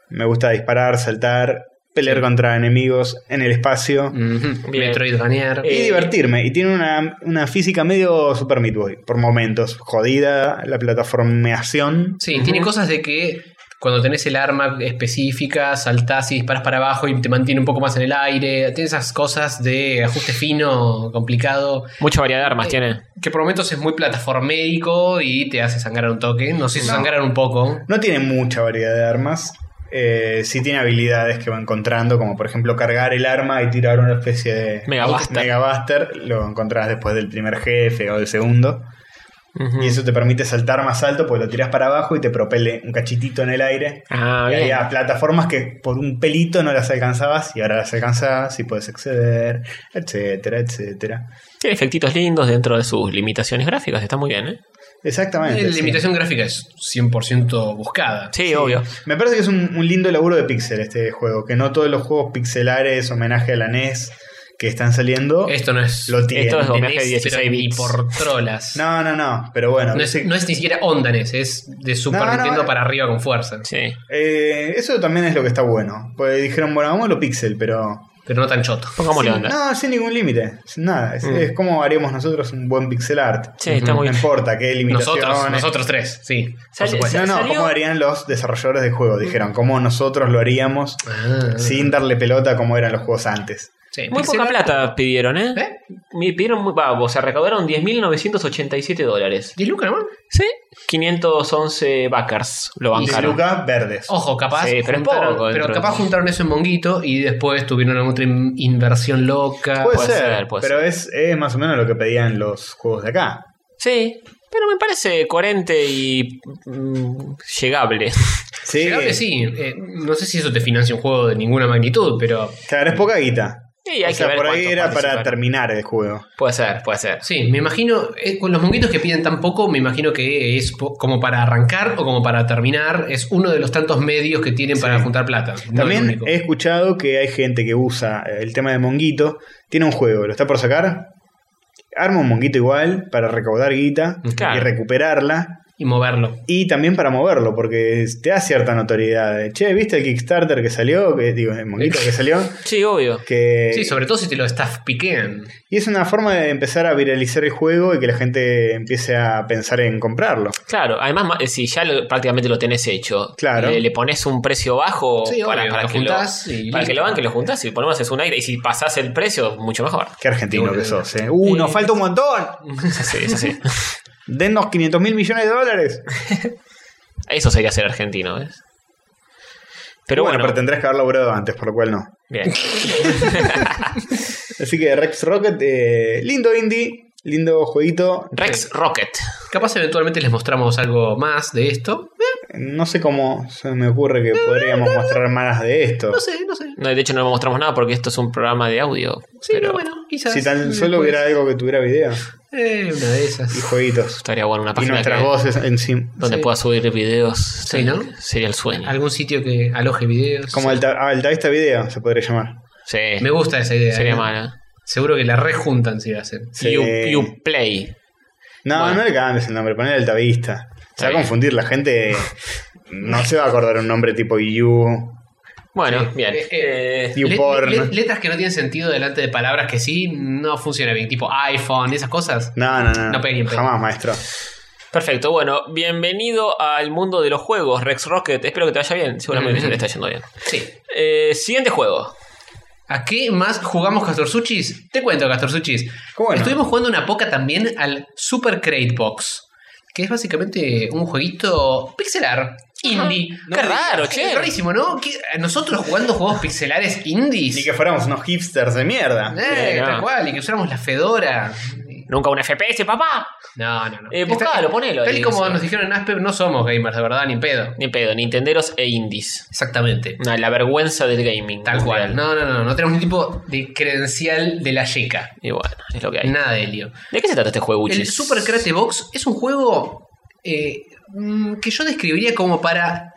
[SPEAKER 4] Me gusta disparar, saltar, pelear contra enemigos en el espacio
[SPEAKER 3] Bien.
[SPEAKER 2] Metroidvania.
[SPEAKER 4] y
[SPEAKER 3] Mm. Eh,
[SPEAKER 4] divertirme. Y tiene una, una física medio Super Meat Boy por momentos. Jodida la plataformeación.
[SPEAKER 2] sí, tiene cosas de que cuando tenés el arma específica, saltás y disparas para abajo y te mantiene un poco más en el aire. Tiene esas cosas de ajuste fino, complicado,
[SPEAKER 3] Mucha variedad de armas
[SPEAKER 2] Eh,
[SPEAKER 3] tiene.
[SPEAKER 2] que por momentos es muy plataformédico y te hace sangrar un toque. Nos hizo sangrar un poco.
[SPEAKER 4] No tiene mucha variedad de armas. Eh, sí tiene habilidades que va encontrando, como por ejemplo cargar el arma y tirar una especie de
[SPEAKER 3] Mega Buster.
[SPEAKER 4] Mega Buster. Lo encontrás después del primer jefe o del segundo.
[SPEAKER 3] Ujú.
[SPEAKER 4] Y eso te permite saltar más alto, pues lo tiras para abajo y te propele un cachitito en el aire. Y
[SPEAKER 3] Ah, bien.
[SPEAKER 4] había plataformas que por un pelito no las alcanzabas y ahora las alcanzás y puedes acceder, etcétera, etcétera.
[SPEAKER 3] Tiene efectitos lindos dentro de sus limitaciones gráficas. Está muy bien, ¿eh?
[SPEAKER 4] Exactamente.
[SPEAKER 2] La
[SPEAKER 4] sí.
[SPEAKER 2] limitación gráfica es 100% buscada.
[SPEAKER 3] Sí, obvio.
[SPEAKER 4] Me parece que es un, un lindo laburo de pixel este juego, que no todos los juegos pixelares, homenaje a la NES, que están saliendo
[SPEAKER 2] Esto no es.
[SPEAKER 4] lo tienen.
[SPEAKER 3] esto es
[SPEAKER 2] de
[SPEAKER 3] homenaje
[SPEAKER 2] NES,
[SPEAKER 3] de 16
[SPEAKER 2] pero ni
[SPEAKER 3] bits.
[SPEAKER 2] por trolas.
[SPEAKER 4] No, no, no, pero bueno.
[SPEAKER 2] No es,
[SPEAKER 4] sí.
[SPEAKER 2] no es ni siquiera onda NES, es de Super
[SPEAKER 4] No, no,
[SPEAKER 2] Nintendo
[SPEAKER 4] eh.
[SPEAKER 2] para arriba con fuerza.
[SPEAKER 3] Sí.
[SPEAKER 4] Eh, eso también es lo que está bueno. Pues dijeron, bueno, hagámoslo pixel, pero.
[SPEAKER 2] Pero no tan choto.
[SPEAKER 3] Pongámosle onda.
[SPEAKER 4] No, sin ningún límite, sin nada. Es, es como haríamos nosotros un buen pixel art.
[SPEAKER 3] Sí, está
[SPEAKER 4] no
[SPEAKER 3] muy bien.
[SPEAKER 4] importa qué limitaciones.
[SPEAKER 2] Nosotros, nosotros tres, sí. por
[SPEAKER 3] Sale-
[SPEAKER 2] supuesto.
[SPEAKER 4] No, no,
[SPEAKER 3] Salió-
[SPEAKER 4] cómo harían los desarrolladores de juego. Dijeron, cómo nosotros lo haríamos
[SPEAKER 2] Ah,
[SPEAKER 4] sin darle pelota como eran los juegos antes.
[SPEAKER 2] sí,
[SPEAKER 3] Muy
[SPEAKER 2] pixel
[SPEAKER 3] poca
[SPEAKER 2] art.
[SPEAKER 3] plata pidieron, ¿eh?
[SPEAKER 2] ¿Eh?
[SPEAKER 3] Me pidieron, muy- va, o sea, recaudaron 10.987 dólares.
[SPEAKER 2] ¿Diez lucas nomás?
[SPEAKER 3] Sí. 511 backers lo
[SPEAKER 4] Y
[SPEAKER 3] bancaron.
[SPEAKER 4] Luca, verdes.
[SPEAKER 2] Ojo, capaz.
[SPEAKER 3] Sí, pero es
[SPEAKER 2] juntaron,
[SPEAKER 3] poco dentro
[SPEAKER 2] pero
[SPEAKER 3] de
[SPEAKER 2] capaz
[SPEAKER 3] todo.
[SPEAKER 2] juntaron eso en Monguito y después tuvieron alguna otra in- inversión loca.
[SPEAKER 4] puede,
[SPEAKER 3] Ah, puede
[SPEAKER 4] ser,
[SPEAKER 3] ser, puede
[SPEAKER 4] pero Es, es más o menos lo que pedían los juegos de acá.
[SPEAKER 3] Sí. Pero me parece coherente y mm, llegable.
[SPEAKER 4] Sí,
[SPEAKER 2] Llegable, sí. Eh, no sé si eso te financia un juego de ninguna magnitud, pero
[SPEAKER 4] Claro, es poca guita.
[SPEAKER 3] Y hay
[SPEAKER 4] O
[SPEAKER 3] que
[SPEAKER 4] sea,
[SPEAKER 3] ver
[SPEAKER 4] por ahí
[SPEAKER 3] cuántos
[SPEAKER 4] era para
[SPEAKER 3] participaron.
[SPEAKER 4] terminar el juego.
[SPEAKER 3] Puede ser, puede ser.
[SPEAKER 2] sí, me imagino, eh, con los monguitos que piden tan poco, me imagino que es po- como para arrancar o como para terminar, es uno de los tantos medios que tienen para juntar plata. no el
[SPEAKER 4] También
[SPEAKER 2] único.
[SPEAKER 4] he escuchado que hay gente que usa eh, el tema de Monguito. Tiene un juego, lo está por sacar. Arma un Monguito igual para recaudar guita
[SPEAKER 3] Claro.
[SPEAKER 4] y recuperarla.
[SPEAKER 2] Y moverlo.
[SPEAKER 4] Y también para moverlo, porque es- te da cierta notoriedad. de, Che, ¿viste el Kickstarter que salió? Que, digo, el Monguito que salió.
[SPEAKER 3] Sí, obvio.
[SPEAKER 4] Que...
[SPEAKER 2] Sí, sobre todo si te lo staff piquean.
[SPEAKER 4] Y es una forma de empezar a viralizar el juego y que la gente empiece a pensar en comprarlo.
[SPEAKER 3] Claro, además, ma- eh, si ya lo- prácticamente lo tenés hecho,
[SPEAKER 4] Claro.
[SPEAKER 3] le, le pones un precio bajo
[SPEAKER 2] Sí,
[SPEAKER 3] para,
[SPEAKER 2] obvio,
[SPEAKER 3] para
[SPEAKER 2] lo
[SPEAKER 3] que, lo,
[SPEAKER 2] juntás y
[SPEAKER 3] para que
[SPEAKER 2] listo.
[SPEAKER 3] lo banquen, lo juntás y por lo menos es un aire. Y si pasás el precio, mucho mejor.
[SPEAKER 4] Qué argentino
[SPEAKER 2] Bueno.
[SPEAKER 4] que sos, eh. ¡Uh, nos falta un montón!
[SPEAKER 3] Es así, es así.
[SPEAKER 4] ¡Dennos 500 mil millones de dólares!
[SPEAKER 3] Eso sería ser argentino, ¿ves? Pero bueno,
[SPEAKER 4] pero tendrás que haber laburado antes, por lo cual no.
[SPEAKER 3] bien.
[SPEAKER 4] Así que Rex Rocket, eh, lindo indie, lindo jueguito.
[SPEAKER 3] Rex Rocket.
[SPEAKER 2] Capaz eventualmente les mostramos algo más de esto. Eh,
[SPEAKER 4] No sé cómo se me ocurre que podríamos mostrar más de esto.
[SPEAKER 2] no sé, no sé.
[SPEAKER 3] No, de hecho, no le mostramos nada porque esto es un programa de audio.
[SPEAKER 2] Sí,
[SPEAKER 3] pero
[SPEAKER 2] no, bueno, quizás.
[SPEAKER 4] Si tan
[SPEAKER 2] después-
[SPEAKER 4] solo hubiera algo que tuviera video
[SPEAKER 2] Eh, una de
[SPEAKER 4] y
[SPEAKER 2] esas.
[SPEAKER 4] jueguitos.
[SPEAKER 3] estaría bueno una
[SPEAKER 4] Y
[SPEAKER 3] página
[SPEAKER 4] nuestras
[SPEAKER 3] que-
[SPEAKER 4] voces encima.
[SPEAKER 3] donde
[SPEAKER 2] Sí.
[SPEAKER 3] pueda subir videos.
[SPEAKER 2] Sí, ¿no?
[SPEAKER 3] Sería el sueño.
[SPEAKER 2] Algún sitio que aloje videos.
[SPEAKER 4] Como el, ta- ah, el Tavista Video se podría llamar.
[SPEAKER 3] Sí,
[SPEAKER 2] Me gusta esa idea.
[SPEAKER 3] sería
[SPEAKER 2] ¿eh?
[SPEAKER 3] malo.
[SPEAKER 2] Seguro que la rejuntan si la hacen.
[SPEAKER 4] Sí.
[SPEAKER 3] You, you Play.
[SPEAKER 4] No,
[SPEAKER 3] Bueno.
[SPEAKER 4] no le cambies el nombre, poner altavista. Se va a
[SPEAKER 3] bien.
[SPEAKER 4] confundir, la gente no se va a acordar un nombre tipo You,
[SPEAKER 3] Bueno,
[SPEAKER 2] Sí.
[SPEAKER 3] bien.
[SPEAKER 2] Eh, eh,
[SPEAKER 4] You
[SPEAKER 2] le-
[SPEAKER 4] porn.
[SPEAKER 2] le- letras que no tienen sentido delante de palabras que sí no funciona bien. Tipo iPhone, esas cosas.
[SPEAKER 4] No, no, no.
[SPEAKER 2] No pegué ni en pedo.
[SPEAKER 4] Jamás, maestro.
[SPEAKER 3] Perfecto, bueno, bienvenido al mundo de los juegos, Rex Rocket. Espero que te vaya bien, seguramente
[SPEAKER 2] Ujú.
[SPEAKER 3] ya le está
[SPEAKER 2] <laughs>
[SPEAKER 3] yendo bien.
[SPEAKER 2] Sí.
[SPEAKER 3] Eh, siguiente juego.
[SPEAKER 2] ¿A qué más jugamos Castor Suchis? Te cuento, Castor Suchis.
[SPEAKER 4] ¿Cómo no?
[SPEAKER 2] Estuvimos jugando una poca también al Super Crate Box, que es básicamente un jueguito pixelar, indie.
[SPEAKER 3] Qué raro, che.
[SPEAKER 2] Es rarísimo, ¿no? Que- Nosotros jugando juegos pixelares indies.
[SPEAKER 4] Ni que fuéramos unos hipsters de mierda.
[SPEAKER 2] Eh,
[SPEAKER 3] Sí, no.
[SPEAKER 2] tal cual, y que usáramos la Fedora.
[SPEAKER 3] Nunca un FPS, papá.
[SPEAKER 2] No, no, no.
[SPEAKER 3] Eh, buscalo, ponelo
[SPEAKER 2] Tal
[SPEAKER 3] ahí,
[SPEAKER 2] y como
[SPEAKER 3] eso.
[SPEAKER 2] nos dijeron en Aspep, no somos gamers, de verdad, ni pedo.
[SPEAKER 3] Ni pedo, Nintenderos e Indies.
[SPEAKER 2] Exactamente.
[SPEAKER 3] Nah, la vergüenza del gaming.
[SPEAKER 2] Tal
[SPEAKER 3] mundial.
[SPEAKER 2] cual. No, no, no. No tenemos ningún tipo de credencial de la yeca.
[SPEAKER 3] Y bueno, es lo que hay.
[SPEAKER 2] Nada de lío.
[SPEAKER 3] ¿De qué se trata este juego,
[SPEAKER 2] El
[SPEAKER 3] Uchis?
[SPEAKER 2] Super Crate Box es un juego eh, mm, que yo describiría como para.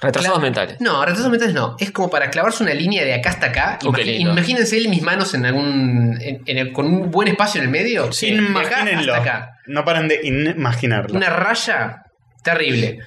[SPEAKER 3] Retrasados
[SPEAKER 2] cla-
[SPEAKER 3] mentales.
[SPEAKER 2] No, retrasos mentales no. Es como para clavarse una línea de acá hasta acá.
[SPEAKER 3] Oh, qué
[SPEAKER 2] Imagi-
[SPEAKER 3] lindo.
[SPEAKER 2] imagínense él mis manos en algún. en- en el- con un buen espacio en el medio.
[SPEAKER 3] Sí,
[SPEAKER 2] de acá
[SPEAKER 4] Imagínenlo.
[SPEAKER 2] hasta acá.
[SPEAKER 4] No paran de imaginarlo.
[SPEAKER 2] Una raya terrible.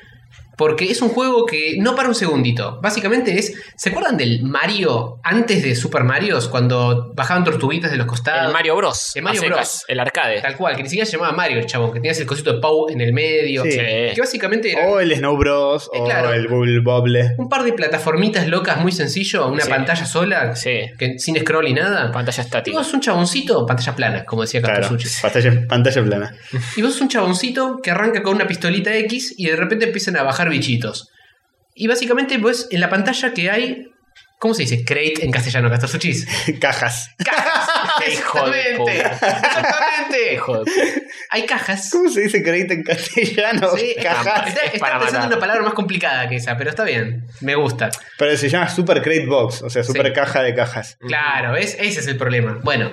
[SPEAKER 2] Porque es un juego que no para un segundito. Básicamente es. ¿Se acuerdan del Mario antes de Super Mario? Cuando bajaban tortuguitas de los costados.
[SPEAKER 3] El Mario Bros.
[SPEAKER 2] El Mario
[SPEAKER 3] a secas,
[SPEAKER 2] Bros.
[SPEAKER 3] El arcade.
[SPEAKER 2] Tal cual, que ni siquiera se llamaba Mario el chabón, que tenías el cosito de Pau en el medio.
[SPEAKER 4] Sí.
[SPEAKER 2] Que básicamente era
[SPEAKER 4] O el Snow Bros.
[SPEAKER 2] Eh,
[SPEAKER 4] o
[SPEAKER 2] claro.
[SPEAKER 4] el Bubble Bobble.
[SPEAKER 2] un par de plataformitas locas muy sencillo, una
[SPEAKER 3] Sí.
[SPEAKER 2] pantalla sola,
[SPEAKER 3] Sí.
[SPEAKER 2] que, sin scroll y nada.
[SPEAKER 3] Pantalla
[SPEAKER 2] Y
[SPEAKER 3] estática.
[SPEAKER 2] vos sos un chaboncito, pantalla plana, como decía
[SPEAKER 4] Claro,
[SPEAKER 2] Carlos Suchis.
[SPEAKER 4] pantalla, pantalla plana. <laughs>
[SPEAKER 2] Y vos sos un chaboncito que arranca con una pistolita X y de repente empiezan a bajar bichitos. Y básicamente, pues, en la pantalla que hay. ¿Cómo se dice? Crate en castellano, Castor
[SPEAKER 3] <laughs>
[SPEAKER 2] Suchis.
[SPEAKER 4] Cajas.
[SPEAKER 3] Hijo de
[SPEAKER 2] Exactamente.
[SPEAKER 3] puta.
[SPEAKER 2] Exactamente.
[SPEAKER 3] Hijo de puta.
[SPEAKER 2] Hay cajas.
[SPEAKER 4] ¿Cómo se dice crédito en castellano?
[SPEAKER 2] Sí,
[SPEAKER 4] Cajas.
[SPEAKER 2] Está,
[SPEAKER 3] Es
[SPEAKER 2] está
[SPEAKER 3] para
[SPEAKER 2] pensando
[SPEAKER 3] matar.
[SPEAKER 2] en una palabra más complicada que esa, pero está bien. Me gusta.
[SPEAKER 4] Pero se llama Super Crate Box, o sea, Super
[SPEAKER 2] Sí.
[SPEAKER 4] Caja de Cajas.
[SPEAKER 2] Claro, ¿ves? Ese es el problema. Bueno,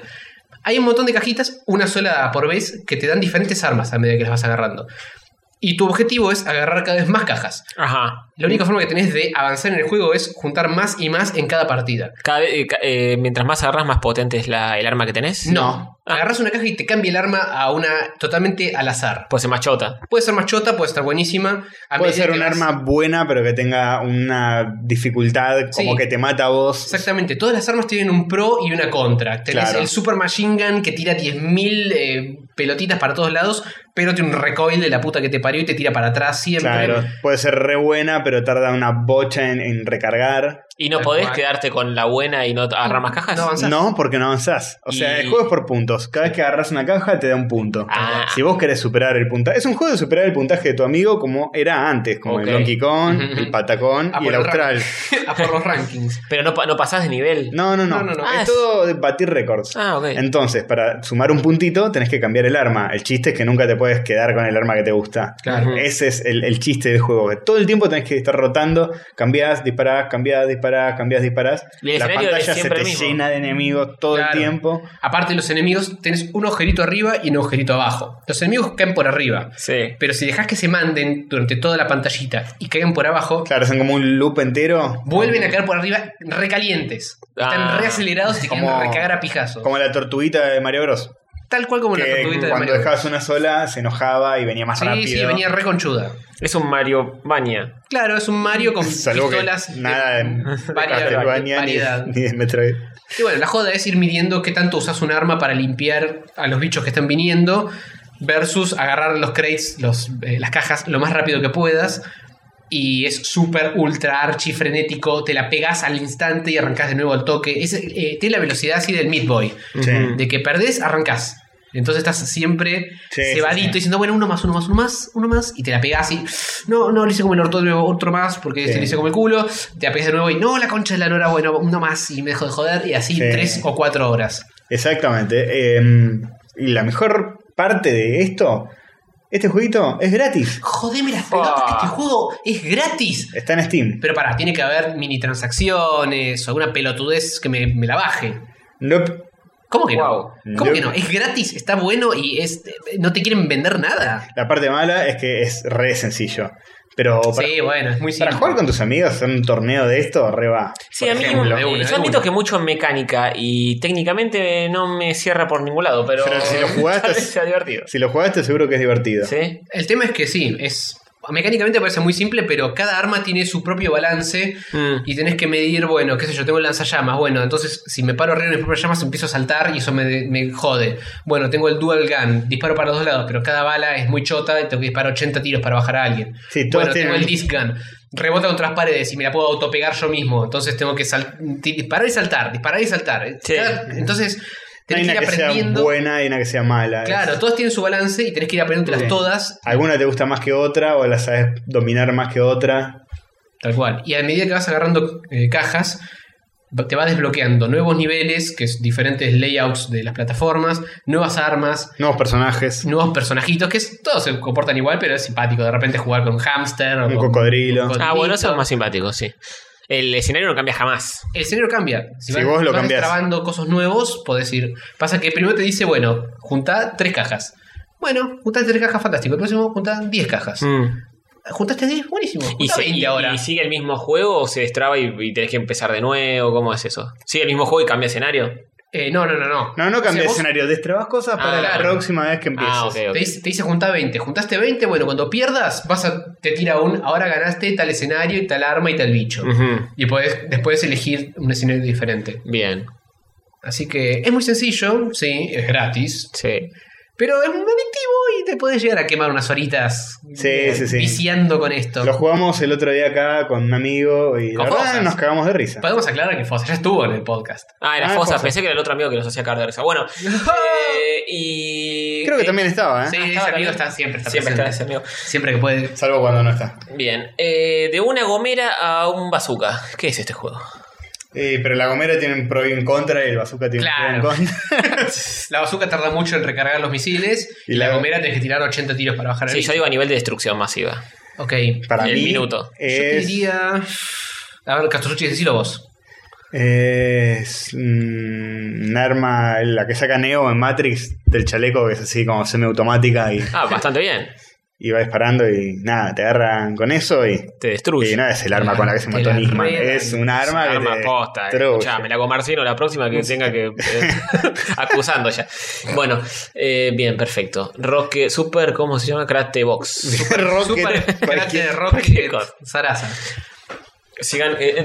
[SPEAKER 2] hay un montón de cajitas, una sola por vez, que te dan diferentes armas a medida que las vas agarrando. Y tu objetivo es agarrar cada vez más cajas.
[SPEAKER 3] Ajá.
[SPEAKER 2] La única forma que tenés de avanzar en el juego es juntar más y más en cada partida.
[SPEAKER 3] Cada vez, eh, ca- eh, mientras más agarras, más potente es la, el arma que tenés.
[SPEAKER 2] No.
[SPEAKER 3] Ah.
[SPEAKER 2] Agarras una caja y te cambia el arma a una totalmente al azar.
[SPEAKER 3] Puede ser Pues más chota.
[SPEAKER 2] Puede ser más chota, puede estar buenísima. A
[SPEAKER 4] Puede
[SPEAKER 2] medida
[SPEAKER 4] ser
[SPEAKER 2] que
[SPEAKER 4] un
[SPEAKER 2] vas-
[SPEAKER 4] arma buena, pero que tenga una dificultad como
[SPEAKER 2] Sí.
[SPEAKER 4] que te mata a vos.
[SPEAKER 2] Exactamente, todas las armas tienen un pro y una contra. Tenés
[SPEAKER 4] Claro.
[SPEAKER 2] el Super Machine Gun que tira 10.000 eh, pelotitas para todos lados, pero tiene un recoil de la puta que te parió y te tira para atrás siempre.
[SPEAKER 4] Claro, puede ser re buena, pero tarda una bocha en, en recargar.
[SPEAKER 3] ¿Y no
[SPEAKER 2] Tal
[SPEAKER 3] podés
[SPEAKER 2] cual.
[SPEAKER 3] quedarte con la buena y no agarrar más cajas?
[SPEAKER 2] No avanzás.
[SPEAKER 4] No, porque no avanzás. O sea,
[SPEAKER 3] Y-
[SPEAKER 4] el juego es por puntos. Cada vez que agarras una caja te da un punto.
[SPEAKER 3] Ah.
[SPEAKER 4] Si vos querés superar el puntaje. Es un juego de superar el puntaje de tu amigo como era antes, como
[SPEAKER 3] Ok.
[SPEAKER 4] el Donkey
[SPEAKER 2] <laughs>
[SPEAKER 4] Kong,
[SPEAKER 2] Ujú, ujú.
[SPEAKER 4] el Patacón
[SPEAKER 2] Ah,
[SPEAKER 4] y
[SPEAKER 2] por
[SPEAKER 4] el
[SPEAKER 2] el
[SPEAKER 4] Austral.
[SPEAKER 2] <laughs> a por los rankings.
[SPEAKER 3] Pero no, pa- no pasás de nivel.
[SPEAKER 4] No, no, no.
[SPEAKER 2] No, no, no.
[SPEAKER 3] Ah,
[SPEAKER 4] es
[SPEAKER 3] es-
[SPEAKER 4] todo de batir récords.
[SPEAKER 3] Ah, ok.
[SPEAKER 4] Entonces, para sumar un puntito, tenés que cambiar el arma. El chiste es que nunca te puedes quedar con el arma que te gusta.
[SPEAKER 2] Claro.
[SPEAKER 4] Ese es el, el chiste del juego. que Todo el tiempo tenés que estar rotando. Cambiás, disparás, cambiás, disparás, cambiás, disparás.
[SPEAKER 3] Y el
[SPEAKER 4] La
[SPEAKER 3] escenario es
[SPEAKER 4] pantalla se
[SPEAKER 3] siempre
[SPEAKER 4] te
[SPEAKER 3] el mismo.
[SPEAKER 4] llena de enemigos todo
[SPEAKER 2] Claro.
[SPEAKER 4] el tiempo.
[SPEAKER 2] Aparte de los enemigos, tenés un agujerito arriba y un agujerito abajo. Los enemigos caen por arriba,
[SPEAKER 3] Sí.
[SPEAKER 2] pero si dejás que se manden durante toda la pantallita y caigan por abajo,
[SPEAKER 4] Claro, son como un loop entero.
[SPEAKER 2] vuelven a caer por arriba recalientes.
[SPEAKER 3] Ah.
[SPEAKER 2] Están reacelerados y te quieren
[SPEAKER 4] Como-
[SPEAKER 2] recagar a pijazos.
[SPEAKER 4] Como la tortuguita de Mario Bros.
[SPEAKER 2] Tal cual como la
[SPEAKER 4] que
[SPEAKER 2] tortuguita de
[SPEAKER 4] cuando
[SPEAKER 2] Mario.
[SPEAKER 4] dejabas una sola se enojaba y venía más
[SPEAKER 2] Sí,
[SPEAKER 4] rápido.
[SPEAKER 2] sí,
[SPEAKER 4] <laughs>
[SPEAKER 2] venía reconchuda.
[SPEAKER 3] Es un Mario Mania.
[SPEAKER 2] Claro, es un
[SPEAKER 4] <laughs>
[SPEAKER 2] Mario con
[SPEAKER 4] Salvo que
[SPEAKER 2] pistolas de
[SPEAKER 4] nada de
[SPEAKER 2] varia-
[SPEAKER 4] Castlevania ni, <laughs>
[SPEAKER 2] <laughs> variedad.
[SPEAKER 4] ni de Metroid.
[SPEAKER 2] Y bueno, la joda es ir midiendo qué tanto usas un arma para limpiar a los bichos que están viniendo versus agarrar los crates, los, eh, las cajas lo más rápido que puedas. Y es súper, ultra, archi frenético. Te la pegas al instante y arrancas de nuevo al toque. Es, eh, tiene la velocidad así del Meat Boy.
[SPEAKER 4] Sí.
[SPEAKER 2] De que perdés, arrancás. Entonces estás siempre
[SPEAKER 4] Sí,
[SPEAKER 2] cebadito
[SPEAKER 4] sí, sí.
[SPEAKER 2] diciendo, bueno, uno más, uno más, uno más, uno más. Y te la pegás y, no, no, le hice como el orto de nuevo, otro más, porque
[SPEAKER 4] Sí.
[SPEAKER 2] este le hice como el culo. Te la pegás de nuevo y, no, la concha de la nora, bueno, uno más y me dejo de joder. Y así
[SPEAKER 4] Sí.
[SPEAKER 2] tres o cuatro horas.
[SPEAKER 4] Exactamente. em, y la mejor parte de esto, este jueguito es gratis.
[SPEAKER 2] Jodeme las pelotas,
[SPEAKER 4] Ah.
[SPEAKER 2] que este juego es gratis.
[SPEAKER 4] Está en Steam.
[SPEAKER 2] Pero pará, tiene que haber mini transacciones o alguna pelotudez que me, me la baje.
[SPEAKER 4] Nope.
[SPEAKER 2] ¿Cómo que
[SPEAKER 3] Guau.
[SPEAKER 2] no? ¿Cómo que no? Es gratis, está bueno y es, no te quieren vender nada.
[SPEAKER 4] La parte mala es que es re sencillo. Pero para,
[SPEAKER 2] sí, bueno, es muy
[SPEAKER 4] para
[SPEAKER 2] simple.
[SPEAKER 4] jugar con tus amigos hacer un torneo de esto, re va.
[SPEAKER 3] Sí,
[SPEAKER 2] Por
[SPEAKER 3] a mí
[SPEAKER 2] ejemplo, de
[SPEAKER 3] eh,
[SPEAKER 2] una, de
[SPEAKER 3] yo admito
[SPEAKER 2] una.
[SPEAKER 3] que mucho en mecánica y técnicamente no me cierra por ningún lado, pero,
[SPEAKER 4] Pero si
[SPEAKER 3] <laughs>
[SPEAKER 2] <laughs>
[SPEAKER 4] lo jugaste-
[SPEAKER 3] tal vez sea divertido.
[SPEAKER 4] Si lo jugaste seguro que es divertido.
[SPEAKER 3] ¿Sí?
[SPEAKER 2] El tema es que sí, es mecánicamente parece muy simple, pero cada arma tiene su propio balance
[SPEAKER 3] Mm.
[SPEAKER 2] y tenés que medir, bueno, qué sé yo, tengo el lanzallamas, bueno, entonces si me paro arriba de mis propias llamas empiezo a saltar y eso me, me jode. Bueno, tengo el dual gun, disparo para los dos lados, pero cada bala es muy chota y tengo que disparar 80 tiros para bajar a alguien.
[SPEAKER 4] Sí, todas
[SPEAKER 2] Bueno, tengo
[SPEAKER 4] tienen-
[SPEAKER 2] el disc gun, rebota contra las paredes y me la puedo autopegar yo mismo, entonces tengo que sal- ti- disparar y saltar, disparar y saltar.
[SPEAKER 3] Sí.
[SPEAKER 2] Cada- entonces...
[SPEAKER 4] No hay
[SPEAKER 2] Tenés que
[SPEAKER 4] una
[SPEAKER 2] ir
[SPEAKER 4] que sea
[SPEAKER 2] aprendiendo.
[SPEAKER 4] buena y una que sea mala.
[SPEAKER 2] Claro, todas tienen su balance y tenés que ir aprendiéndotelas
[SPEAKER 4] Sí.
[SPEAKER 2] todas
[SPEAKER 4] Alguna te gusta más que otra o la sabes dominar más que otra.
[SPEAKER 2] Tal cual. Y a medida que vas agarrando eh, cajas, va- te va desbloqueando nuevos niveles, que es diferentes layouts de las plataformas, nuevas armas,
[SPEAKER 4] Nuevos personajes.
[SPEAKER 2] nuevos personajitos, que es- todos se comportan igual, pero es simpático de repente jugar con hamster o
[SPEAKER 4] Un
[SPEAKER 2] con-
[SPEAKER 4] cocodrilo.
[SPEAKER 2] con
[SPEAKER 3] Ah, bueno, eso
[SPEAKER 2] cocodrilo.
[SPEAKER 3] es más simpático, sí. El escenario no cambia jamás.
[SPEAKER 2] El escenario cambia.
[SPEAKER 4] Si
[SPEAKER 2] vas-
[SPEAKER 4] vos lo
[SPEAKER 2] vas
[SPEAKER 4] cambiás.
[SPEAKER 2] trabando cosas nuevos, podés ir. Pasa que primero te dice, bueno, juntá tres cajas. Bueno, juntá tres cajas, fantástico. El próximo juntá 10 cajas. Juntaste 10, buenísimo.
[SPEAKER 3] Mm. ¿Y,
[SPEAKER 2] Juntá
[SPEAKER 3] se-
[SPEAKER 2] 20
[SPEAKER 3] y-
[SPEAKER 2] ahora.
[SPEAKER 3] y sigue el mismo juego o se destraba y, y tenés que empezar de nuevo? ¿Cómo es eso? ¿Sigue el mismo juego y cambia escenario?
[SPEAKER 2] Eh, no, no, no, no.
[SPEAKER 4] No, no cambié
[SPEAKER 2] O sea,
[SPEAKER 4] de
[SPEAKER 2] vos-
[SPEAKER 4] escenario. Destrabas cosas para
[SPEAKER 3] Ah,
[SPEAKER 4] la
[SPEAKER 3] claro.
[SPEAKER 4] próxima vez que empieces.
[SPEAKER 3] Ah, ok, ok.
[SPEAKER 2] Te dice, te dice juntar 20. Juntaste 20, bueno, cuando pierdas, vas a, te tira un. Ahora ganaste tal escenario y tal arma y tal bicho.
[SPEAKER 3] Ujú.
[SPEAKER 2] Y podés, después elegir un escenario diferente.
[SPEAKER 3] Bien,
[SPEAKER 2] Así que es muy sencillo, sí, es gratis.
[SPEAKER 3] sí.
[SPEAKER 2] Pero es muy adictivo y te podés llegar a quemar unas horitas eh,
[SPEAKER 4] Sí, sí, sí.
[SPEAKER 2] viciando con esto.
[SPEAKER 4] Lo jugamos el otro día acá con un amigo y la
[SPEAKER 2] Con
[SPEAKER 4] verdad
[SPEAKER 2] fosas.
[SPEAKER 4] nos cagamos de risa.
[SPEAKER 2] Podemos aclarar que Fosa ya estuvo en el podcast.
[SPEAKER 3] Ah, era
[SPEAKER 4] Ah,
[SPEAKER 3] Fosa.
[SPEAKER 4] Fosa.
[SPEAKER 3] Pensé que era el otro amigo que nos hacía cagar de risa. Bueno, eh, y...
[SPEAKER 4] Creo que
[SPEAKER 3] eh,
[SPEAKER 4] también estaba, ¿eh?
[SPEAKER 2] Sí, ese
[SPEAKER 3] estaba
[SPEAKER 2] amigo
[SPEAKER 3] también.
[SPEAKER 2] está siempre, está
[SPEAKER 3] Siempre está ese
[SPEAKER 2] presente.
[SPEAKER 3] amigo.
[SPEAKER 2] Siempre que puede.
[SPEAKER 4] Salvo cuando no está.
[SPEAKER 3] Bien, eh, de una gomera a un bazooka. ¿Qué es este juego?
[SPEAKER 4] Eh, pero la Gomera tiene un pro y un contra y el Bazooka tiene un pro y un
[SPEAKER 3] <laughs>
[SPEAKER 4] contra.
[SPEAKER 2] La bazooka tarda mucho en recargar los misiles y,
[SPEAKER 4] Y
[SPEAKER 2] la,
[SPEAKER 4] la-
[SPEAKER 2] gomera tenés que tirar 80 tiros para bajar el
[SPEAKER 3] Sí, yo
[SPEAKER 2] bicho.
[SPEAKER 3] digo a nivel de destrucción masiva.
[SPEAKER 2] Ok.
[SPEAKER 4] Para
[SPEAKER 3] El
[SPEAKER 4] mí
[SPEAKER 3] minuto.
[SPEAKER 2] Yo te
[SPEAKER 4] Es,
[SPEAKER 2] diría. A ver, Castrucci, decilo vos.
[SPEAKER 4] es mm, un arma, la que saca Neo en Matrix del chaleco, que es así como semiautomática y
[SPEAKER 3] Ah, bastante bien.
[SPEAKER 4] y va disparando y nada, te agarran con eso y,
[SPEAKER 3] Te destruye.
[SPEAKER 4] y nada, es el arma con la que se
[SPEAKER 2] Te
[SPEAKER 4] mató
[SPEAKER 2] la
[SPEAKER 4] Nisman.
[SPEAKER 2] ruedan.
[SPEAKER 4] Es un arma
[SPEAKER 3] Es
[SPEAKER 4] que
[SPEAKER 3] un arma eh.
[SPEAKER 4] te
[SPEAKER 3] posta.
[SPEAKER 4] destruye.
[SPEAKER 3] Ya, me la comarcino la próxima que tenga que. eh, <laughs> acusando ya. Bueno, eh, bien, perfecto. Roque Super, ¿cómo se llama? Karate Box.
[SPEAKER 4] <laughs> Rocket,
[SPEAKER 2] Super grande de
[SPEAKER 4] cualquier-
[SPEAKER 2] Rocket Sarasa.
[SPEAKER 3] Sigan. eh, eh,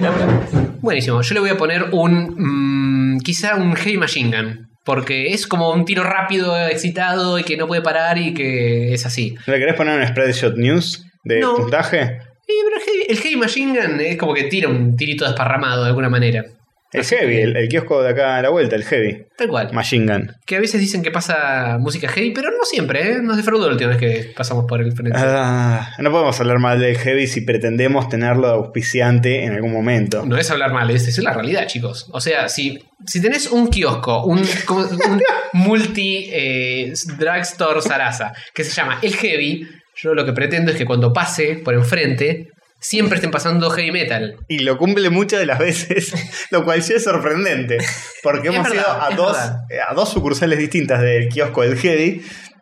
[SPEAKER 2] Buenísimo. Yo le voy a poner un. mm, quizá un Heavy Machine Gun. Porque es como un tiro rápido, eh, excitado y que no puede parar y que es así.
[SPEAKER 4] ¿No <laughs> le querés poner un spreadshot news de
[SPEAKER 2] No.
[SPEAKER 4] puntaje?
[SPEAKER 2] Y, pero el Heavy- el Heavy Machine Gun es como que tira un tirito desparramado de alguna manera.
[SPEAKER 4] El heavy, el, el kiosco de acá a la vuelta, el heavy.
[SPEAKER 2] Tal cual.
[SPEAKER 4] Machine Gun.
[SPEAKER 2] Que a veces dicen que pasa música heavy, pero no siempre, ¿eh? Nos defraudó la última vez que pasamos por el frente.
[SPEAKER 4] Ah, no podemos hablar mal del heavy si pretendemos tenerlo de auspiciante en algún momento.
[SPEAKER 2] No es hablar mal, es, es la realidad, chicos. O sea, si, si tenés un kiosco, un, como- un multi eh, drugstore Sarasa, que se llama El Heavy, yo lo que pretendo es que cuando pase por enfrente, siempre estén pasando heavy metal.
[SPEAKER 4] Y lo cumple muchas de las veces, <laughs> lo cual sí es sorprendente. Porque
[SPEAKER 2] Es
[SPEAKER 4] hemos
[SPEAKER 2] verdad,
[SPEAKER 4] ido a
[SPEAKER 2] es
[SPEAKER 4] dos, eh,
[SPEAKER 2] verdad.
[SPEAKER 4] a dos sucursales distintas del kiosco del heavy.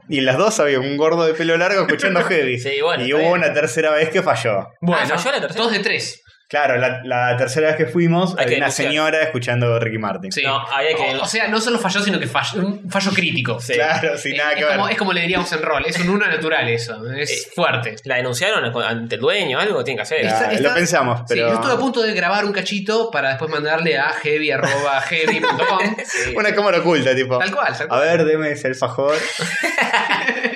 [SPEAKER 4] Y en las dos había un gordo de pelo largo
[SPEAKER 3] <laughs>
[SPEAKER 4] escuchando heavy.
[SPEAKER 3] Sí, bueno,
[SPEAKER 4] y
[SPEAKER 3] está
[SPEAKER 4] hubo
[SPEAKER 3] bien.
[SPEAKER 4] una tercera vez que falló.
[SPEAKER 2] Bueno,
[SPEAKER 3] ¿falló la tercera?
[SPEAKER 2] dos de tres.
[SPEAKER 4] Claro, la, la tercera vez que fuimos,
[SPEAKER 3] Hay que
[SPEAKER 4] había una
[SPEAKER 3] denunciar.
[SPEAKER 4] señora escuchando Ricky Martin.
[SPEAKER 2] Sí.
[SPEAKER 3] No, había que-
[SPEAKER 2] o, o sea, no solo falló, sino que falló, un fallo crítico.
[SPEAKER 4] Claro, sin
[SPEAKER 2] Eh,
[SPEAKER 4] nada
[SPEAKER 2] es,
[SPEAKER 4] que
[SPEAKER 2] como,
[SPEAKER 4] ver.
[SPEAKER 2] es como le diríamos en rol, es un uno natural eso, es
[SPEAKER 3] Eh,
[SPEAKER 2] fuerte.
[SPEAKER 3] ¿La denunciaron ante el dueño o algo? Tiene que hacer.
[SPEAKER 4] Está- Ah, lo pensamos, pero-
[SPEAKER 2] Sí, yo estuve a punto de grabar un cachito para después mandarle a <laughs> heavy.heavy.com.
[SPEAKER 4] Una cámara oculta, tipo.
[SPEAKER 2] Tal cual, tal
[SPEAKER 4] A
[SPEAKER 2] cual.
[SPEAKER 4] ver, deme ese
[SPEAKER 2] <laughs>
[SPEAKER 4] alfajor.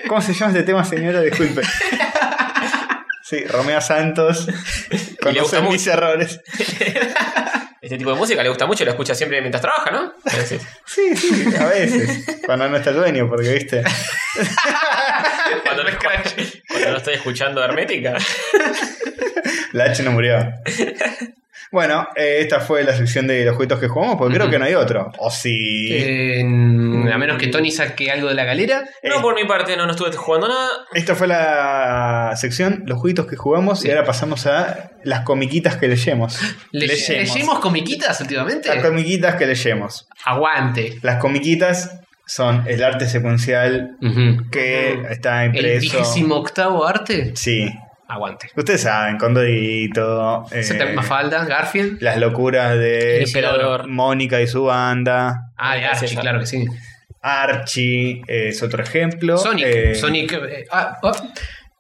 [SPEAKER 4] ¿Cómo se llama este tema, señora? Disculpe. Sí, Romeo Santos.
[SPEAKER 3] le gusta
[SPEAKER 4] Conoce
[SPEAKER 3] mucho.
[SPEAKER 4] mis errores.
[SPEAKER 3] Este tipo de música le gusta mucho y lo escucha siempre mientras trabaja, ¿no? Parece.
[SPEAKER 4] Sí, sí, a veces. Cuando no está el dueño, porque viste.
[SPEAKER 3] Cuando, no, cuando no estoy escuchando Hermética.
[SPEAKER 4] La H no murió. Bueno, eh, esta fue la sección de los juegos que jugamos, porque creo que no hay otro. O sí.
[SPEAKER 2] Eh, a menos que Tony saque algo de la galera.
[SPEAKER 4] Eh,
[SPEAKER 3] No, por mi parte, no, no estuve jugando nada.
[SPEAKER 4] Esta fue la sección, los jueguitos que jugamos, y ahora pasamos a las comiquitas que leyemos.
[SPEAKER 2] ¿Le ¿Leyemos comiquitas últimamente?
[SPEAKER 4] <laughs> Las comiquitas que leyemos.
[SPEAKER 2] Aguante.
[SPEAKER 4] Las comiquitas son el arte secuencial que está
[SPEAKER 2] El
[SPEAKER 4] impreso.
[SPEAKER 2] vigésimo octavo arte.
[SPEAKER 4] Sí.
[SPEAKER 2] Aguante.
[SPEAKER 4] Ustedes saben, Condorito. eh,
[SPEAKER 2] Santa Mafalda, Garfield.
[SPEAKER 4] las locuras de
[SPEAKER 2] El emperador.
[SPEAKER 4] Mónica y su banda.
[SPEAKER 2] Ah, de
[SPEAKER 3] es
[SPEAKER 2] Archie,
[SPEAKER 3] esa.
[SPEAKER 2] claro que sí.
[SPEAKER 4] Archie es otro ejemplo.
[SPEAKER 2] Sonic.
[SPEAKER 4] Eh,
[SPEAKER 2] Sonic. eh, ah, oh.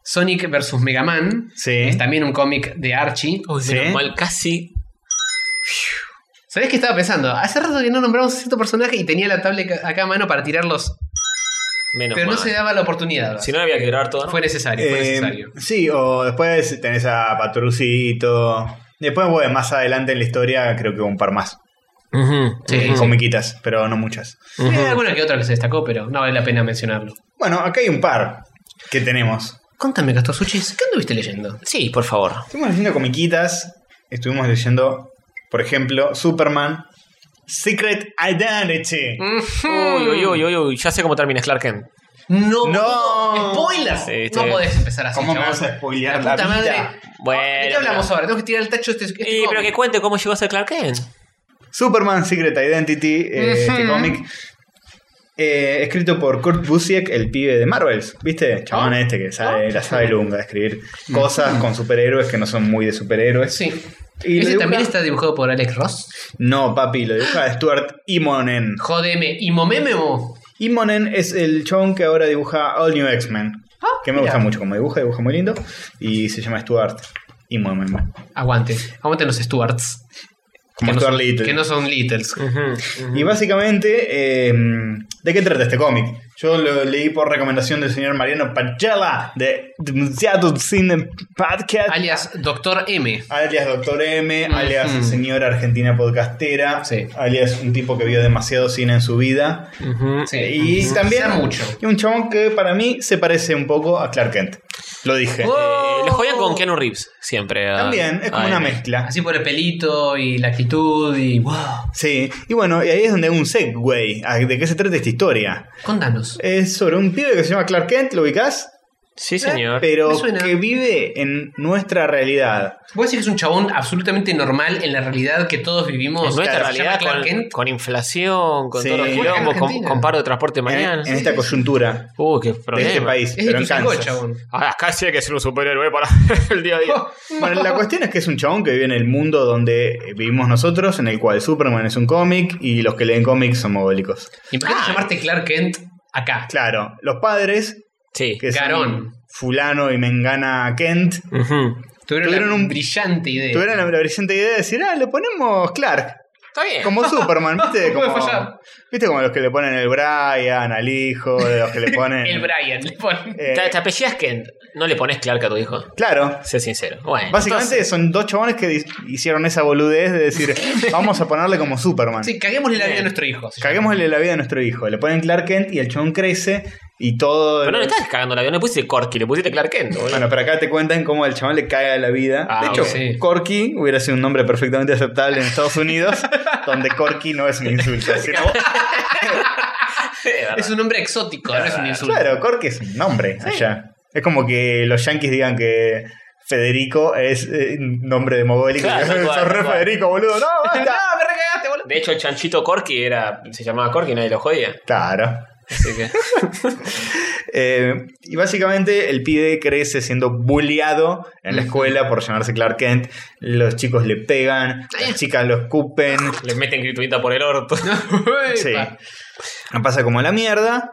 [SPEAKER 2] Sonic versus Mega Man.
[SPEAKER 4] Sí.
[SPEAKER 2] Es también un cómic de Archie.
[SPEAKER 3] Uy,
[SPEAKER 4] Sí.
[SPEAKER 3] menos mal, casi.
[SPEAKER 2] ¿Sabés qué estaba pensando? Hace rato que no nombramos cierto personaje y tenía la tablet ca- acá a mano para tirarlos,
[SPEAKER 3] Menos
[SPEAKER 2] pero
[SPEAKER 3] mal.
[SPEAKER 2] no se daba la oportunidad.
[SPEAKER 3] Si no, había que grabar todo, ¿no?
[SPEAKER 2] Fue necesario, fue
[SPEAKER 4] Eh,
[SPEAKER 2] necesario.
[SPEAKER 4] sí, o después tenés a Patrucito. Después, bueno, más adelante en la historia, creo que hubo un par más. eh,
[SPEAKER 3] Ujú,
[SPEAKER 2] Sí,
[SPEAKER 3] ujú.
[SPEAKER 2] sí.
[SPEAKER 4] Comiquitas, pero no muchas.
[SPEAKER 2] Eh, alguna que otra que se destacó, pero no vale la pena mencionarlo.
[SPEAKER 4] Bueno, acá hay un par que tenemos.
[SPEAKER 2] Contame, Castosuchis, ¿qué anduviste leyendo?
[SPEAKER 3] Sí, por favor.
[SPEAKER 4] Estuvimos leyendo comiquitas. Estuvimos leyendo, por ejemplo, Superman. Secret Identity.
[SPEAKER 2] Mm.
[SPEAKER 3] Uy, uy, uy, uy, uy, ya sé cómo termina Clark Kent.
[SPEAKER 2] No,
[SPEAKER 4] No.
[SPEAKER 2] spoilers.
[SPEAKER 3] Sí,
[SPEAKER 2] no
[SPEAKER 3] sí.
[SPEAKER 2] podés empezar así.
[SPEAKER 4] ¿Cómo me
[SPEAKER 2] chabón.
[SPEAKER 4] vas a spoilear
[SPEAKER 2] la
[SPEAKER 4] la,
[SPEAKER 2] puta
[SPEAKER 4] vida?
[SPEAKER 2] madre.
[SPEAKER 3] Bueno,
[SPEAKER 2] ¿De qué hablamos
[SPEAKER 3] pero-
[SPEAKER 2] ahora? Tengo que tirar el tacho este. este
[SPEAKER 3] Y, pero
[SPEAKER 2] cómic.
[SPEAKER 3] que cuente cómo llegó a ser Clark Kent. Eh,
[SPEAKER 4] Superman Secret Identity, eh, este
[SPEAKER 2] Ujú.
[SPEAKER 4] cómic. eh, escrito por Kurt Busiek, el pibe de Marvels, ¿viste? Chabón
[SPEAKER 2] Oh.
[SPEAKER 4] este que sabe, la sabe lunga de escribir cosas con superhéroes que no son muy de superhéroes.
[SPEAKER 2] Sí.
[SPEAKER 4] Y lo
[SPEAKER 2] Ese
[SPEAKER 4] dibuja-
[SPEAKER 2] también está dibujado por Alex Ross.
[SPEAKER 4] No, papi, lo dibuja Stuart Imonen.
[SPEAKER 2] Jodeme. Y momememo.
[SPEAKER 4] Imonen es el chabón que ahora dibuja All New X-Men. que me
[SPEAKER 2] mira.
[SPEAKER 4] gusta mucho como dibuja, dibuja muy lindo. Y se llama Stuart Imonen.
[SPEAKER 2] Aguante. Aguante los Stuarts.
[SPEAKER 4] Como
[SPEAKER 2] que, no
[SPEAKER 4] Stuart
[SPEAKER 2] son,
[SPEAKER 4] Little.
[SPEAKER 2] que no son Littles.
[SPEAKER 4] Y básicamente, eh, ¿de qué trata este cómic? Yo lo leí por recomendación del señor Mariano Pachela de Demasiado Cine Podcast,
[SPEAKER 2] Alias Doctor M.
[SPEAKER 4] alias Doctor M, alias
[SPEAKER 2] Ujú.
[SPEAKER 4] señora argentina podcastera,
[SPEAKER 2] Sí.
[SPEAKER 4] alias un tipo que vio demasiado cine en su vida.
[SPEAKER 2] Sí.
[SPEAKER 4] Mm, Y
[SPEAKER 2] Ujú.
[SPEAKER 4] también
[SPEAKER 2] Quizá mucho.
[SPEAKER 4] y un chabón que para mí se parece un poco a Clark Kent. Lo dije.
[SPEAKER 2] Oh,
[SPEAKER 3] Eh, lo jodían con Keanu Reeves, siempre. a-
[SPEAKER 4] Oh. También, es como
[SPEAKER 3] a
[SPEAKER 4] una
[SPEAKER 3] él.
[SPEAKER 4] mezcla.
[SPEAKER 2] Así por el pelito y la actitud y. ¡Wow!
[SPEAKER 4] Sí, y bueno, y ahí es donde hay un ah, segue. a ¿De qué se trata esta historia?
[SPEAKER 2] Contanos.
[SPEAKER 4] Es sobre un pibe que se llama Clark Kent, ¿lo ubicás?
[SPEAKER 3] Sí, señor.
[SPEAKER 4] pero
[SPEAKER 2] me suena.
[SPEAKER 4] que vive en nuestra realidad.
[SPEAKER 2] Voy a decir que es un chabón absolutamente normal en la realidad que todos vivimos.
[SPEAKER 3] En nuestra
[SPEAKER 2] Claro, se llama
[SPEAKER 3] realidad,
[SPEAKER 2] Clark
[SPEAKER 3] con,
[SPEAKER 2] Kent.
[SPEAKER 3] con inflación, con
[SPEAKER 4] Sí.
[SPEAKER 3] todo el
[SPEAKER 4] Fue acá
[SPEAKER 2] en
[SPEAKER 3] quilombo, con,
[SPEAKER 2] Argentina.
[SPEAKER 3] con paro de transporte
[SPEAKER 4] En,
[SPEAKER 3] mañana.
[SPEAKER 4] en esta coyuntura
[SPEAKER 3] Uh, qué
[SPEAKER 4] de
[SPEAKER 3] problema.
[SPEAKER 4] este país.
[SPEAKER 2] Es
[SPEAKER 4] pero en
[SPEAKER 2] Ituzaingó,
[SPEAKER 4] Kansas.
[SPEAKER 2] chabón. Oh,
[SPEAKER 3] Ah, casi hay que ser un superhéroe para <laughs> el día a día.
[SPEAKER 4] Oh. Bueno, la cuestión es que es un chabón que vive en el mundo donde vivimos nosotros, en el cual Superman es un cómic y los que leen cómics son mogólicos.
[SPEAKER 2] Imagínate
[SPEAKER 3] Ah.
[SPEAKER 2] llamarte Clark Kent acá.
[SPEAKER 4] Claro, los padres,
[SPEAKER 3] Sí.
[SPEAKER 4] que son
[SPEAKER 2] Garón.
[SPEAKER 4] Fulano y Mengana Kent,
[SPEAKER 3] Ujú.
[SPEAKER 2] Tuvieron,
[SPEAKER 4] Tuvieron
[SPEAKER 2] la
[SPEAKER 4] un-
[SPEAKER 2] brillante idea.
[SPEAKER 4] tuvieron la, la brillante idea de decir, ah, le ponemos Clark,
[SPEAKER 3] Está bien.
[SPEAKER 2] <laughs>
[SPEAKER 4] como Superman, ¿viste?
[SPEAKER 2] No puede
[SPEAKER 4] Como,
[SPEAKER 2] fallar.
[SPEAKER 4] ¿Viste? Como los que le ponen el Brian al hijo, de los que
[SPEAKER 2] <laughs>
[SPEAKER 4] le ponen.
[SPEAKER 2] El Brian. le ponen.
[SPEAKER 4] eh,
[SPEAKER 3] Te, te apellidas Kent. No le pones Clark a tu hijo.
[SPEAKER 4] claro.
[SPEAKER 3] Sé sincero. Bueno.
[SPEAKER 4] Básicamente son dos chabones que dis- hicieron esa boludez de
[SPEAKER 2] <laughs>
[SPEAKER 4] decir, vamos a ponerle como Superman.
[SPEAKER 2] Sí, caguémosle la vida a
[SPEAKER 4] eh,
[SPEAKER 3] Bien.
[SPEAKER 2] nuestro hijo. se llama.
[SPEAKER 4] Caguémosle la vida a nuestro hijo. Le ponen Clark Kent y el chabón crece y todo.
[SPEAKER 3] Pero no le estás cagando la vida. No le pusiste Corky, le pusiste Clark Kent. boludo.
[SPEAKER 4] Bueno, pero acá te cuentan cómo el chabón le cae a la vida.
[SPEAKER 3] Ah,
[SPEAKER 4] de hecho,
[SPEAKER 3] ok.
[SPEAKER 2] Sí.
[SPEAKER 4] Corky hubiera sido un nombre perfectamente aceptable en Estados
[SPEAKER 3] <laughs>
[SPEAKER 4] Unidos, donde Corky no es un insulto. sino-
[SPEAKER 2] Es un hombre exótico, no es un insulto.
[SPEAKER 4] claro, Corky es un nombre allá. Es como que los yanquis digan que Federico es eh, nombre de mogólico.
[SPEAKER 3] Claro, tal
[SPEAKER 4] <laughs>
[SPEAKER 3] cual,
[SPEAKER 4] Sos re
[SPEAKER 3] tal cual.
[SPEAKER 4] Federico, boludo. No,
[SPEAKER 2] No,
[SPEAKER 3] <laughs>
[SPEAKER 4] basta.
[SPEAKER 2] me recagaste, boludo.
[SPEAKER 3] De hecho, el chanchito Corky era, se llamaba Corky y nadie lo jodía.
[SPEAKER 4] Claro.
[SPEAKER 3] Así que.
[SPEAKER 4] Eh, y básicamente el pibe crece siendo bulleado en la escuela por llamarse Clark Kent. Los chicos le pegan, las chicas lo escupen.
[SPEAKER 3] Les meten grituita por
[SPEAKER 4] <laughs>
[SPEAKER 3] el orto.
[SPEAKER 4] Sí.
[SPEAKER 2] Epa.
[SPEAKER 4] La Pasa como la mierda.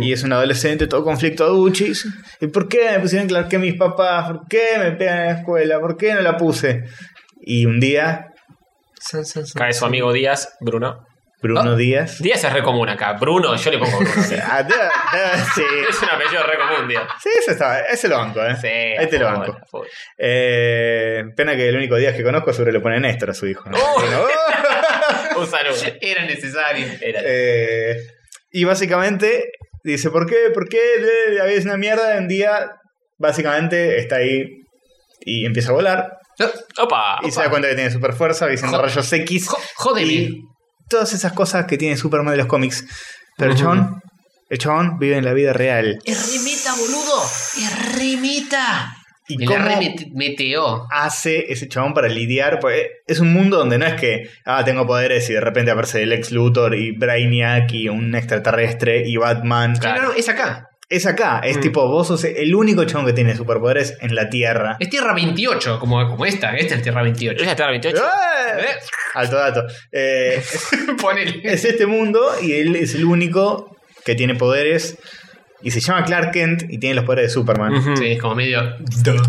[SPEAKER 4] Y es un adolescente, todo conflicto aduchis. ¿Y por qué me pusieron Clark Kent mis papás? ¿Por qué me pegan en la escuela? ¿Por qué no la puse? Y un día,
[SPEAKER 2] San, san, san.
[SPEAKER 3] Cae su amigo Díaz, Bruno.
[SPEAKER 4] Bruno
[SPEAKER 2] Ah.
[SPEAKER 4] Díaz.
[SPEAKER 3] Díaz es re común acá. Bruno, yo le pongo Bruno. sí.
[SPEAKER 4] Ah, da- da- sí.
[SPEAKER 3] Es un apellido re común, Díaz.
[SPEAKER 4] Sí, ese, está, ese lo banco, ¿eh?
[SPEAKER 3] Sí,
[SPEAKER 4] Ahí te lo
[SPEAKER 3] por favor,
[SPEAKER 4] banco.
[SPEAKER 3] por favor.
[SPEAKER 4] Eh, pena que el único día que conozco seguro le pone Néstor a su hijo. ¿no?
[SPEAKER 3] ¡Oh!
[SPEAKER 4] Bueno, ¡oh!
[SPEAKER 3] Un saludo.
[SPEAKER 2] Era necesario.
[SPEAKER 3] Era.
[SPEAKER 4] Eh, y básicamente dice, ¿por qué? ¿Por qué? Le- La vida es una mierda. Un día, básicamente, está ahí y empieza a volar.
[SPEAKER 2] No,
[SPEAKER 3] Opa.
[SPEAKER 4] Y se da cuenta que tiene super fuerza, diciendo
[SPEAKER 2] Jo-
[SPEAKER 4] rayos X.
[SPEAKER 2] jo- jódeme.
[SPEAKER 4] Y todas esas cosas que tiene Superman de los cómics. Pero el chabón, el chabón vive en la vida real.
[SPEAKER 2] Es remita, boludo. Es remita.
[SPEAKER 4] ¿Y
[SPEAKER 2] Me la
[SPEAKER 4] cómo-
[SPEAKER 2] remeteó.
[SPEAKER 4] hace ese chabón para lidiar? Porque es un mundo donde no es que, ah, tengo poderes y de repente aparece el ex Luthor y Brainiac y un extraterrestre y Batman.
[SPEAKER 2] No, no, es acá.
[SPEAKER 4] Es acá, es tipo, vos sos el único chabón que tiene superpoderes en la Tierra.
[SPEAKER 2] Es Tierra 28, como, como esta. Esta es Tierra 28.
[SPEAKER 3] ¿Es la Tierra 28?
[SPEAKER 4] ¡Eh!
[SPEAKER 2] ¿Eh? <laughs>
[SPEAKER 4] Alto dato. Eh,
[SPEAKER 2] Ponele.
[SPEAKER 4] es este mundo y él es el único que tiene poderes y se llama Clark Kent y tiene los poderes de Superman.
[SPEAKER 3] Ujú.
[SPEAKER 2] Sí, es como medio.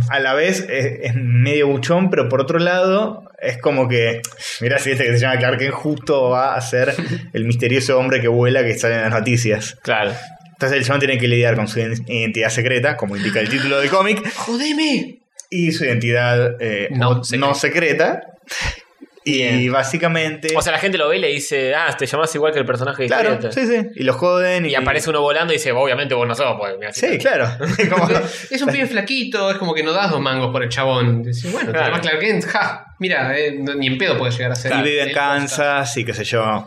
[SPEAKER 4] a la vez es, es medio buchón, pero por otro lado es como que, mirá si este que se llama Clark Kent justo va a ser el misterioso hombre que vuela que sale en las noticias.
[SPEAKER 3] Claro.
[SPEAKER 4] Entonces el chabón tiene que lidiar con su ident- identidad secreta, como indica el título del cómic, <laughs>
[SPEAKER 2] ¡Jodeme!
[SPEAKER 4] y su identidad eh,
[SPEAKER 2] No
[SPEAKER 4] o-
[SPEAKER 2] secreta.
[SPEAKER 4] no secreta. Y
[SPEAKER 3] <laughs> Bien.
[SPEAKER 4] básicamente...
[SPEAKER 3] O sea, la gente lo ve y le dice, ah, te llamas igual que el personaje
[SPEAKER 4] claro,
[SPEAKER 3] discreto.
[SPEAKER 4] sí, sí. Y los joden y...
[SPEAKER 3] Y aparece uno volando y dice, obviamente vos no sos, pues. mirá,
[SPEAKER 4] Sí, claro.
[SPEAKER 3] <laughs>
[SPEAKER 4] <laughs> Como-
[SPEAKER 2] Es un pibe flaquito, es como que no das dos mangos por el chabón. Decís, bueno,
[SPEAKER 3] Claro.
[SPEAKER 2] además Clark Kent, ja, mira, eh, no- ni en pedo puede llegar a ser.
[SPEAKER 4] Y vive en
[SPEAKER 2] Eh,
[SPEAKER 4] Kansas y qué sé yo.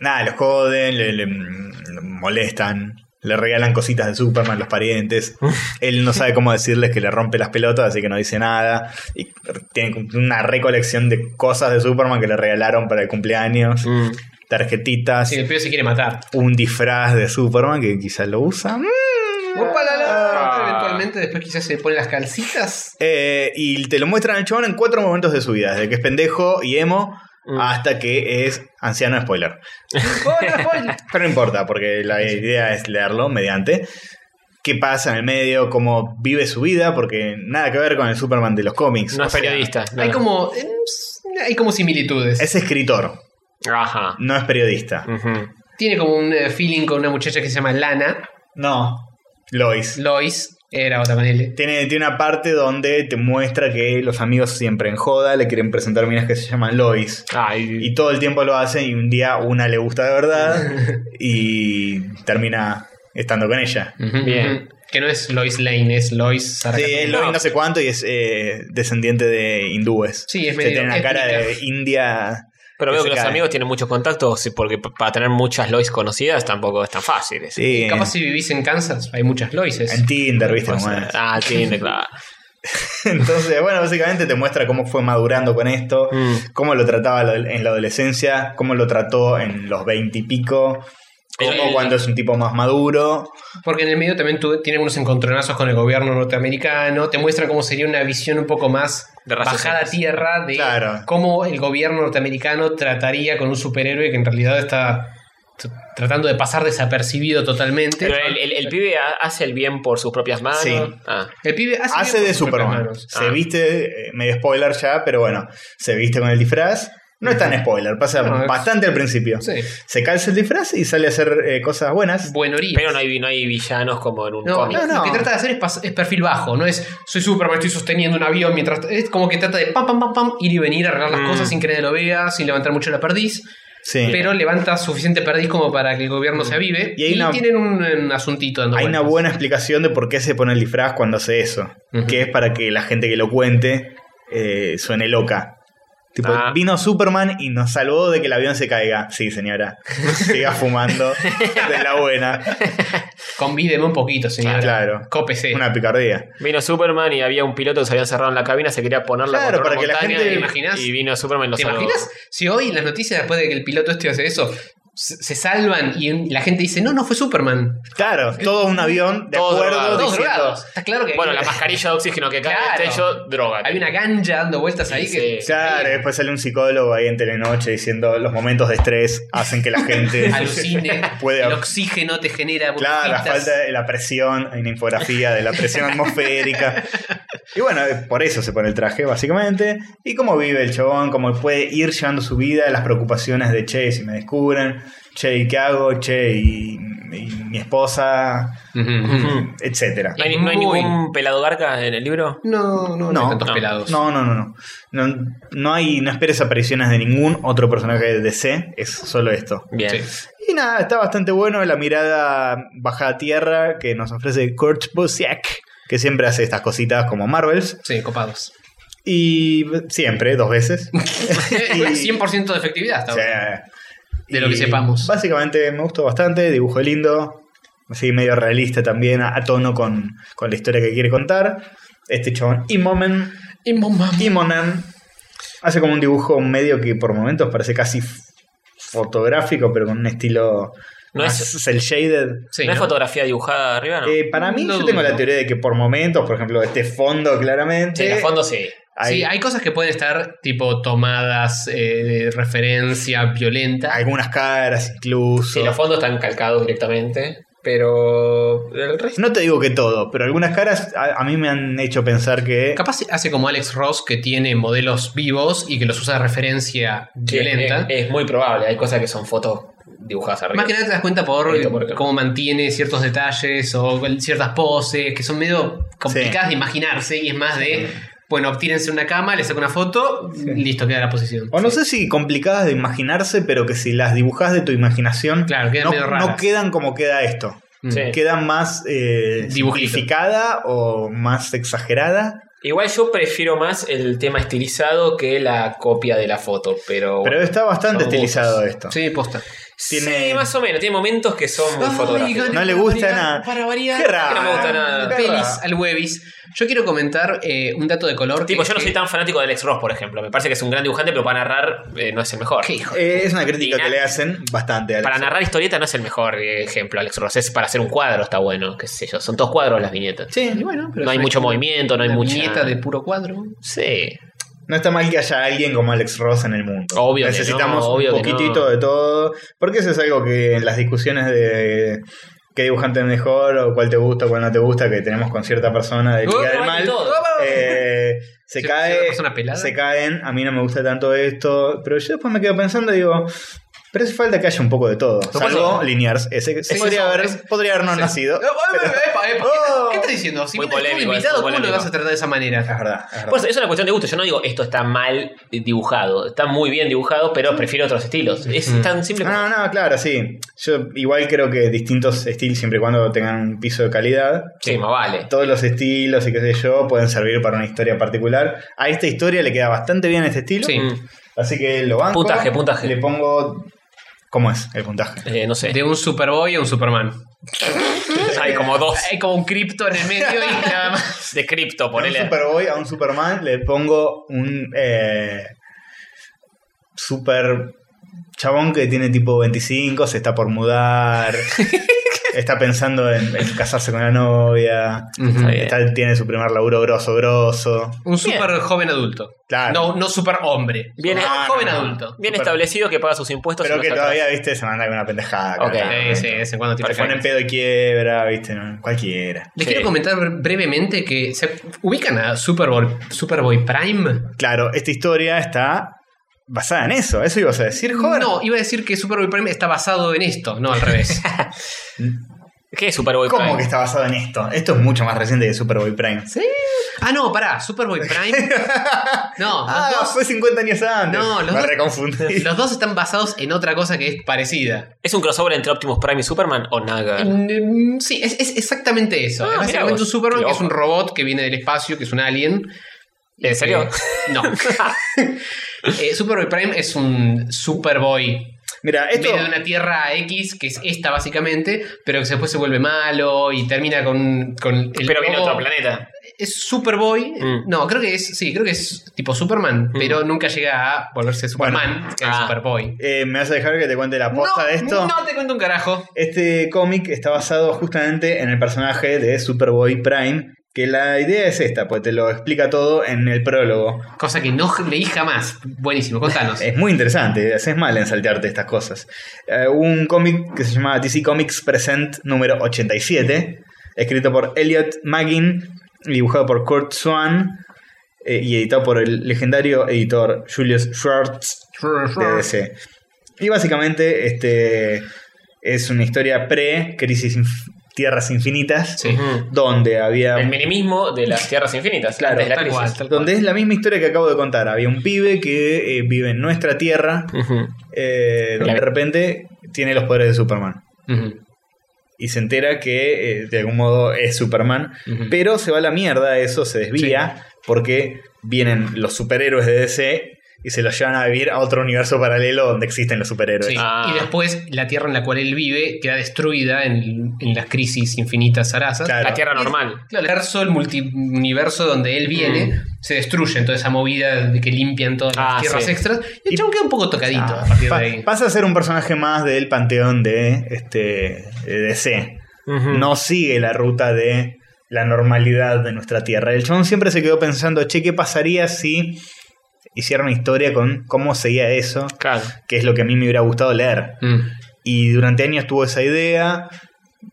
[SPEAKER 4] Nada, los joden, le, le- le molestan, le regalan cositas de Superman a los
[SPEAKER 3] <laughs>
[SPEAKER 4] parientes. Él no sabe cómo decirles que le rompe las pelotas, así que no dice nada. Y tiene una recolección de cosas de Superman que le regalaron para el cumpleaños.
[SPEAKER 3] Mm.
[SPEAKER 4] Tarjetitas,
[SPEAKER 2] Sí, el pibe se quiere matar.
[SPEAKER 4] un disfraz de Superman que quizás lo usa. Mm.
[SPEAKER 2] Opalala.
[SPEAKER 3] Ah.
[SPEAKER 2] Eventualmente después quizás se pone las calcitas.
[SPEAKER 4] Eh, y te lo muestran al chabón en cuatro momentos de su vida, desde que es pendejo y emo
[SPEAKER 3] Mm.
[SPEAKER 4] hasta que es anciano spoiler. <laughs> Pero no importa, porque la idea es leerlo mediante qué pasa en el medio, cómo vive su vida, porque nada que ver con el Superman de los cómics.
[SPEAKER 3] No es periodista. no,
[SPEAKER 2] Hay
[SPEAKER 3] no.
[SPEAKER 2] como. eh, Hay como similitudes.
[SPEAKER 4] Es escritor,
[SPEAKER 3] Ajá.
[SPEAKER 4] no es periodista.
[SPEAKER 3] Ujú.
[SPEAKER 2] Tiene como un eh, feeling con una muchacha que se llama Lana.
[SPEAKER 4] No, Lois.
[SPEAKER 2] Lois. Era otra con L.
[SPEAKER 4] Tiene, tiene una parte donde te muestra que los amigos siempre en joda le quieren presentar minas que se llaman Lois.
[SPEAKER 3] Ah,
[SPEAKER 4] Y
[SPEAKER 3] y-
[SPEAKER 4] todo el tiempo lo hacen y un día una le gusta de verdad y termina estando con ella.
[SPEAKER 3] Bien.
[SPEAKER 2] Ujú. Que no es Lois Lane, es Lois
[SPEAKER 4] Sí,
[SPEAKER 2] Saracatú.
[SPEAKER 4] él no, no sé cuánto y es eh, descendiente de hindúes.
[SPEAKER 2] Sí,
[SPEAKER 4] O sea,
[SPEAKER 2] es medio
[SPEAKER 4] tiene una cara de
[SPEAKER 2] étnica.
[SPEAKER 4] india
[SPEAKER 3] Pero
[SPEAKER 4] que
[SPEAKER 3] veo
[SPEAKER 4] se
[SPEAKER 3] que los
[SPEAKER 4] caen.
[SPEAKER 3] amigos tienen muchos contactos, porque p- para tener muchas Lois conocidas tampoco es tan fácil. es-
[SPEAKER 4] Sí,
[SPEAKER 2] Capaz si vivís en Kansas, hay muchas Loises.
[SPEAKER 4] en Tinder, ¿viste?
[SPEAKER 3] Puede
[SPEAKER 4] cómo
[SPEAKER 3] ser.
[SPEAKER 4] es.
[SPEAKER 3] Ah, Tinder,
[SPEAKER 2] <laughs>
[SPEAKER 3] claro.
[SPEAKER 4] <laughs> Entonces, bueno, básicamente te muestra cómo fue madurando con esto,
[SPEAKER 3] Mm.
[SPEAKER 4] cómo lo trataba la- en la adolescencia, cómo lo trató en los veintipico,
[SPEAKER 3] El-
[SPEAKER 4] cómo
[SPEAKER 3] el-
[SPEAKER 4] cuando es un tipo más maduro.
[SPEAKER 2] Porque en el medio también tuve- tiene unos encontronazos con el gobierno norteamericano. Te muestran cómo sería una visión un poco más
[SPEAKER 3] De razas
[SPEAKER 2] bajada a
[SPEAKER 3] secas.
[SPEAKER 2] tierra de
[SPEAKER 4] Claro.
[SPEAKER 2] cómo el gobierno norteamericano trataría con un superhéroe que en realidad está t- tratando de pasar desapercibido totalmente.
[SPEAKER 3] Pero el, el- el pibe ha- hace el bien por sus propias manos.
[SPEAKER 4] Sí.
[SPEAKER 3] Ah.
[SPEAKER 2] El pibe hace,
[SPEAKER 4] Hace
[SPEAKER 2] bien
[SPEAKER 4] de
[SPEAKER 2] con sus propias
[SPEAKER 4] Superman.
[SPEAKER 2] manos.
[SPEAKER 4] Se
[SPEAKER 3] Ah.
[SPEAKER 4] viste, eh, medio spoiler ya, pero bueno, se viste con el disfraz. No es tan spoiler, pasa
[SPEAKER 2] No, es-
[SPEAKER 4] bastante al principio.
[SPEAKER 2] Sí.
[SPEAKER 4] Se calza el disfraz y sale a hacer eh, cosas buenas.
[SPEAKER 2] Buenorías.
[SPEAKER 3] Pero no hay, no hay villanos como en un
[SPEAKER 2] No,
[SPEAKER 3] cómic.
[SPEAKER 2] lo-
[SPEAKER 4] no.
[SPEAKER 2] lo que trata de hacer es, pas- es perfil bajo, no es soy Superman, estoy sosteniendo un avión mientras. Es como que trata de pam, pam, pam, pam, ir y venir, arreglar las
[SPEAKER 3] Mm.
[SPEAKER 2] cosas sin que nadie lo vea, sin levantar mucho la perdiz.
[SPEAKER 4] Sí.
[SPEAKER 2] Pero levanta suficiente perdiz como para que el gobierno se avive.
[SPEAKER 4] Eh, Y
[SPEAKER 2] Y,
[SPEAKER 4] hay una-
[SPEAKER 2] tienen un, un asuntito dando
[SPEAKER 4] Hay una
[SPEAKER 2] vueltas.
[SPEAKER 4] buena explicación de por qué se pone el disfraz cuando hace eso.
[SPEAKER 2] Ujú.
[SPEAKER 4] Que es para que la gente que lo cuente eh, suene loca. Tipo,
[SPEAKER 3] Ah.
[SPEAKER 4] vino Superman y nos salvó de que el avión se caiga. Sí, señora. Siga fumando de la buena.
[SPEAKER 2] Convídeme un poquito, señora.
[SPEAKER 4] Claro.
[SPEAKER 2] Cópese.
[SPEAKER 4] Una picardía.
[SPEAKER 3] Vino Superman y había un piloto que se había encerrado en la cabina, se quería ponerla
[SPEAKER 4] Claro,
[SPEAKER 3] contra
[SPEAKER 4] para
[SPEAKER 3] una
[SPEAKER 4] que la
[SPEAKER 3] montaña
[SPEAKER 4] gente-
[SPEAKER 3] y-
[SPEAKER 4] ¿Te
[SPEAKER 2] imaginas?
[SPEAKER 3] y vino Superman y lo
[SPEAKER 2] ¿Te
[SPEAKER 3] salvó.
[SPEAKER 2] imaginas? Si hoy en las noticias, después de que el piloto este hace eso, se, se salvan y un- la gente dice, no, no fue Superman.
[SPEAKER 4] Claro, todo un avión de
[SPEAKER 3] Todo
[SPEAKER 4] acuerdo.
[SPEAKER 3] drogado.
[SPEAKER 2] Todos
[SPEAKER 4] diciendo-
[SPEAKER 2] drogados. Está claro que
[SPEAKER 3] Bueno,
[SPEAKER 2] hay,
[SPEAKER 3] la mascarilla de oxígeno que cae
[SPEAKER 2] Claro.
[SPEAKER 3] en el techo, droga.
[SPEAKER 2] hay una ganja dando vueltas ahí
[SPEAKER 3] Sí,
[SPEAKER 2] que. eh,
[SPEAKER 3] sí.
[SPEAKER 4] Claro, eh, <laughs> después sale un psicólogo ahí en Telenoche diciendo los momentos de estrés hacen que la
[SPEAKER 2] <laughs>
[SPEAKER 4] gente
[SPEAKER 2] alucine.
[SPEAKER 4] <laughs> Puede
[SPEAKER 2] el
[SPEAKER 4] haber-
[SPEAKER 2] oxígeno te genera
[SPEAKER 4] Claro, la
[SPEAKER 2] burbujitas.
[SPEAKER 4] falta de la presión, hay una infografía de la presión atmosférica. Y bueno, eh, por eso se pone el traje, básicamente. Y cómo vive el chabón, cómo puede ir llevando su vida, las preocupaciones de che, si me descubren, che, ¿y qué hago? Che, y, y mi esposa, etcétera.
[SPEAKER 3] ¿No hay, no hay
[SPEAKER 2] Muy-
[SPEAKER 3] ningún pelado garca en el libro?
[SPEAKER 2] No, no, no, hay tantos
[SPEAKER 4] no,
[SPEAKER 2] pelados.
[SPEAKER 4] no, no, no, no. No, no hay, no esperes apariciones de ningún otro personaje de DC, es solo esto.
[SPEAKER 3] Bien.
[SPEAKER 2] Sí.
[SPEAKER 4] Y nada, está bastante bueno la mirada bajada a tierra que nos ofrece Kurt Busiek, que siempre hace estas cositas como Marvels. <laughs>
[SPEAKER 2] Sí, copados. <laughs>
[SPEAKER 4] Y siempre, dos veces. Y-
[SPEAKER 2] 100% de efectividad hasta
[SPEAKER 4] o
[SPEAKER 2] ahora.
[SPEAKER 4] sea,
[SPEAKER 2] De lo que
[SPEAKER 4] y
[SPEAKER 2] sepamos.
[SPEAKER 4] Básicamente me gustó bastante, dibujo lindo, así medio realista también, a, a tono con, con la historia que quiere contar. Este chabón Imomen, Imonen, hace como un dibujo medio que por momentos parece casi f- fotográfico, pero con un estilo
[SPEAKER 3] No
[SPEAKER 4] más
[SPEAKER 3] es-
[SPEAKER 4] cel shaded.
[SPEAKER 2] Sí,
[SPEAKER 3] ¿No es
[SPEAKER 2] ¿no?
[SPEAKER 3] fotografía dibujada arriba? ¿no?
[SPEAKER 4] Eh, para mí,
[SPEAKER 2] Ah, No
[SPEAKER 4] yo tengo
[SPEAKER 2] dudo.
[SPEAKER 4] la teoría de que por momentos, por ejemplo, este fondo
[SPEAKER 3] sí,
[SPEAKER 4] claramente.
[SPEAKER 3] en el fondo sí.
[SPEAKER 4] Hay
[SPEAKER 2] Sí, hay cosas que pueden estar tipo tomadas eh, de referencia violenta.
[SPEAKER 4] algunas caras incluso.
[SPEAKER 3] Sí, los fondos están calcados directamente, pero el resto...
[SPEAKER 4] no te digo que todo, pero algunas caras a, a mí me han hecho pensar que.
[SPEAKER 2] Capaz hace como Alex Ross que tiene modelos vivos y que los usa de referencia
[SPEAKER 3] Sí, eh,
[SPEAKER 2] violenta.
[SPEAKER 3] Es, es muy probable, hay cosas que son fotos dibujadas arriba.
[SPEAKER 2] Más que nada te das cuenta por
[SPEAKER 3] Esto, por acá.
[SPEAKER 2] cómo mantiene ciertos detalles o con ciertas poses que son medio complicadas de imaginarse y es más de, bueno, obtírense una cama, le saco una foto, listo, queda la posición.
[SPEAKER 4] O no sé si complicadas de imaginarse, pero que si las dibujas de tu imaginación,
[SPEAKER 2] Claro, quedan
[SPEAKER 4] no,
[SPEAKER 2] medio
[SPEAKER 4] no
[SPEAKER 2] raras.
[SPEAKER 4] quedan como queda esto.
[SPEAKER 2] Mm.
[SPEAKER 3] Sí.
[SPEAKER 4] Quedan más eh,
[SPEAKER 2] Dibujito.
[SPEAKER 4] simplificada o más exagerada.
[SPEAKER 3] Igual yo prefiero más el tema estilizado que la copia de la foto, pero...
[SPEAKER 4] Pero está bastante
[SPEAKER 3] Son
[SPEAKER 4] estilizado esto.
[SPEAKER 2] Sí, posta.
[SPEAKER 4] tiene-
[SPEAKER 3] Sí, más o menos, tiene momentos que son muy
[SPEAKER 2] Ay,
[SPEAKER 3] fotográficos.
[SPEAKER 2] Gani,
[SPEAKER 4] No le
[SPEAKER 2] para
[SPEAKER 4] gusta
[SPEAKER 2] variar,
[SPEAKER 4] nada.
[SPEAKER 2] Para variar,
[SPEAKER 4] Qué raro.
[SPEAKER 3] que no me gusta nada.
[SPEAKER 4] Qué
[SPEAKER 2] Pelis
[SPEAKER 4] raro.
[SPEAKER 2] al huevis. Yo quiero comentar eh, un dato de color.
[SPEAKER 3] Tipo,
[SPEAKER 2] que-
[SPEAKER 3] pues yo no
[SPEAKER 2] que-
[SPEAKER 3] soy tan fanático del ex Ross, por ejemplo. Me parece que es un gran dibujante, pero para narrar eh, no es el mejor.
[SPEAKER 2] Qué hijo.
[SPEAKER 4] Eh, es una crítica
[SPEAKER 3] Y na-
[SPEAKER 4] que le hacen bastante. a
[SPEAKER 3] Para
[SPEAKER 4] Alex.
[SPEAKER 3] narrar historieta no es el mejor eh, ejemplo, Alex Ross. Es para hacer un cuadro, está bueno, qué sé yo. Son todos cuadros las viñetas.
[SPEAKER 4] Sí.
[SPEAKER 2] Y bueno, pero
[SPEAKER 3] No hay
[SPEAKER 2] es una-
[SPEAKER 3] mucho movimiento, no hay
[SPEAKER 2] una
[SPEAKER 3] mucha-
[SPEAKER 2] viñeta de puro cuadro.
[SPEAKER 3] Sí.
[SPEAKER 4] No está mal que haya alguien como Alex Ross en el mundo.
[SPEAKER 3] Obvio que
[SPEAKER 4] Necesitamos
[SPEAKER 3] no, obvio
[SPEAKER 4] un
[SPEAKER 3] que
[SPEAKER 4] poquitito
[SPEAKER 3] no.
[SPEAKER 4] de todo. Porque eso es algo que en las discusiones de qué dibujante es mejor o cuál te gusta o cuál no te gusta que tenemos con cierta persona de
[SPEAKER 2] Oh,
[SPEAKER 4] Liga del
[SPEAKER 3] hay
[SPEAKER 4] Mal.
[SPEAKER 3] todo.
[SPEAKER 4] eh, se
[SPEAKER 2] Sí,
[SPEAKER 4] cae.
[SPEAKER 2] una persona pelada.
[SPEAKER 4] Se caen. A mí no me gusta tanto esto. Pero yo después me quedo pensando y digo. Pero hace falta que haya un poco de todo. Salvo Liniers. Ese que
[SPEAKER 2] Sí,
[SPEAKER 4] podría,
[SPEAKER 2] eso,
[SPEAKER 4] haber,
[SPEAKER 2] es-
[SPEAKER 4] podría haber no
[SPEAKER 2] Sí.
[SPEAKER 4] nacido.
[SPEAKER 2] Eh,
[SPEAKER 4] pero-
[SPEAKER 2] epa, epa,
[SPEAKER 4] Oh.
[SPEAKER 2] ¿Qué estás diciendo? Si
[SPEAKER 3] Muy
[SPEAKER 2] bien estuvo
[SPEAKER 3] polémico eso,
[SPEAKER 2] invitado,
[SPEAKER 3] muy
[SPEAKER 2] ¿cómo lo
[SPEAKER 3] polémico.
[SPEAKER 2] vas a tratar de esa
[SPEAKER 4] Es
[SPEAKER 2] manera?
[SPEAKER 4] verdad. es verdad.
[SPEAKER 3] Por eso, Pues, es una cuestión de gusto. Yo no digo esto está mal dibujado. Está muy bien dibujado, pero prefiero otros estilos. Es tan simple como.
[SPEAKER 4] No, no, claro, sí. Yo igual creo que distintos estilos, siempre y cuando tengan un piso de calidad,
[SPEAKER 3] Sí, más vale.
[SPEAKER 4] todos los estilos y qué sé yo, pueden servir para una historia particular. A esta historia le queda bastante bien este estilo.
[SPEAKER 2] Sí.
[SPEAKER 3] Mm.
[SPEAKER 4] Así que lo banco.
[SPEAKER 3] Puntaje, puntaje.
[SPEAKER 4] Le pongo. ¿Cómo es el puntaje?
[SPEAKER 3] Eh, no sé.
[SPEAKER 2] De un Superboy a un Superman.
[SPEAKER 3] Hay como
[SPEAKER 4] <laughs>
[SPEAKER 3] dos.
[SPEAKER 2] Hay como un cripto en el medio y nada más.
[SPEAKER 3] De cripto,
[SPEAKER 4] A un
[SPEAKER 3] ponele.
[SPEAKER 4] Superboy, a un Superman, le pongo un eh, super chabón que tiene tipo 25, se está por
[SPEAKER 3] <laughs>
[SPEAKER 4] mudar, está pensando en, en casarse con la novia,
[SPEAKER 2] Ujú.
[SPEAKER 3] bien.
[SPEAKER 4] está- tiene su primer laburo grosso, grosso.
[SPEAKER 2] Un super joven adulto.
[SPEAKER 4] Claro.
[SPEAKER 2] No, no super hombre.
[SPEAKER 3] Bien-
[SPEAKER 2] Un
[SPEAKER 4] Ah,
[SPEAKER 2] joven
[SPEAKER 4] no, no.
[SPEAKER 2] adulto.
[SPEAKER 3] Bien
[SPEAKER 4] Super-
[SPEAKER 3] establecido que paga sus impuestos.
[SPEAKER 4] Pero
[SPEAKER 3] y
[SPEAKER 4] que
[SPEAKER 3] nosotros-
[SPEAKER 4] todavía, viste, se manda con una pendejada. cada
[SPEAKER 3] Ok,
[SPEAKER 2] Sí,
[SPEAKER 4] tanto.
[SPEAKER 2] sí, de vez en cuando
[SPEAKER 4] Se
[SPEAKER 2] tiene
[SPEAKER 4] pone en pedo y quiebra, viste, ¿no? cualquiera.
[SPEAKER 2] Les
[SPEAKER 3] Sí.
[SPEAKER 2] quiero comentar bre- brevemente que se ubican a Superboy, Superboy Prime.
[SPEAKER 4] Claro, esta historia está basada en eso, eso ibas a decir, joven.
[SPEAKER 2] No, iba a decir que Superboy Prime está basado en esto, no
[SPEAKER 3] <laughs>
[SPEAKER 2] al revés.
[SPEAKER 3] ¿Qué es Superboy
[SPEAKER 4] ¿Cómo
[SPEAKER 3] Prime?
[SPEAKER 4] que está basado en esto? Esto es mucho más reciente que Superboy Prime.
[SPEAKER 2] ¿Sí? Ah, no, pará,
[SPEAKER 3] <laughs>
[SPEAKER 2] Superboy Prime. No,
[SPEAKER 4] Ah,
[SPEAKER 2] los, dos,
[SPEAKER 4] fue 50 años antes.
[SPEAKER 2] No, los
[SPEAKER 4] Me
[SPEAKER 2] dos-
[SPEAKER 4] reconfundí.
[SPEAKER 2] los dos están basados en otra cosa que es parecida.
[SPEAKER 3] ¿Es un crossover entre Optimus Prime y Superman o nada?
[SPEAKER 2] Mm, Sí, es, es exactamente eso.
[SPEAKER 3] Ah,
[SPEAKER 2] es
[SPEAKER 3] mirá
[SPEAKER 2] básicamente
[SPEAKER 3] vos.
[SPEAKER 2] un Superman
[SPEAKER 3] Qué
[SPEAKER 2] que es un
[SPEAKER 3] loco.
[SPEAKER 2] robot que viene del espacio, que es un alien.
[SPEAKER 3] ¿En serio? <laughs>
[SPEAKER 2] Eh, no. <laughs> Eh, Superboy Prime es un Superboy
[SPEAKER 4] Mira,
[SPEAKER 2] en
[SPEAKER 4] esto.
[SPEAKER 2] medio de una tierra X, que es esta básicamente, pero que después se vuelve malo y termina con, con el.
[SPEAKER 3] Pero viene
[SPEAKER 2] logo.
[SPEAKER 3] otro planeta.
[SPEAKER 2] Es Superboy.
[SPEAKER 3] Mm.
[SPEAKER 2] No, creo que es. Sí, creo que es tipo Superman, pero nunca llega a volverse Superman, que es
[SPEAKER 3] ah.
[SPEAKER 2] Superboy.
[SPEAKER 4] eh, me vas a dejar que te cuente la posta
[SPEAKER 2] no,
[SPEAKER 4] de esto.
[SPEAKER 2] No te cuento un carajo.
[SPEAKER 4] Este cómic está basado justamente en el personaje de Superboy Prime. Que la idea es esta, pues te lo explica todo en el prólogo.
[SPEAKER 2] Cosa que no leí jamás. Buenísimo,
[SPEAKER 4] <laughs>
[SPEAKER 2] contanos.
[SPEAKER 4] Es muy interesante, haces mal en saltearte estas cosas. Eh, hubo un cómic que se llama DC Comics Present número 87, escrito por Elliot Maggin, y dibujado por Kurt Swan eh, y editado por el legendario editor Julius Schwartz de DC. Y básicamente este es una historia pre-crisis inf- Tierras Infinitas,
[SPEAKER 2] Sí.
[SPEAKER 3] Ujú.
[SPEAKER 4] donde había...
[SPEAKER 3] El minimismo de las tierras infinitas.
[SPEAKER 4] Claro,
[SPEAKER 3] antes de la
[SPEAKER 2] tal
[SPEAKER 3] crisis.
[SPEAKER 2] cual,
[SPEAKER 4] Donde es la misma historia que acabo de contar. Había un pibe que eh, vive en nuestra tierra,
[SPEAKER 3] Ujú.
[SPEAKER 4] eh, donde de repente tiene los poderes de Superman.
[SPEAKER 2] Ujú,
[SPEAKER 4] Y se entera que eh, de algún modo es Superman.
[SPEAKER 2] ujú.
[SPEAKER 4] Pero se va a la mierda eso, se desvía, porque vienen los superhéroes de DC y se los llevan a vivir a otro universo paralelo donde existen los superhéroes.
[SPEAKER 2] Sí,
[SPEAKER 3] Ah.
[SPEAKER 2] Y después la tierra en la cual él vive queda destruida en, en las crisis infinitas zarazas.
[SPEAKER 4] Claro.
[SPEAKER 3] La tierra normal.
[SPEAKER 2] Claro, el universo, el multiuniverso donde él viene,
[SPEAKER 4] Mm.
[SPEAKER 2] se destruye. Entonces, esa movida de que limpian todas las
[SPEAKER 3] Ah,
[SPEAKER 2] tierras
[SPEAKER 3] sí.
[SPEAKER 2] extras. Y el chabón queda un poco tocadito
[SPEAKER 4] Ah,
[SPEAKER 2] a partir de
[SPEAKER 4] pa-
[SPEAKER 2] ahí.
[SPEAKER 4] pasa a ser un personaje más del panteón de este de DC. No sigue la ruta de la normalidad de nuestra tierra. El chabón siempre se quedó pensando, che, ¿qué pasaría si hiciera una historia con cómo seguía eso?
[SPEAKER 3] Claro.
[SPEAKER 4] Que es lo que a mí me hubiera gustado leer.
[SPEAKER 2] Mm.
[SPEAKER 4] Y durante años tuvo esa idea,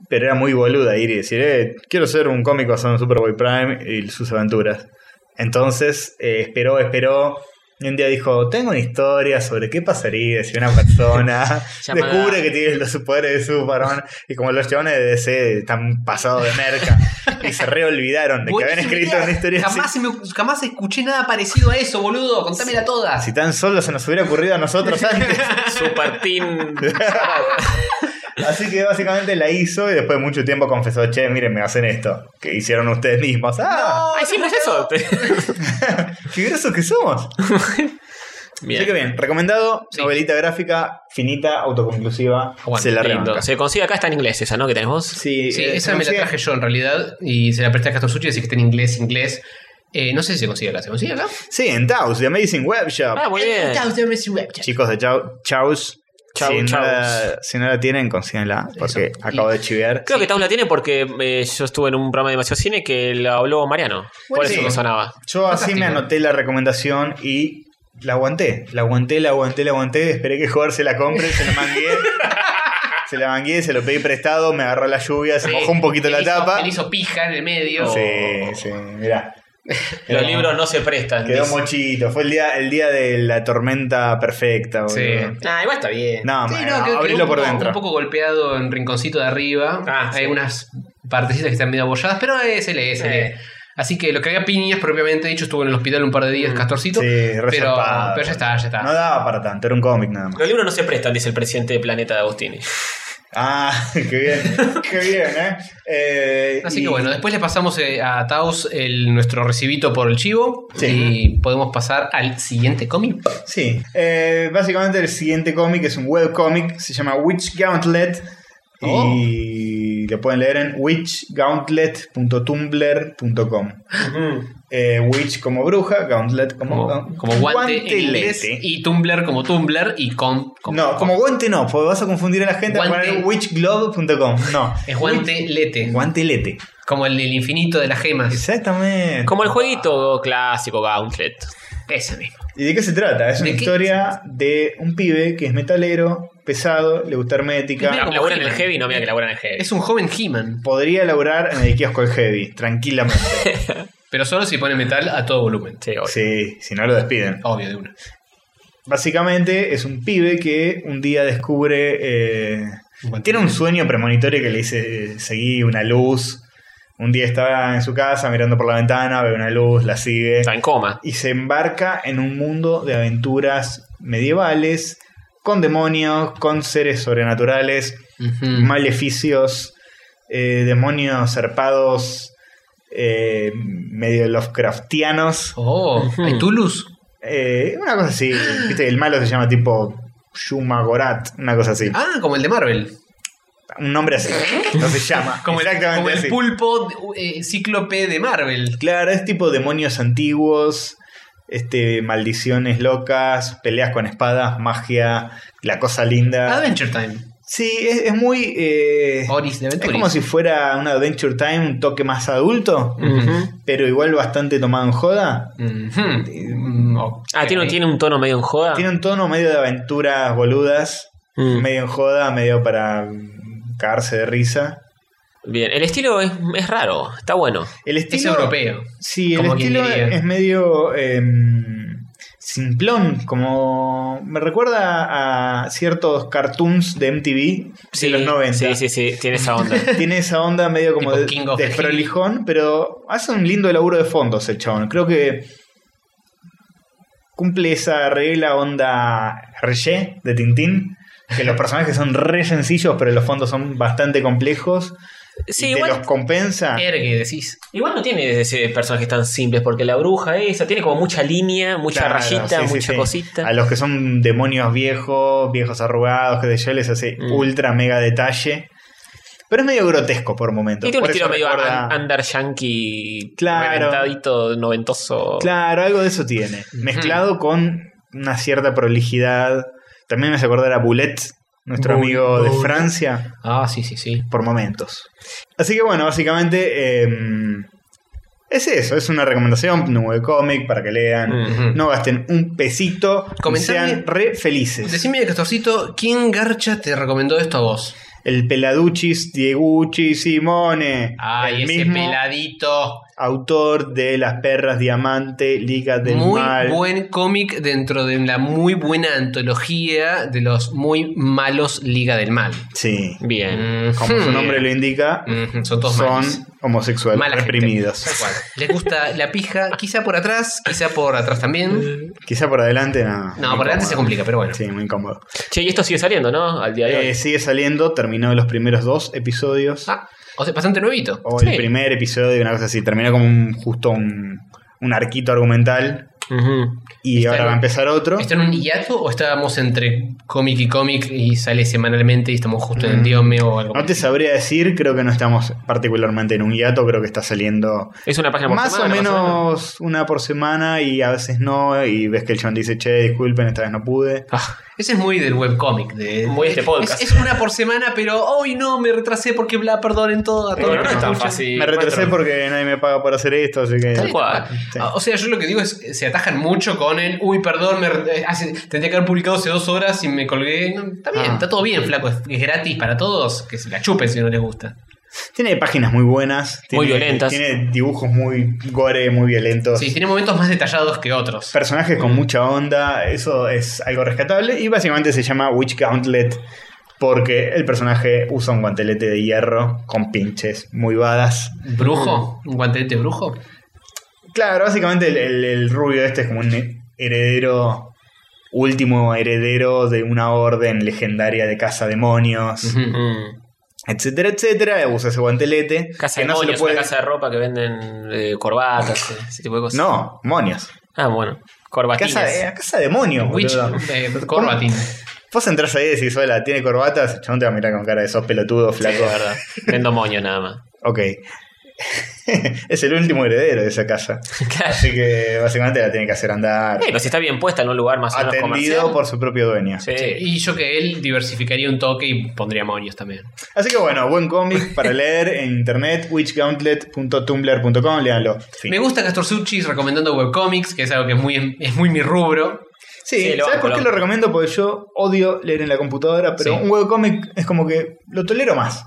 [SPEAKER 4] pero era muy boluda ir y decir, eh, quiero ser un cómico basado en Superboy Prime y sus aventuras. Entonces eh, esperó, esperó. Y un día dijo, tengo una historia sobre qué pasaría si una
[SPEAKER 2] <laughs>
[SPEAKER 4] persona <laughs>
[SPEAKER 3] Llamada-
[SPEAKER 4] descubre que tiene los poderes de Superman. Y como los chavales de DC están pasados de merca y se reolvidaron de que habían
[SPEAKER 2] Buenísima
[SPEAKER 4] escrito
[SPEAKER 2] idea.
[SPEAKER 4] una historia así.
[SPEAKER 2] jamás, se me- jamás escuché nada parecido a eso, boludo. Contámela toda.
[SPEAKER 4] Si tan solo se nos hubiera ocurrido a nosotros antes.
[SPEAKER 3] Super
[SPEAKER 4] <laughs>
[SPEAKER 3] Team.
[SPEAKER 4] Así que básicamente la hizo y después de mucho tiempo confesó, che, miren, me hacen esto, que hicieron ustedes mismos. ¡Ah!
[SPEAKER 3] Ah, hicimos eso.
[SPEAKER 4] ¡Qué grosos que somos! Así que
[SPEAKER 3] <laughs> Bien.
[SPEAKER 4] bien, recomendado,
[SPEAKER 2] Sí.
[SPEAKER 4] novelita gráfica, finita, autoconclusiva,
[SPEAKER 2] Aguante,
[SPEAKER 4] se la
[SPEAKER 3] Lindo.
[SPEAKER 4] rebanca.
[SPEAKER 3] Se consigue acá, está en inglés esa, ¿no? Que tenés vos.
[SPEAKER 4] Sí,
[SPEAKER 2] Sí,
[SPEAKER 4] eh, se
[SPEAKER 2] esa me la
[SPEAKER 4] consigue-
[SPEAKER 2] traje yo en realidad. Y se la presté a Castor Suchi, así que está en inglés, inglés. Eh, no sé si se consigue acá. ¿Se consigue acá?
[SPEAKER 4] Sí, en Taos, The Amazing Web Shop.
[SPEAKER 3] Ah, muy bien.
[SPEAKER 4] Chicos de Chau- Chaos,
[SPEAKER 3] Chau-
[SPEAKER 4] si, No
[SPEAKER 3] Chaos.
[SPEAKER 4] la, si no la tienen, consíguenla, porque
[SPEAKER 2] Eso.
[SPEAKER 4] acabo
[SPEAKER 2] Y-
[SPEAKER 4] de chiviar.
[SPEAKER 3] Creo que Taus la tiene porque eh, yo estuve en un programa de demasiado cine que la habló Mariano. Por eso
[SPEAKER 4] Buenísimo.
[SPEAKER 3] me sonaba.
[SPEAKER 4] Yo así me
[SPEAKER 2] Fantástico.
[SPEAKER 4] anoté la recomendación y la aguanté. La aguanté, la aguanté, la aguanté. Esperé que Joder se la compre, se la mangué.
[SPEAKER 2] <laughs>
[SPEAKER 4] se la mangué, se lo pedí prestado, me agarró la lluvia, se mojó un poquito
[SPEAKER 2] Él
[SPEAKER 4] la
[SPEAKER 2] hizo-
[SPEAKER 4] tapa.
[SPEAKER 2] Él hizo pija en el medio.
[SPEAKER 4] Sí, sí,
[SPEAKER 2] <laughs>
[SPEAKER 4] mirá.
[SPEAKER 3] Los libros no se prestan.
[SPEAKER 4] Quedó
[SPEAKER 3] dice.
[SPEAKER 4] mochito. Fue el día, el día de la tormenta perfecta, boludo.
[SPEAKER 2] Sí.
[SPEAKER 3] Ah, igual está bien.
[SPEAKER 4] No,
[SPEAKER 2] Sí,
[SPEAKER 4] man,
[SPEAKER 2] no, quedó- quedó
[SPEAKER 4] abrilo
[SPEAKER 2] un
[SPEAKER 4] por
[SPEAKER 2] poco-
[SPEAKER 4] dentro.
[SPEAKER 2] Un poco golpeado en rinconcito de arriba.
[SPEAKER 3] Ah,
[SPEAKER 2] Hay
[SPEAKER 3] sí.
[SPEAKER 2] unas partecitas que están medio abolladas, pero es L, es L.
[SPEAKER 3] Eh.
[SPEAKER 2] Así que lo que había piñas propiamente dicho estuvo en el hospital un par de
[SPEAKER 3] Mm.
[SPEAKER 2] días, Castorcito.
[SPEAKER 4] Sí,
[SPEAKER 2] pero,
[SPEAKER 4] resarpado.
[SPEAKER 2] pero ya está, ya está.
[SPEAKER 4] No daba para tanto, era un cómic nada más.
[SPEAKER 3] Los libros no se prestan, dice el presidente de Planeta de Agostini.
[SPEAKER 4] Ah, <laughs> qué bien, qué bien, ¿eh? Eh,
[SPEAKER 2] Así
[SPEAKER 4] y-
[SPEAKER 2] que bueno, después le pasamos eh, a Taos el, nuestro recibito por el chivo
[SPEAKER 4] Sí.
[SPEAKER 2] y podemos pasar al siguiente cómic.
[SPEAKER 4] Sí. Eh, básicamente el siguiente cómic es un webcomic, se llama Witch Gauntlet. Y
[SPEAKER 2] Oh.
[SPEAKER 4] lo pueden leer en witchgauntlet.tumblr.com.
[SPEAKER 3] Mm.
[SPEAKER 4] Eh, witch como bruja, gauntlet como,
[SPEAKER 2] Como, como guante en inglés
[SPEAKER 4] guantelete.
[SPEAKER 2] y Tumblr como Tumblr y com. com-
[SPEAKER 4] no, como guante no, porque vas a confundir a la gente
[SPEAKER 2] Guante.
[SPEAKER 4] a poner witchglobe.com. No,
[SPEAKER 2] Es guantelete.
[SPEAKER 4] guantelete.
[SPEAKER 2] Como el, el infinito de las gemas.
[SPEAKER 4] Exactamente.
[SPEAKER 3] Como el jueguito clásico Gauntlet.
[SPEAKER 2] Ese mismo.
[SPEAKER 4] ¿Y de qué se trata? Es una
[SPEAKER 2] ¿De qué?
[SPEAKER 4] historia de un pibe que es metalero, pesado, le gusta hermética.
[SPEAKER 2] Mira,
[SPEAKER 3] La,
[SPEAKER 2] como
[SPEAKER 3] labura en el
[SPEAKER 2] He-Man.
[SPEAKER 3] heavy, no, mira que labura en el heavy.
[SPEAKER 2] Es un joven He-Man,
[SPEAKER 4] Podría laburar en el kiosco de Heavy, tranquilamente.
[SPEAKER 2] pero solo si pone metal a todo volumen.
[SPEAKER 3] Sí, obvio.
[SPEAKER 4] Sí, si no lo despiden.
[SPEAKER 2] Obvio, de una.
[SPEAKER 4] Básicamente es un pibe que un día descubre. eh, tiene un sueño premonitorio que le dice: eh, seguí una luz. Un día estaba en su casa mirando por la ventana, ve una luz, la sigue.
[SPEAKER 3] Está en coma.
[SPEAKER 4] Y se embarca en un mundo de aventuras medievales, con demonios, con seres sobrenaturales,
[SPEAKER 2] Ujú.
[SPEAKER 4] maleficios, eh, demonios zarpados, eh, medio Lovecraftianos.
[SPEAKER 2] Oh, ¿hay Tulus?
[SPEAKER 4] Eh, una cosa así, viste, el malo se llama tipo Shuma Gorat, una cosa así.
[SPEAKER 2] Ah, como el de Marvel.
[SPEAKER 4] Un nombre así, no se llama.
[SPEAKER 2] <laughs> Como el,
[SPEAKER 4] Exactamente
[SPEAKER 2] como el
[SPEAKER 4] así.
[SPEAKER 2] pulpo eh, cíclope de Marvel.
[SPEAKER 4] Claro, es tipo demonios antiguos, este, maldiciones locas, peleas con espadas, magia, la cosa linda.
[SPEAKER 2] Adventure Time.
[SPEAKER 4] Sí, es, es muy... eh,
[SPEAKER 2] Oris de
[SPEAKER 4] es
[SPEAKER 2] Aventuris.
[SPEAKER 4] como si fuera una Adventure Time, un toque más adulto, pero igual bastante tomado en joda.
[SPEAKER 2] Ujú. Mm, ok.
[SPEAKER 3] Ah, ¿tiene, tiene un tono medio en
[SPEAKER 2] Ah.
[SPEAKER 3] joda.
[SPEAKER 4] Tiene un tono medio de aventuras boludas,
[SPEAKER 3] Mm.
[SPEAKER 4] medio en joda, medio para mm, cagarse de risa.
[SPEAKER 3] Bien, el estilo es, es raro, está bueno.
[SPEAKER 4] El
[SPEAKER 2] Es
[SPEAKER 4] estilo,
[SPEAKER 2] europeo.
[SPEAKER 4] Sí, el
[SPEAKER 2] como quien
[SPEAKER 4] estilo
[SPEAKER 2] diría.
[SPEAKER 4] es medio em, simplón, como me recuerda a ciertos cartoons de MTV
[SPEAKER 3] Sí,
[SPEAKER 4] de los 90.
[SPEAKER 3] Sí, sí, sí, tiene
[SPEAKER 4] <laughs>
[SPEAKER 3] esa onda.
[SPEAKER 4] Tiene esa onda medio como
[SPEAKER 2] Tipo
[SPEAKER 4] de,
[SPEAKER 2] King of the Hill.
[SPEAKER 4] desprolijón, pero hace un lindo laburo de fondos el chabón. Creo que cumple esa regla onda Reyé de Tintín, que los personajes son re sencillos, pero los fondos son bastante complejos.
[SPEAKER 3] Sí,
[SPEAKER 4] y te
[SPEAKER 3] igual-
[SPEAKER 4] los compensa.
[SPEAKER 2] Ergue, decís.
[SPEAKER 3] Igual no tiene ese personajes tan simples, porque la bruja esa tiene como mucha línea, mucha
[SPEAKER 4] Claro,
[SPEAKER 3] rayita,
[SPEAKER 4] sí, sí,
[SPEAKER 3] mucha
[SPEAKER 4] sí.
[SPEAKER 3] cosita.
[SPEAKER 4] A los que son demonios viejos, viejos arrugados, que sé yo, les hace
[SPEAKER 3] Mm.
[SPEAKER 4] ultra mega detalle. Pero es medio grotesco por momentos.
[SPEAKER 3] Y tiene un
[SPEAKER 4] por
[SPEAKER 3] estilo
[SPEAKER 4] eso
[SPEAKER 3] medio
[SPEAKER 4] recuerda-
[SPEAKER 3] an- under yankee,
[SPEAKER 4] Claro.
[SPEAKER 3] reventadito, noventoso.
[SPEAKER 4] Claro, algo de eso tiene. Mezclado con una cierta prolijidad. También me hace acordar a Boulet, nuestro
[SPEAKER 2] Bou-
[SPEAKER 4] amigo de
[SPEAKER 2] Boulet.
[SPEAKER 4] Francia,
[SPEAKER 2] Ah, sí, sí, sí.
[SPEAKER 4] por momentos. Así que bueno, básicamente eh, es eso. Es una recomendación, un nuevo cómic para que lean.
[SPEAKER 2] Ujú.
[SPEAKER 4] No gasten un pesito, y
[SPEAKER 2] Comentame-
[SPEAKER 4] sean re felices.
[SPEAKER 2] Decime, Castorcito, ¿quién garcha te recomendó esto a vos?
[SPEAKER 4] El Peladuchis Diegucci Simone.
[SPEAKER 2] Ay,
[SPEAKER 4] el
[SPEAKER 2] ese
[SPEAKER 4] mismo
[SPEAKER 2] peladito.
[SPEAKER 4] autor de Las Perras Diamante, Liga del
[SPEAKER 2] muy
[SPEAKER 4] Mal.
[SPEAKER 2] buen cómic dentro de la muy buena antología de los muy malos Liga del Mal. Hmm.
[SPEAKER 4] Sí.
[SPEAKER 3] Bien.
[SPEAKER 4] Mm, Como su nombre lo indica,
[SPEAKER 2] Ujú, Son todos malos.
[SPEAKER 4] son homosexuales
[SPEAKER 2] Mala gente.
[SPEAKER 4] reprimidos.
[SPEAKER 2] Tal cual. Les gusta la pija, quizá por atrás, quizá por atrás
[SPEAKER 4] <laughs>
[SPEAKER 2] también.
[SPEAKER 4] Quizá por adelante no.
[SPEAKER 2] No,
[SPEAKER 4] Muy
[SPEAKER 2] por adelante
[SPEAKER 4] incómodo.
[SPEAKER 2] se complica, pero bueno.
[SPEAKER 4] Sí, muy incómodo.
[SPEAKER 3] Che, y esto sigue saliendo, ¿no? Al día de hoy.
[SPEAKER 4] Eh, sigue saliendo, terminó los primeros dos episodios.
[SPEAKER 2] Ah, o sea, bastante nuevito.
[SPEAKER 4] o
[SPEAKER 3] sí.
[SPEAKER 4] el primer episodio, una cosa así. Terminó como un- justo un, un arquito argumental.
[SPEAKER 3] Ujú.
[SPEAKER 4] Y
[SPEAKER 2] Está
[SPEAKER 4] ahora
[SPEAKER 2] en-
[SPEAKER 4] va a empezar otro.
[SPEAKER 2] ¿Está en un hiato o estábamos entre cómic y cómic y sale semanalmente y estamos justo en el diome o algo?
[SPEAKER 4] Mm. No te sabría decir, creo que no estamos particularmente en un hiato, creo que está saliendo
[SPEAKER 3] Es una página por
[SPEAKER 4] más
[SPEAKER 3] semana,
[SPEAKER 4] o menos una por semana y a veces no, y ves que el John dice, che, disculpen, esta vez no pude.
[SPEAKER 3] Ah,
[SPEAKER 2] Ese es muy del webcómic. De,
[SPEAKER 3] Muy este
[SPEAKER 2] es-
[SPEAKER 3] podcast.
[SPEAKER 2] Es, una por semana, pero hoy no, me retrasé porque bla, perdonen todo. A todo
[SPEAKER 3] bueno,
[SPEAKER 2] lo
[SPEAKER 3] no
[SPEAKER 2] que
[SPEAKER 3] es tan
[SPEAKER 2] escuchan.
[SPEAKER 3] fácil.
[SPEAKER 4] Me retrasé
[SPEAKER 3] Cuatro.
[SPEAKER 4] porque nadie me paga por hacer esto, así que...
[SPEAKER 3] Tal cual.
[SPEAKER 4] Sí.
[SPEAKER 2] Ah, O sea, yo lo que digo es, se atajan mucho con el, uy, perdón, me, re- eh, hace- tendría que haber publicado hace dos horas y me colgué. No, está bien,
[SPEAKER 4] Ah.
[SPEAKER 2] está todo bien, flaco, es, es gratis para todos, que se la chupen si no les gusta.
[SPEAKER 4] Tiene páginas muy buenas,
[SPEAKER 3] Muy
[SPEAKER 4] tiene-
[SPEAKER 3] violentas.
[SPEAKER 4] Tiene dibujos muy gore, muy violentos.
[SPEAKER 2] Sí, tiene momentos más detallados que otros.
[SPEAKER 4] Personajes con mucha onda, eso es algo rescatable. Y básicamente se llama Witch Gauntlet porque el personaje usa un guantelete de hierro con pinches muy badas.
[SPEAKER 2] ¿Brujo?
[SPEAKER 3] Mm.
[SPEAKER 2] ¿Un guantelete brujo?
[SPEAKER 4] Claro, básicamente el, el- el rubio este es como un heredero último heredero de una orden legendaria de caza demonios, etcétera, etcétera. Usa ese guantelete. que
[SPEAKER 3] Casa de
[SPEAKER 4] no se
[SPEAKER 3] moños,
[SPEAKER 4] lo puede-
[SPEAKER 3] una casa de ropa que venden eh,
[SPEAKER 4] <laughs>
[SPEAKER 3] corbatas, ese tipo de cosas.
[SPEAKER 4] No, monios.
[SPEAKER 3] Ah, bueno. Corbatines.
[SPEAKER 4] Casa, eh, casa demonio,
[SPEAKER 2] Witch,
[SPEAKER 4] boludo.
[SPEAKER 2] eh, Corbatin.
[SPEAKER 4] <laughs> Vos entras ahí y decís, hola, tiene corbatas, el chabón te va a mirar con cara de sos pelotudo,
[SPEAKER 3] Sí,
[SPEAKER 4] flaco.
[SPEAKER 3] de verdad. Vendo moño nada más.
[SPEAKER 4] Ok. <laughs> es el último heredero de esa casa.
[SPEAKER 3] <laughs> Claro.
[SPEAKER 4] Así que básicamente la tiene que hacer andar.
[SPEAKER 3] Eh, pero si está bien puesta en un lugar más o menos
[SPEAKER 4] Atendido
[SPEAKER 3] comercial.
[SPEAKER 4] por su propio dueño.
[SPEAKER 3] Sí.
[SPEAKER 2] Sí, Y yo que él diversificaría un toque y pondría moños también.
[SPEAKER 4] Así que bueno, buen cómic para leer en internet, witchgauntlet.tumblr.com, léanlo. Fin.
[SPEAKER 2] Me gusta Castor Suchis recomendando webcomics, que es algo que es muy, es muy mi rubro.
[SPEAKER 4] Sí,
[SPEAKER 3] Sí, lo
[SPEAKER 4] ¿sabes
[SPEAKER 3] banco,
[SPEAKER 4] por
[SPEAKER 3] lo
[SPEAKER 4] qué lo
[SPEAKER 3] banco.
[SPEAKER 4] recomiendo? Porque yo odio leer en la computadora, pero
[SPEAKER 2] Sí.
[SPEAKER 4] un webcomic es como que lo tolero más.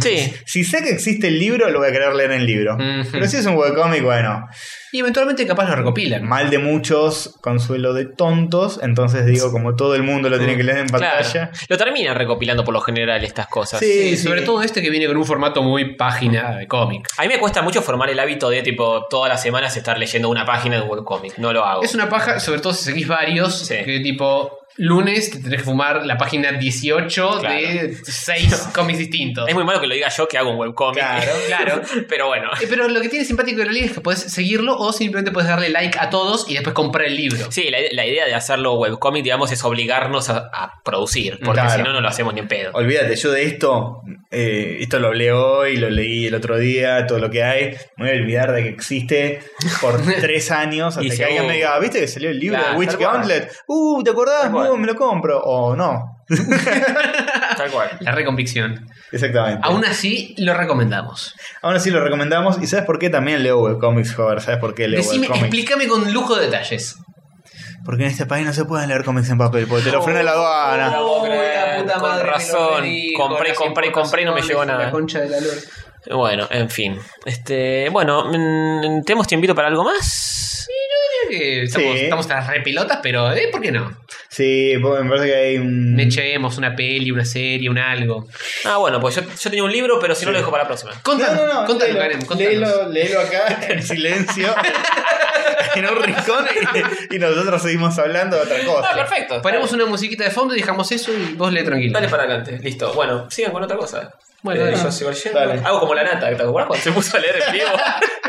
[SPEAKER 3] Sí.
[SPEAKER 4] Si sé que existe el libro, lo voy a querer leer en el libro.
[SPEAKER 2] Ujú.
[SPEAKER 4] Pero si es un webcomic, bueno,
[SPEAKER 2] Y eventualmente capaz lo recopilan.
[SPEAKER 4] mal de muchos, consuelo de tontos, entonces digo, como todo el mundo lo tiene que leer en
[SPEAKER 3] Claro.
[SPEAKER 4] pantalla.
[SPEAKER 3] Lo terminan recopilando por lo general estas cosas.
[SPEAKER 4] Sí.
[SPEAKER 2] Sí, sobre todo este que viene con un formato muy página de cómic.
[SPEAKER 3] A mí me cuesta mucho formar el hábito de, tipo, todas las semanas estar leyendo una página de un webcomic. No lo hago.
[SPEAKER 2] Es una paja, sobre todo si seguís varios,
[SPEAKER 3] Sí.
[SPEAKER 2] que tipo lunes te tenés que fumar la página 18
[SPEAKER 3] Claro.
[SPEAKER 2] de <laughs> 6 cómics distintos.
[SPEAKER 3] Es muy malo que lo diga yo que hago un webcomic. <laughs>
[SPEAKER 4] Claro,
[SPEAKER 2] claro.
[SPEAKER 3] Pero bueno.
[SPEAKER 2] Eh, Pero lo que tiene simpático de la liga es que puedes seguirlo o simplemente puedes darle like a todos y después comprar el libro.
[SPEAKER 3] Sí, la, la idea de hacerlo webcomic, digamos, es obligarnos a, a producir. Porque
[SPEAKER 4] Claro.
[SPEAKER 3] si no, no lo hacemos ni en pedo.
[SPEAKER 4] Olvídate, yo de esto, eh, esto lo hablé hoy, lo leí el otro día, todo lo que hay. Me voy a olvidar de que existe
[SPEAKER 3] <laughs>
[SPEAKER 4] por tres años
[SPEAKER 3] Y
[SPEAKER 4] hasta que
[SPEAKER 3] se-
[SPEAKER 4] alguien me diga, ¿viste que salió el libro
[SPEAKER 3] Claro,
[SPEAKER 4] de Witch
[SPEAKER 3] tal cual.
[SPEAKER 4] Gauntlet? Uh, ¿te acordás?
[SPEAKER 3] Tal cual.
[SPEAKER 4] Uh, me lo compro. O no.
[SPEAKER 3] Tal cual.
[SPEAKER 2] La reconvicción.
[SPEAKER 4] Exactamente.
[SPEAKER 3] Ah.
[SPEAKER 2] Aún así, lo recomendamos.
[SPEAKER 4] Aún así lo recomendamos. ¿Y sabes por qué también leo webcomics, joder? ¿Sabes por qué leo
[SPEAKER 2] Decime,
[SPEAKER 4] webcomics?
[SPEAKER 2] explícame con lujo de detalles.
[SPEAKER 4] Porque en este país no se pueden leer cómics en papel, porque te lo frena la aduana.
[SPEAKER 3] puedo
[SPEAKER 2] Uy, la
[SPEAKER 3] creer,
[SPEAKER 2] puta
[SPEAKER 3] con
[SPEAKER 2] madre, me lo
[SPEAKER 3] razón.
[SPEAKER 2] pedí,
[SPEAKER 3] Compré,
[SPEAKER 2] las
[SPEAKER 3] compré, compré y no me llegó
[SPEAKER 2] importaciones,
[SPEAKER 3] nada.
[SPEAKER 2] La concha de la lora.
[SPEAKER 3] Bueno, en fin. Este, bueno, mm, ¿tenemos tiempito para algo más?
[SPEAKER 2] Creo que Eh, Estamos,
[SPEAKER 4] Sí.
[SPEAKER 2] estamos a las repelotas, pero ¿eh? ¿por qué no?
[SPEAKER 4] Sí, porque me parece que hay un...
[SPEAKER 2] Me echemos una peli, una serie, un algo.
[SPEAKER 3] Ah, bueno, pues yo, yo tenía un libro, pero si no lo dejo para la próxima.
[SPEAKER 2] Contanos,
[SPEAKER 4] No, no, no,
[SPEAKER 2] contanos,
[SPEAKER 4] léelo,
[SPEAKER 2] Karen, contanos.
[SPEAKER 4] léelo, léelo acá <laughs> en
[SPEAKER 3] <laughs>
[SPEAKER 4] silencio, en un rincón, y, y nosotros seguimos hablando de otra cosa.
[SPEAKER 3] Ah, perfecto.
[SPEAKER 2] Ponemos una musiquita de fondo y dejamos eso y vos lee tranquilo.
[SPEAKER 3] Dale para adelante, listo. Bueno, sigan con otra cosa.
[SPEAKER 2] Bueno,
[SPEAKER 3] Eh,
[SPEAKER 2] dale.
[SPEAKER 3] yo sigo leyendo.
[SPEAKER 4] Dale.
[SPEAKER 3] Hago como la nata, ¿te acuerdas cuando se puso a leer en vivo?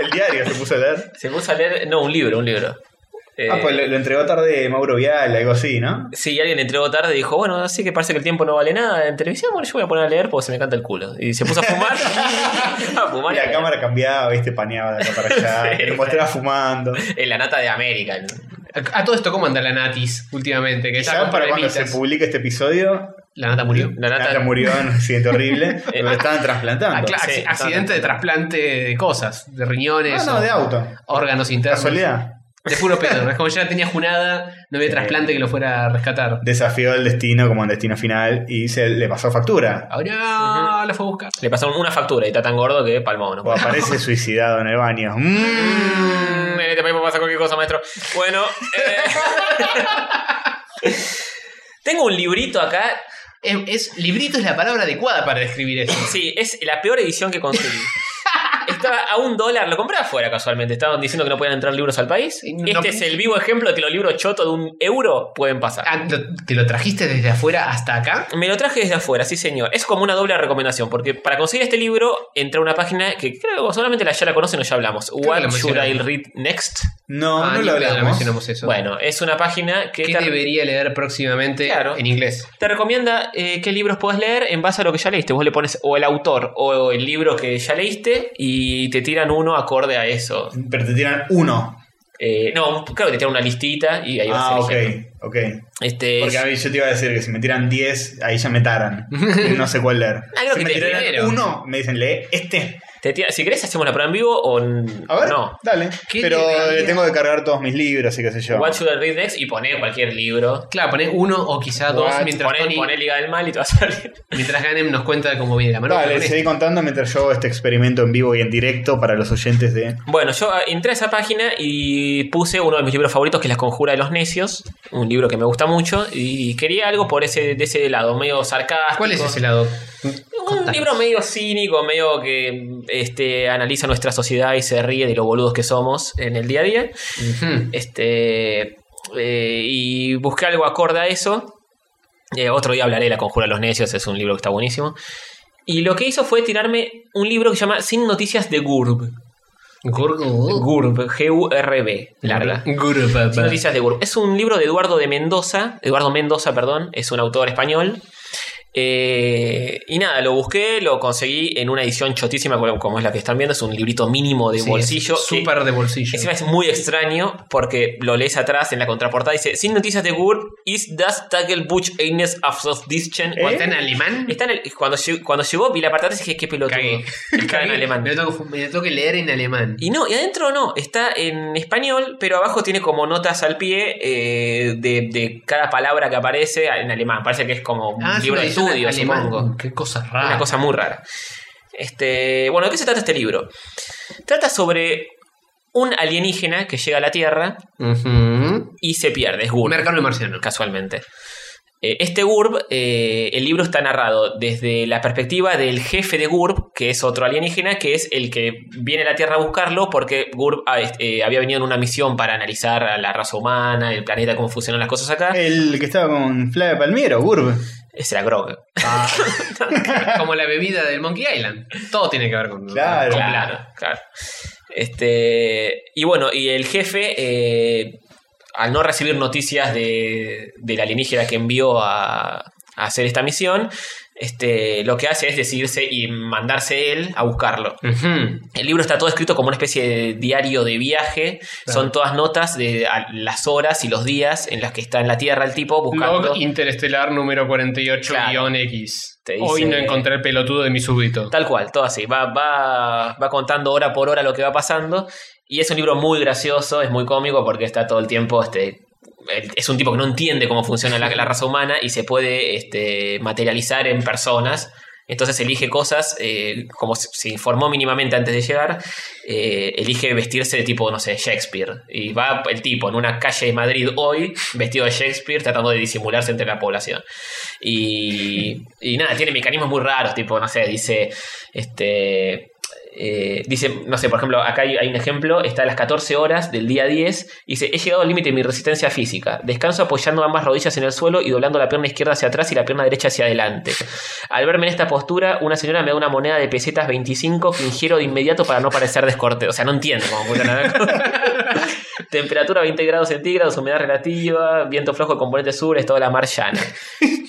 [SPEAKER 4] El diario se puso a leer.
[SPEAKER 3] se puso a leer, no, un libro, un libro. Eh,
[SPEAKER 4] Ah, pues lo, lo entregó tarde Mauro Vial, algo así, ¿no?
[SPEAKER 3] Sí, alguien le entregó tarde y dijo, bueno, así que parece que el tiempo no vale nada en televisión, bueno, yo voy a poner a leer porque se me canta el culo. Y se puso
[SPEAKER 4] <laughs>
[SPEAKER 3] a fumar. <laughs> a fumar
[SPEAKER 4] Y
[SPEAKER 3] y a
[SPEAKER 4] la
[SPEAKER 3] leer.
[SPEAKER 4] cámara cambiaba, viste, paneaba de acá para allá,
[SPEAKER 3] eh, <laughs> Sí.
[SPEAKER 4] le mostraba fumando.
[SPEAKER 3] En la nata de América.
[SPEAKER 2] A, a todo esto, ¿cómo anda la Natis últimamente? Que está
[SPEAKER 4] Ya
[SPEAKER 2] con
[SPEAKER 4] para cuando se
[SPEAKER 2] problemitas.
[SPEAKER 4] publique este episodio,
[SPEAKER 2] La Nata murió.
[SPEAKER 3] La nata,
[SPEAKER 4] Nata murió en un accidente horrible,
[SPEAKER 3] <laughs> Eh,
[SPEAKER 4] pero lo estaban
[SPEAKER 2] Ah,
[SPEAKER 4] trasplantando.
[SPEAKER 2] claro,
[SPEAKER 3] Sí,
[SPEAKER 2] acci- accidente de trasplante de cosas, de riñones.
[SPEAKER 4] Ah, No, no,
[SPEAKER 2] o
[SPEAKER 4] de auto.
[SPEAKER 2] Órganos internos.
[SPEAKER 4] Casualidad.
[SPEAKER 2] De puro pedo. Es como ya tenía junada, no había trasplante que lo fuera a rescatar.
[SPEAKER 4] Desafió el destino como el destino final y se le pasó factura.
[SPEAKER 2] Ahora la fue a buscar.
[SPEAKER 3] Le pasaron una factura y está tan gordo que palmó, ¿no?
[SPEAKER 4] O aparece suicidado en el baño. Mm.
[SPEAKER 3] Mm, en este país puede pasar cualquier cosa, maestro. Bueno. eh, <laughs> Tengo un librito acá.
[SPEAKER 2] Es, es- librito es la palabra adecuada para describir eso.
[SPEAKER 3] Sí, es la peor edición que conseguí. Estaba a un dólar, lo compré afuera casualmente. Estaban diciendo que no podían entrar libros al país.
[SPEAKER 2] Y no-
[SPEAKER 3] Este es el vivo ejemplo de que los libros chotos de un euro pueden pasar.
[SPEAKER 2] Ah, ¿lo- ¿Te lo trajiste desde afuera hasta acá?
[SPEAKER 3] Me lo traje desde afuera, sí señor. Es como una doble recomendación, porque para conseguir este libro entra una página que creo que solamente la ya la conocen o ya hablamos.
[SPEAKER 2] que la
[SPEAKER 3] What should I
[SPEAKER 2] mencionamos.
[SPEAKER 3] read next?
[SPEAKER 4] No,
[SPEAKER 2] Ah,
[SPEAKER 4] no
[SPEAKER 2] ni
[SPEAKER 4] lo
[SPEAKER 2] pedo, no
[SPEAKER 4] hablamos.
[SPEAKER 2] mencionamos eso.
[SPEAKER 3] Bueno, es una página que
[SPEAKER 2] ¿Qué
[SPEAKER 3] te,
[SPEAKER 2] debería leer próximamente
[SPEAKER 3] Claro.
[SPEAKER 2] en inglés?
[SPEAKER 3] te recomienda eh, qué libros puedes leer en base a lo que ya leíste. Vos le pones o el autor o el libro que ya leíste y te tiran uno acorde a eso.
[SPEAKER 4] Pero te tiran uno.
[SPEAKER 3] Eh, no, claro, te tiran una listita y ahí vas
[SPEAKER 4] Ah, ok,
[SPEAKER 3] eligiendo.
[SPEAKER 4] ok.
[SPEAKER 3] Este,
[SPEAKER 4] Porque a mí yo te iba a decir que si me tiran 10, ahí ya me taran. Y no sé cuál leer.
[SPEAKER 3] Ah, creo
[SPEAKER 4] si
[SPEAKER 3] que
[SPEAKER 4] me
[SPEAKER 3] te
[SPEAKER 4] tiran
[SPEAKER 2] dijeron.
[SPEAKER 4] uno, me dicen, lee este.
[SPEAKER 3] te tira- si querés hacemos la prueba en vivo o n-
[SPEAKER 4] A ver,
[SPEAKER 3] no.
[SPEAKER 4] dale.
[SPEAKER 2] ¿Qué
[SPEAKER 4] Pero
[SPEAKER 2] librería?
[SPEAKER 4] le tengo que cargar todos mis libros y qué sé yo.
[SPEAKER 3] What should I read next? Y poné cualquier libro.
[SPEAKER 2] Claro, poné uno o quizá dos
[SPEAKER 4] What?
[SPEAKER 2] mientras,
[SPEAKER 3] Poné,
[SPEAKER 2] Tony-
[SPEAKER 3] poné Liga del Mal y te va a salir.
[SPEAKER 2] mientras Ganem nos cuenta cómo viene la mano.
[SPEAKER 4] Dale, seguí contando mientras yo hago este experimento en vivo y en directo para los oyentes de...
[SPEAKER 3] Bueno, yo ah, entré a esa página y puse uno de mis libros favoritos, que es La Conjura de los Necios, un libro que me gusta mucho, y quería algo por ese, de ese lado, medio sarcástico.
[SPEAKER 2] ¿Cuál es ese lado?
[SPEAKER 3] Un libro medio cínico, medio que este, analiza nuestra sociedad y se ríe de lo boludos que somos en el día a día.
[SPEAKER 2] Ujú.
[SPEAKER 3] Este. eh, y busqué algo acorde a eso. Eh, otro día hablaré de La Conjura de los Necios, es un libro que está buenísimo. Y lo que hizo fue tirarme un libro que se llama Sin Noticias de GURB. GURB, G-U-R-B, larga.
[SPEAKER 2] Guru,
[SPEAKER 3] Sin Noticias de GURB. Es un libro de Eduardo de Mendoza, Eduardo Mendoza, perdón, es un autor español. Eh, y nada, lo busqué, lo conseguí en una edición chotísima como, como es la que están viendo, es un librito mínimo de
[SPEAKER 2] Sí,
[SPEAKER 3] bolsillo.
[SPEAKER 2] es Súper de bolsillo.
[SPEAKER 3] Encima es muy extraño porque lo lees atrás en la contraportada. Dice: Sin noticias de GURB, is das Tagelbuch eines auf das Dichtchen.
[SPEAKER 2] ¿O está en alemán?
[SPEAKER 3] Está en el- cuando, lleg- cuando llegó, vi la parte atrás y dije: Qué pelotudo. <laughs>
[SPEAKER 2] Cagué.
[SPEAKER 3] Está en
[SPEAKER 2] Cagué.
[SPEAKER 3] alemán.
[SPEAKER 2] Me lo tengo, me lo tengo que leer en alemán.
[SPEAKER 3] Y no, y adentro no, está en español, pero abajo tiene como notas al pie eh, de, de cada palabra que aparece en alemán. Parece que es como un
[SPEAKER 2] Ah, es
[SPEAKER 3] libro
[SPEAKER 2] una
[SPEAKER 3] de
[SPEAKER 2] edición
[SPEAKER 3] estudio,
[SPEAKER 2] alemán. Mm, Ah.
[SPEAKER 3] supongo.
[SPEAKER 2] Qué cosa rara.
[SPEAKER 3] Una cosa muy rara. Este, bueno, ¿de qué se trata este libro? Trata sobre un alienígena que llega a la Tierra
[SPEAKER 2] Ujú.
[SPEAKER 3] y se pierde, es Gurb,
[SPEAKER 2] Mercado y Marciano.
[SPEAKER 3] casualmente. Eh, este Gurb, eh, el libro está narrado desde la perspectiva del jefe de Gurb, que es otro alienígena, que es el que viene a la Tierra a buscarlo porque Gurb ah, este, eh, había venido en una misión para analizar a la raza humana, el planeta, cómo funcionan las cosas acá.
[SPEAKER 4] El que estaba con Flavia Palmiero, Gurb.
[SPEAKER 3] Ese era Grog. Ah.
[SPEAKER 2] Como la bebida del Monkey Island. Todo tiene que ver con.
[SPEAKER 4] Claro.
[SPEAKER 2] con
[SPEAKER 3] Claro, claro. Este, y bueno, y el jefe, eh, al no recibir noticias de, del alienígena que envió a, a hacer esta misión, este, lo que hace es decidirse y mandarse él a buscarlo.
[SPEAKER 2] Ujú.
[SPEAKER 3] El libro está todo escrito como una especie de diario de viaje.
[SPEAKER 2] Claro.
[SPEAKER 3] Son todas notas de a- las horas y los días en las que está en la Tierra el tipo buscando.
[SPEAKER 2] Log interestelar número 48-X.
[SPEAKER 3] Te dice-
[SPEAKER 2] Hoy no encontré el pelotudo de mi súbdito.
[SPEAKER 3] Tal cual, todo así. Va, va, va contando hora por hora lo que va pasando. Y es un libro muy gracioso, es muy cómico porque está todo el tiempo. Este, el- es un tipo que no entiende cómo funciona la, la raza humana y se puede este, materializar en personas. Entonces elige cosas, eh, como se- se informó mínimamente antes de llegar, eh, elige vestirse de tipo, no sé, Shakespeare. Y va el tipo en una calle de Madrid hoy, vestido de Shakespeare, tratando de disimularse entre la población. Y, y nada, tiene mecanismos muy raros, tipo, no sé, dice, este, eh, dice, no sé, por ejemplo, acá hay, hay un ejemplo, está a las 14 horas del día 10, y dice, he llegado al límite de mi resistencia física, descanso apoyando ambas rodillas en el suelo y doblando la pierna izquierda hacia atrás y la pierna derecha hacia adelante. Al verme en esta postura, una señora me da una moneda de pesetas 25 que ingiero de inmediato para no parecer descortés, o sea, no entiendo cómo funciona la cosa. Temperatura 20 grados centígrados, humedad relativa, viento flojo de componente sur, estado de la mar llana.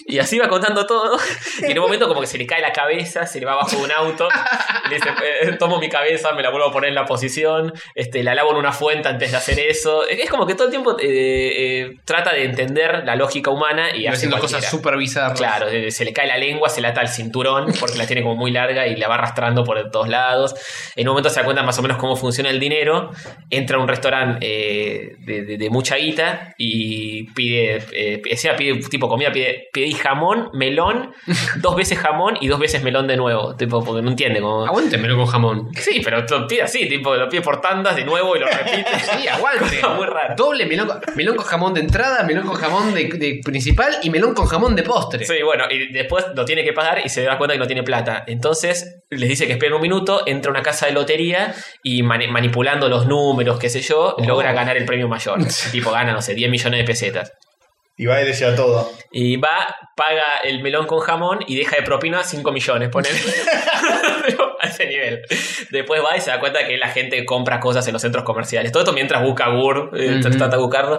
[SPEAKER 3] Y así va contando todo. Y en un momento como que se le cae la cabeza, se le va abajo de un auto. Le dice, "Eh, tomo mi cabeza, me la vuelvo a poner en la posición, este, la lavo en una fuente antes de hacer eso. Es es como que todo el tiempo eh, eh, trata de entender la lógica humana y
[SPEAKER 2] Pero
[SPEAKER 3] hace
[SPEAKER 2] haciendo
[SPEAKER 3] cualquiera.
[SPEAKER 2] cosas súper bizarras.
[SPEAKER 3] Claro, eh, se le cae la lengua, se le ata el cinturón porque la tiene como muy larga y la va arrastrando por todos lados. En un momento se da cuenta más o menos cómo funciona el dinero. Entra a un restaurante eh, de, de- de mucha guita y pide, eh, o sea, pide tipo comida, pide, pide jamón,
[SPEAKER 2] <laughs>
[SPEAKER 3] melón, dos veces jamón y dos veces melón de nuevo. Tipo, porque no entiende
[SPEAKER 2] Ah,
[SPEAKER 3] cómo.
[SPEAKER 2] Aguántemelo con jamón.
[SPEAKER 3] Sí, pero lo pide así, tipo, lo pide por tandas de nuevo y lo repite.
[SPEAKER 2] <laughs> Sí, aguante.
[SPEAKER 3] Cosa muy rara.
[SPEAKER 2] Doble melón, con- melón con jamón de entrada, melón con jamón de, de principal y melón con jamón de postre.
[SPEAKER 3] Sí, bueno, y después lo tiene que pagar y se da cuenta que no tiene plata. Entonces les dice que esperen un minuto, entra a una casa de lotería y mani- manipulando los números, qué sé yo, logra ganar el premio mayor. El tipo gana, no sé, 10 millones de pesetas.
[SPEAKER 4] Y va y le lleva todo.
[SPEAKER 3] Y va, paga el melón con jamón y deja de propina 5 millones, ponele. a ese nivel. Después va y se da cuenta que la gente compra cosas en los centros comerciales. Todo esto mientras busca Gur, eh,
[SPEAKER 2] Ujú.
[SPEAKER 3] trata de buscarlo.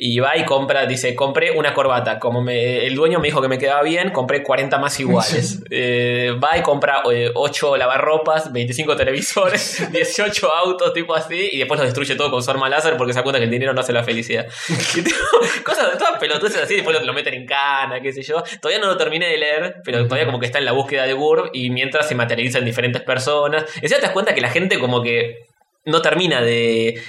[SPEAKER 3] Y va y compra, dice, compré una corbata. Como me- el dueño me dijo que me quedaba bien, compré 40 más iguales. Eh, va y compra 8 lavarropas, 25 televisores, 18 autos, tipo así. Y después los destruye todo con su arma láser porque se da cuenta que el dinero no hace la felicidad. Y tipo, <laughs> cosas de todas pelotudeces así, después lo, lo meten en cana, qué sé yo. Todavía no lo terminé de leer, pero todavía como que está en la búsqueda de Gurb y mientras se materializan diferentes personas. Encima te das cuenta que la gente como que no termina de,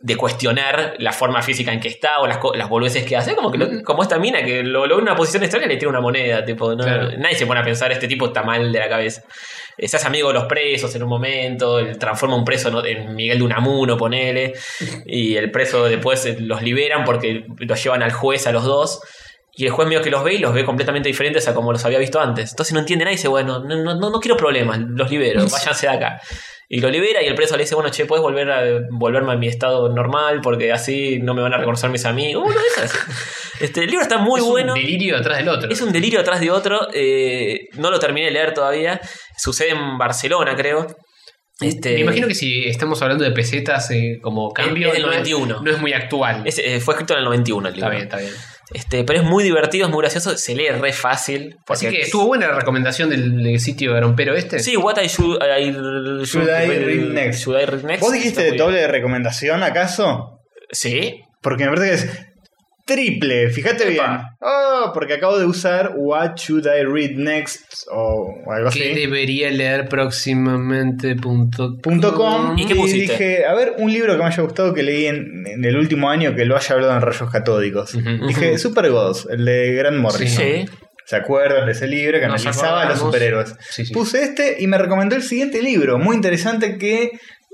[SPEAKER 3] de cuestionar la forma física en que está o las, co- las boludeces que hace. Como que lo- como esta mina que lo, lo ve en una posición extraña y le tira una moneda. Tipo, no-
[SPEAKER 2] Claro.
[SPEAKER 3] Nadie se pone a pensar, este tipo está mal de la cabeza. Eh, Se hace amigo de los presos en un momento, él transforma un preso ¿no? en Miguel de Unamuno, ponele. Y el preso después eh, los liberan porque los llevan al juez a los dos. Y el juez medio que los ve y los ve completamente diferentes
[SPEAKER 2] <laughs>
[SPEAKER 3] a como los había visto antes. Entonces no entiende nada y dice, bueno, no, no, no no quiero problemas, los libero, váyanse de acá. Y lo libera y el preso le dice, bueno, che, puedes volver a volverme a mi estado normal porque así no me van a reconocer mis amigos. Una de
[SPEAKER 2] <laughs>
[SPEAKER 3] esas. Este, el libro está muy
[SPEAKER 2] es
[SPEAKER 3] bueno.
[SPEAKER 2] un delirio atrás del otro.
[SPEAKER 3] Es un delirio atrás de otro. eh, no lo terminé de leer todavía. Sucede en Barcelona, creo. Este,
[SPEAKER 2] Me imagino que si estamos hablando de pesetas eh, como cambio,
[SPEAKER 3] es del
[SPEAKER 2] no, es,
[SPEAKER 3] 91.
[SPEAKER 2] no es muy actual.
[SPEAKER 3] es, eh, fue escrito en el 91 el libro.
[SPEAKER 2] está bien, está bien.
[SPEAKER 3] Este, pero es muy divertido, es muy gracioso. Se lee re fácil.
[SPEAKER 2] Así que estuvo buena la recomendación del, del sitio de Arompero este.
[SPEAKER 3] Sí, What I Should, I-
[SPEAKER 4] Should I Read Next?
[SPEAKER 3] Should I Read Next?
[SPEAKER 4] ¿Vos
[SPEAKER 3] Está
[SPEAKER 4] dijiste
[SPEAKER 3] muy
[SPEAKER 4] doble
[SPEAKER 3] bien.
[SPEAKER 4] de recomendación acaso?
[SPEAKER 3] Sí.
[SPEAKER 4] Porque me parece que es triple, fíjate bien. Oh, porque acabo de usar What Should I Read Next o algo
[SPEAKER 2] Que
[SPEAKER 4] así.
[SPEAKER 2] debería leer próximamente. Punto,
[SPEAKER 4] Punto com,
[SPEAKER 3] ¿Y qué pusiste?
[SPEAKER 4] dije, a ver, un libro que me haya gustado que leí en, en el último año que lo haya hablado en Rayos Catódicos.
[SPEAKER 2] Ujú.
[SPEAKER 4] Dije, Super Gods, el de Grant Morrison.
[SPEAKER 3] Sí.
[SPEAKER 4] ¿Se acuerdan de ese libro que
[SPEAKER 2] Nos
[SPEAKER 4] analizaba a los
[SPEAKER 2] acordamos.
[SPEAKER 4] superhéroes?
[SPEAKER 2] Sí, sí.
[SPEAKER 4] Puse este y me recomendó el siguiente libro, muy interesante que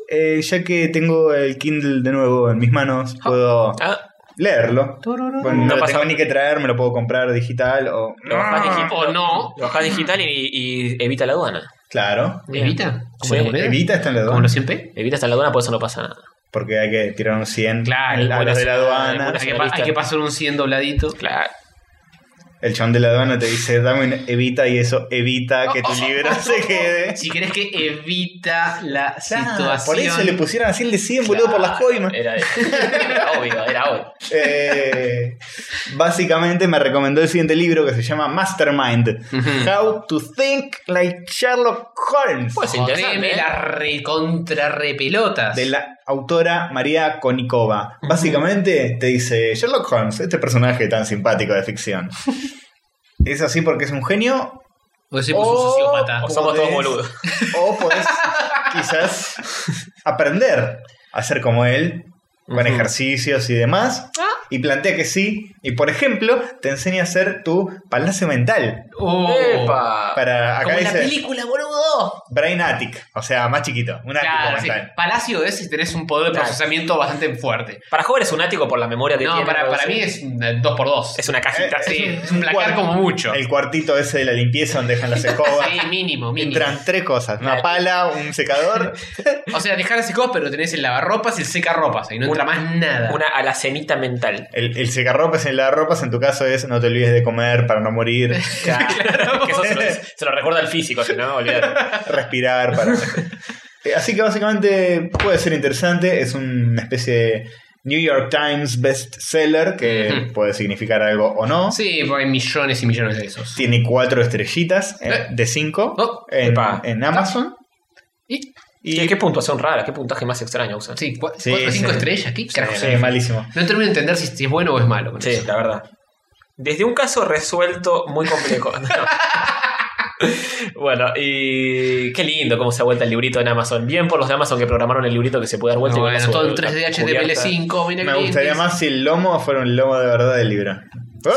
[SPEAKER 4] eh, ya que tengo el Kindle de nuevo en mis manos, puedo
[SPEAKER 3] Ah,
[SPEAKER 4] leerlo. Bueno,
[SPEAKER 3] No
[SPEAKER 4] no lo
[SPEAKER 3] pasa-
[SPEAKER 4] tengo ni que traer, me lo puedo comprar digital o...
[SPEAKER 3] lo bajás, digi-
[SPEAKER 2] O no.
[SPEAKER 3] lo bajás digital y, y evita la aduana.
[SPEAKER 4] Claro.
[SPEAKER 3] Bien.
[SPEAKER 2] ¿Evita? ¿Como
[SPEAKER 3] Sí,
[SPEAKER 2] la moneda?
[SPEAKER 4] Evita está en la
[SPEAKER 2] ¿Como
[SPEAKER 4] aduana.
[SPEAKER 2] los 100 p
[SPEAKER 3] Evita hasta la aduana, por eso no pasa nada.
[SPEAKER 4] Porque hay que tirar un 100
[SPEAKER 2] Claro,
[SPEAKER 4] a los
[SPEAKER 3] buenas-
[SPEAKER 4] de la aduana.
[SPEAKER 3] buenas-
[SPEAKER 2] Hay que, pa- hay que pasar un 100 dobladito.
[SPEAKER 3] Claro.
[SPEAKER 4] El chabón de la aduana te dice, dame un evita y eso evita
[SPEAKER 2] Oh,
[SPEAKER 4] que tu libro se quede.
[SPEAKER 2] Si querés que evita la
[SPEAKER 4] Claro,
[SPEAKER 2] oh, situación.
[SPEAKER 4] por eso le pusieron así el de 100, boludo, por las coimas.
[SPEAKER 3] Era, era <laughs> obvio, era obvio.
[SPEAKER 4] Eh, básicamente me recomendó el siguiente libro que se llama Mastermind.
[SPEAKER 2] Ujú.
[SPEAKER 4] How to Think Like Sherlock Holmes.
[SPEAKER 3] Pues interesante.
[SPEAKER 2] Jodeme
[SPEAKER 3] ¿eh?
[SPEAKER 2] la recontra repelotas.
[SPEAKER 4] de la autora María Konikova. Básicamente te dice Sherlock Holmes, este personaje tan simpático de
[SPEAKER 2] <laughs>
[SPEAKER 4] ficción. ¿Es así porque es un genio?
[SPEAKER 2] Vos decís, pues, un
[SPEAKER 4] Oh,
[SPEAKER 2] sociópata.
[SPEAKER 3] O somos todos
[SPEAKER 4] Podés-
[SPEAKER 3] boludos.
[SPEAKER 4] ¿O podés quizás aprender a ser como él? Con ejercicios y demás. Y plantea que sí. Y por ejemplo, te enseña a hacer tu palacio mental.
[SPEAKER 2] Oh.
[SPEAKER 4] Para acá
[SPEAKER 2] Como en la
[SPEAKER 4] dice
[SPEAKER 2] película, boludo.
[SPEAKER 4] Brain Attic. O sea, más chiquito. Un
[SPEAKER 2] Claro,
[SPEAKER 4] ático
[SPEAKER 2] sí.
[SPEAKER 4] mental.
[SPEAKER 2] Palacio es si tenés un poder de
[SPEAKER 3] Claro.
[SPEAKER 2] procesamiento bastante fuerte.
[SPEAKER 3] Para Hover es un ático por la memoria que
[SPEAKER 2] No,
[SPEAKER 3] tiene.
[SPEAKER 2] para,
[SPEAKER 3] pero
[SPEAKER 2] para
[SPEAKER 3] sí.
[SPEAKER 2] mí es eh, 2x2.
[SPEAKER 3] Es una cajita.
[SPEAKER 4] Eh, <laughs>
[SPEAKER 2] Sí,
[SPEAKER 4] es un
[SPEAKER 2] es un placar
[SPEAKER 4] cuarto.
[SPEAKER 2] como mucho.
[SPEAKER 4] El cuartito ese de la limpieza donde dejan
[SPEAKER 2] <laughs>
[SPEAKER 4] las escobas.
[SPEAKER 2] Sí, mínimo, mínimo.
[SPEAKER 4] Entran tres cosas, una
[SPEAKER 3] Claro.
[SPEAKER 4] pala, un secador.
[SPEAKER 2] O sea, dejar las cosas, pero tenés el lavarropas y el secarropas. Y no entra más nada.
[SPEAKER 3] Una alacenita mental.
[SPEAKER 4] El, el secarropas en la ropa, en tu caso es no te olvides de comer para no morir,
[SPEAKER 2] <laughs>
[SPEAKER 3] Claro. <laughs> que eso se lo, se lo recuerda al físico, si no, olvidate.
[SPEAKER 4] respirar
[SPEAKER 2] <laughs>
[SPEAKER 4] para... Eh, Así que básicamente puede ser interesante, es una especie de New York Times bestseller que
[SPEAKER 2] Ujú.
[SPEAKER 4] puede significar algo o no.
[SPEAKER 2] Sí, porque hay millones y millones de esos.
[SPEAKER 4] Tiene cuatro estrellitas eh,
[SPEAKER 2] Eh.
[SPEAKER 4] de cinco
[SPEAKER 2] Oh,
[SPEAKER 4] en,
[SPEAKER 3] epa.
[SPEAKER 4] en Amazon.
[SPEAKER 2] Y-
[SPEAKER 3] ¿Qué,
[SPEAKER 4] Y eh,
[SPEAKER 3] qué puntuación rara? ¿Qué puntaje más extraño usan?
[SPEAKER 2] Sí, 4
[SPEAKER 4] Sí,
[SPEAKER 2] o 5
[SPEAKER 4] sí.
[SPEAKER 2] estrellas. ¿Qué carajo?
[SPEAKER 4] Sí, eh, malísimo.
[SPEAKER 2] No termino de entender si, si es bueno o es malo. con
[SPEAKER 3] Sí,
[SPEAKER 2] eso.
[SPEAKER 3] la verdad. Desde un caso resuelto muy complejo. <laughs> bueno, y qué lindo cómo se ha vuelto el librito en Amazon. Bien por los de Amazon que programaron el librito que se puede dar vuelta. y
[SPEAKER 2] bueno,
[SPEAKER 3] con la
[SPEAKER 2] todo en
[SPEAKER 3] su-
[SPEAKER 2] 3D
[SPEAKER 3] la cubierta.
[SPEAKER 2] HTML5. Mira
[SPEAKER 4] Me
[SPEAKER 2] qué
[SPEAKER 4] gustaría
[SPEAKER 2] lentes.
[SPEAKER 4] más si el lomo fuera un lomo de verdad del libro. Oh,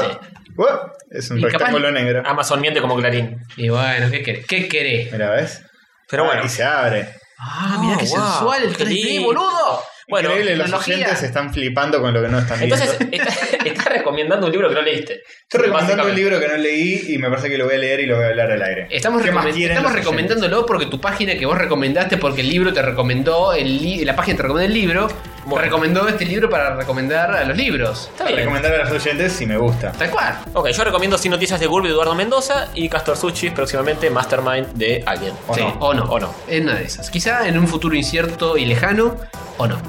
[SPEAKER 4] oh, es un
[SPEAKER 2] Y capaz- Ah,
[SPEAKER 4] rectángulo negro.
[SPEAKER 3] Amazon miente como Clarín.
[SPEAKER 2] Y bueno, ¿qué querés? ¿Qué querés?
[SPEAKER 4] Mira, ¿ves?
[SPEAKER 3] Pero
[SPEAKER 4] Ah,
[SPEAKER 3] bueno.
[SPEAKER 4] Y se abre.
[SPEAKER 2] Ah, mira
[SPEAKER 3] Oh,
[SPEAKER 2] qué
[SPEAKER 3] wow,
[SPEAKER 2] sensual el
[SPEAKER 3] qué
[SPEAKER 2] 3D,
[SPEAKER 3] lindo.
[SPEAKER 2] boludo.
[SPEAKER 3] Bueno,
[SPEAKER 4] Increíble, los
[SPEAKER 2] tecnología.
[SPEAKER 4] oyentes están flipando con lo que no están viendo.
[SPEAKER 3] Entonces, estás está <laughs> recomendando un libro que no leíste.
[SPEAKER 4] Estoy recomendando un
[SPEAKER 3] Básicamente.
[SPEAKER 4] libro que no leí y me parece que lo voy a leer y lo voy a hablar al aire.
[SPEAKER 2] Estamos,
[SPEAKER 4] ¿Qué más
[SPEAKER 2] recomen-
[SPEAKER 4] quieren
[SPEAKER 2] estamos
[SPEAKER 4] los oyentes?
[SPEAKER 2] recomendándolo porque tu página que vos recomendaste, porque el libro te recomendó, el li- la página te recomendó el libro,
[SPEAKER 3] Bueno.
[SPEAKER 2] recomendó este libro para recomendar a los libros.
[SPEAKER 3] Está bien.
[SPEAKER 4] Recomendar a los oyentes si me gusta.
[SPEAKER 2] Tal cual.
[SPEAKER 3] Ok, yo recomiendo Sin Noticias de Gurbi de Eduardo Mendoza y Castor Suchi, próximamente Mastermind de alguien.
[SPEAKER 4] O
[SPEAKER 2] sí,
[SPEAKER 4] no.
[SPEAKER 2] o no.
[SPEAKER 3] O no.
[SPEAKER 2] En una de esas. Quizá en un futuro incierto y lejano, o no.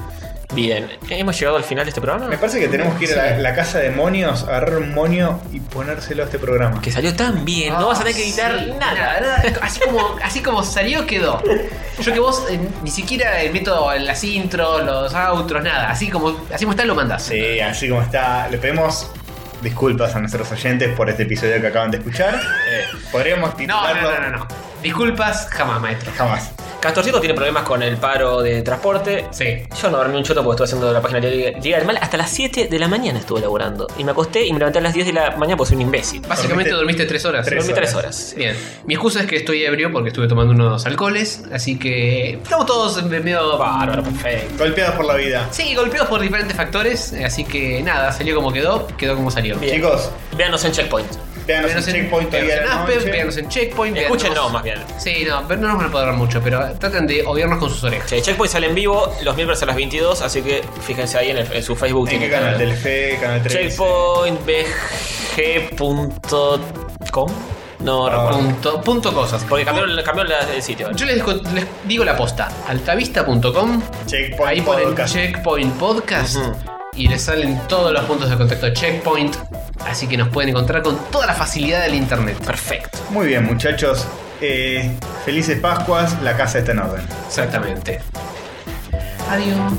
[SPEAKER 3] Bien, ¿hemos llegado al final de este
[SPEAKER 4] Me
[SPEAKER 3] programa?
[SPEAKER 4] parece que tenemos que ir a la, la casa de monios, agarrar un monio y ponérselo a este programa.
[SPEAKER 3] Que salió tan bien, no vas a tener que
[SPEAKER 4] Ah,
[SPEAKER 3] editar
[SPEAKER 2] Sí,
[SPEAKER 3] nada.
[SPEAKER 2] Así como, así como salió, quedó. Yo que vos eh, ni siquiera el método, las intros, los outros, nada. Así como, así como está, lo mandás.
[SPEAKER 4] Sí, así como está. Le pedimos disculpas a nuestros oyentes por este episodio que acaban de escuchar. Eh, Podríamos
[SPEAKER 2] No,
[SPEAKER 4] titularlo
[SPEAKER 2] no, no, no, no. Disculpas, jamás, maestro.
[SPEAKER 4] jamás.
[SPEAKER 3] Castorcito tiene problemas con el paro de transporte.
[SPEAKER 2] Sí.
[SPEAKER 3] Yo no dormí un choto porque estuve haciendo la página de Liga- Liga del Mal. Hasta las 7 de la mañana estuve laburando. Y me acosté y me levanté a las 10 de la mañana porque soy un imbécil.
[SPEAKER 2] Básicamente dormiste tres horas.
[SPEAKER 4] Tres
[SPEAKER 3] Dormí 3
[SPEAKER 4] horas.
[SPEAKER 3] horas.
[SPEAKER 2] Bien. Mi excusa es que estoy ebrio porque estuve tomando unos alcoholes, así que estamos todos medio...
[SPEAKER 3] Bárbaro, perfecto.
[SPEAKER 4] Golpeados por la vida.
[SPEAKER 2] Sí, golpeados por diferentes factores, eh, así que nada, salió como quedó, quedó como salió.
[SPEAKER 3] Bien.
[SPEAKER 4] Chicos,
[SPEAKER 3] Véanos en Checkpoint.
[SPEAKER 4] véanos en
[SPEAKER 2] Véanos
[SPEAKER 4] Checkpoint hoy a
[SPEAKER 2] véanos en
[SPEAKER 4] la
[SPEAKER 2] Aspen,
[SPEAKER 4] noche.
[SPEAKER 2] véanos en Checkpoint.
[SPEAKER 3] Escúchenlo,
[SPEAKER 2] véanos-
[SPEAKER 3] más bien.
[SPEAKER 2] Sí, no, pero no nos van a poder ver mucho, pero Tratan de odiarnos con sus orejas.
[SPEAKER 3] Sí, Checkpoint sale en vivo los miércoles a las 22, así que fíjense ahí en, el- en su Facebook.
[SPEAKER 4] ¿En qué
[SPEAKER 3] tiene-
[SPEAKER 4] canal? ¿Del F? ¿Canal 3?
[SPEAKER 3] Checkpointbg.com. No,
[SPEAKER 4] Ah.
[SPEAKER 3] recuerdo.
[SPEAKER 2] Punto, punto cosas.
[SPEAKER 3] Porque cambiaron, cambiaron la- el sitio.
[SPEAKER 2] Yo les, digo- les digo la posta. Altavista.com.
[SPEAKER 4] Checkpoint
[SPEAKER 2] ahí ponen
[SPEAKER 4] Podcast.
[SPEAKER 2] Checkpoint Podcast.
[SPEAKER 3] Ujú.
[SPEAKER 2] Y les salen todos los puntos de contacto de Checkpoint. Así que nos pueden encontrar con toda la facilidad del internet.
[SPEAKER 3] Perfecto.
[SPEAKER 4] Muy bien, muchachos. Eh, felices Pascuas, la casa está en orden.
[SPEAKER 2] Exactamente. Adiós.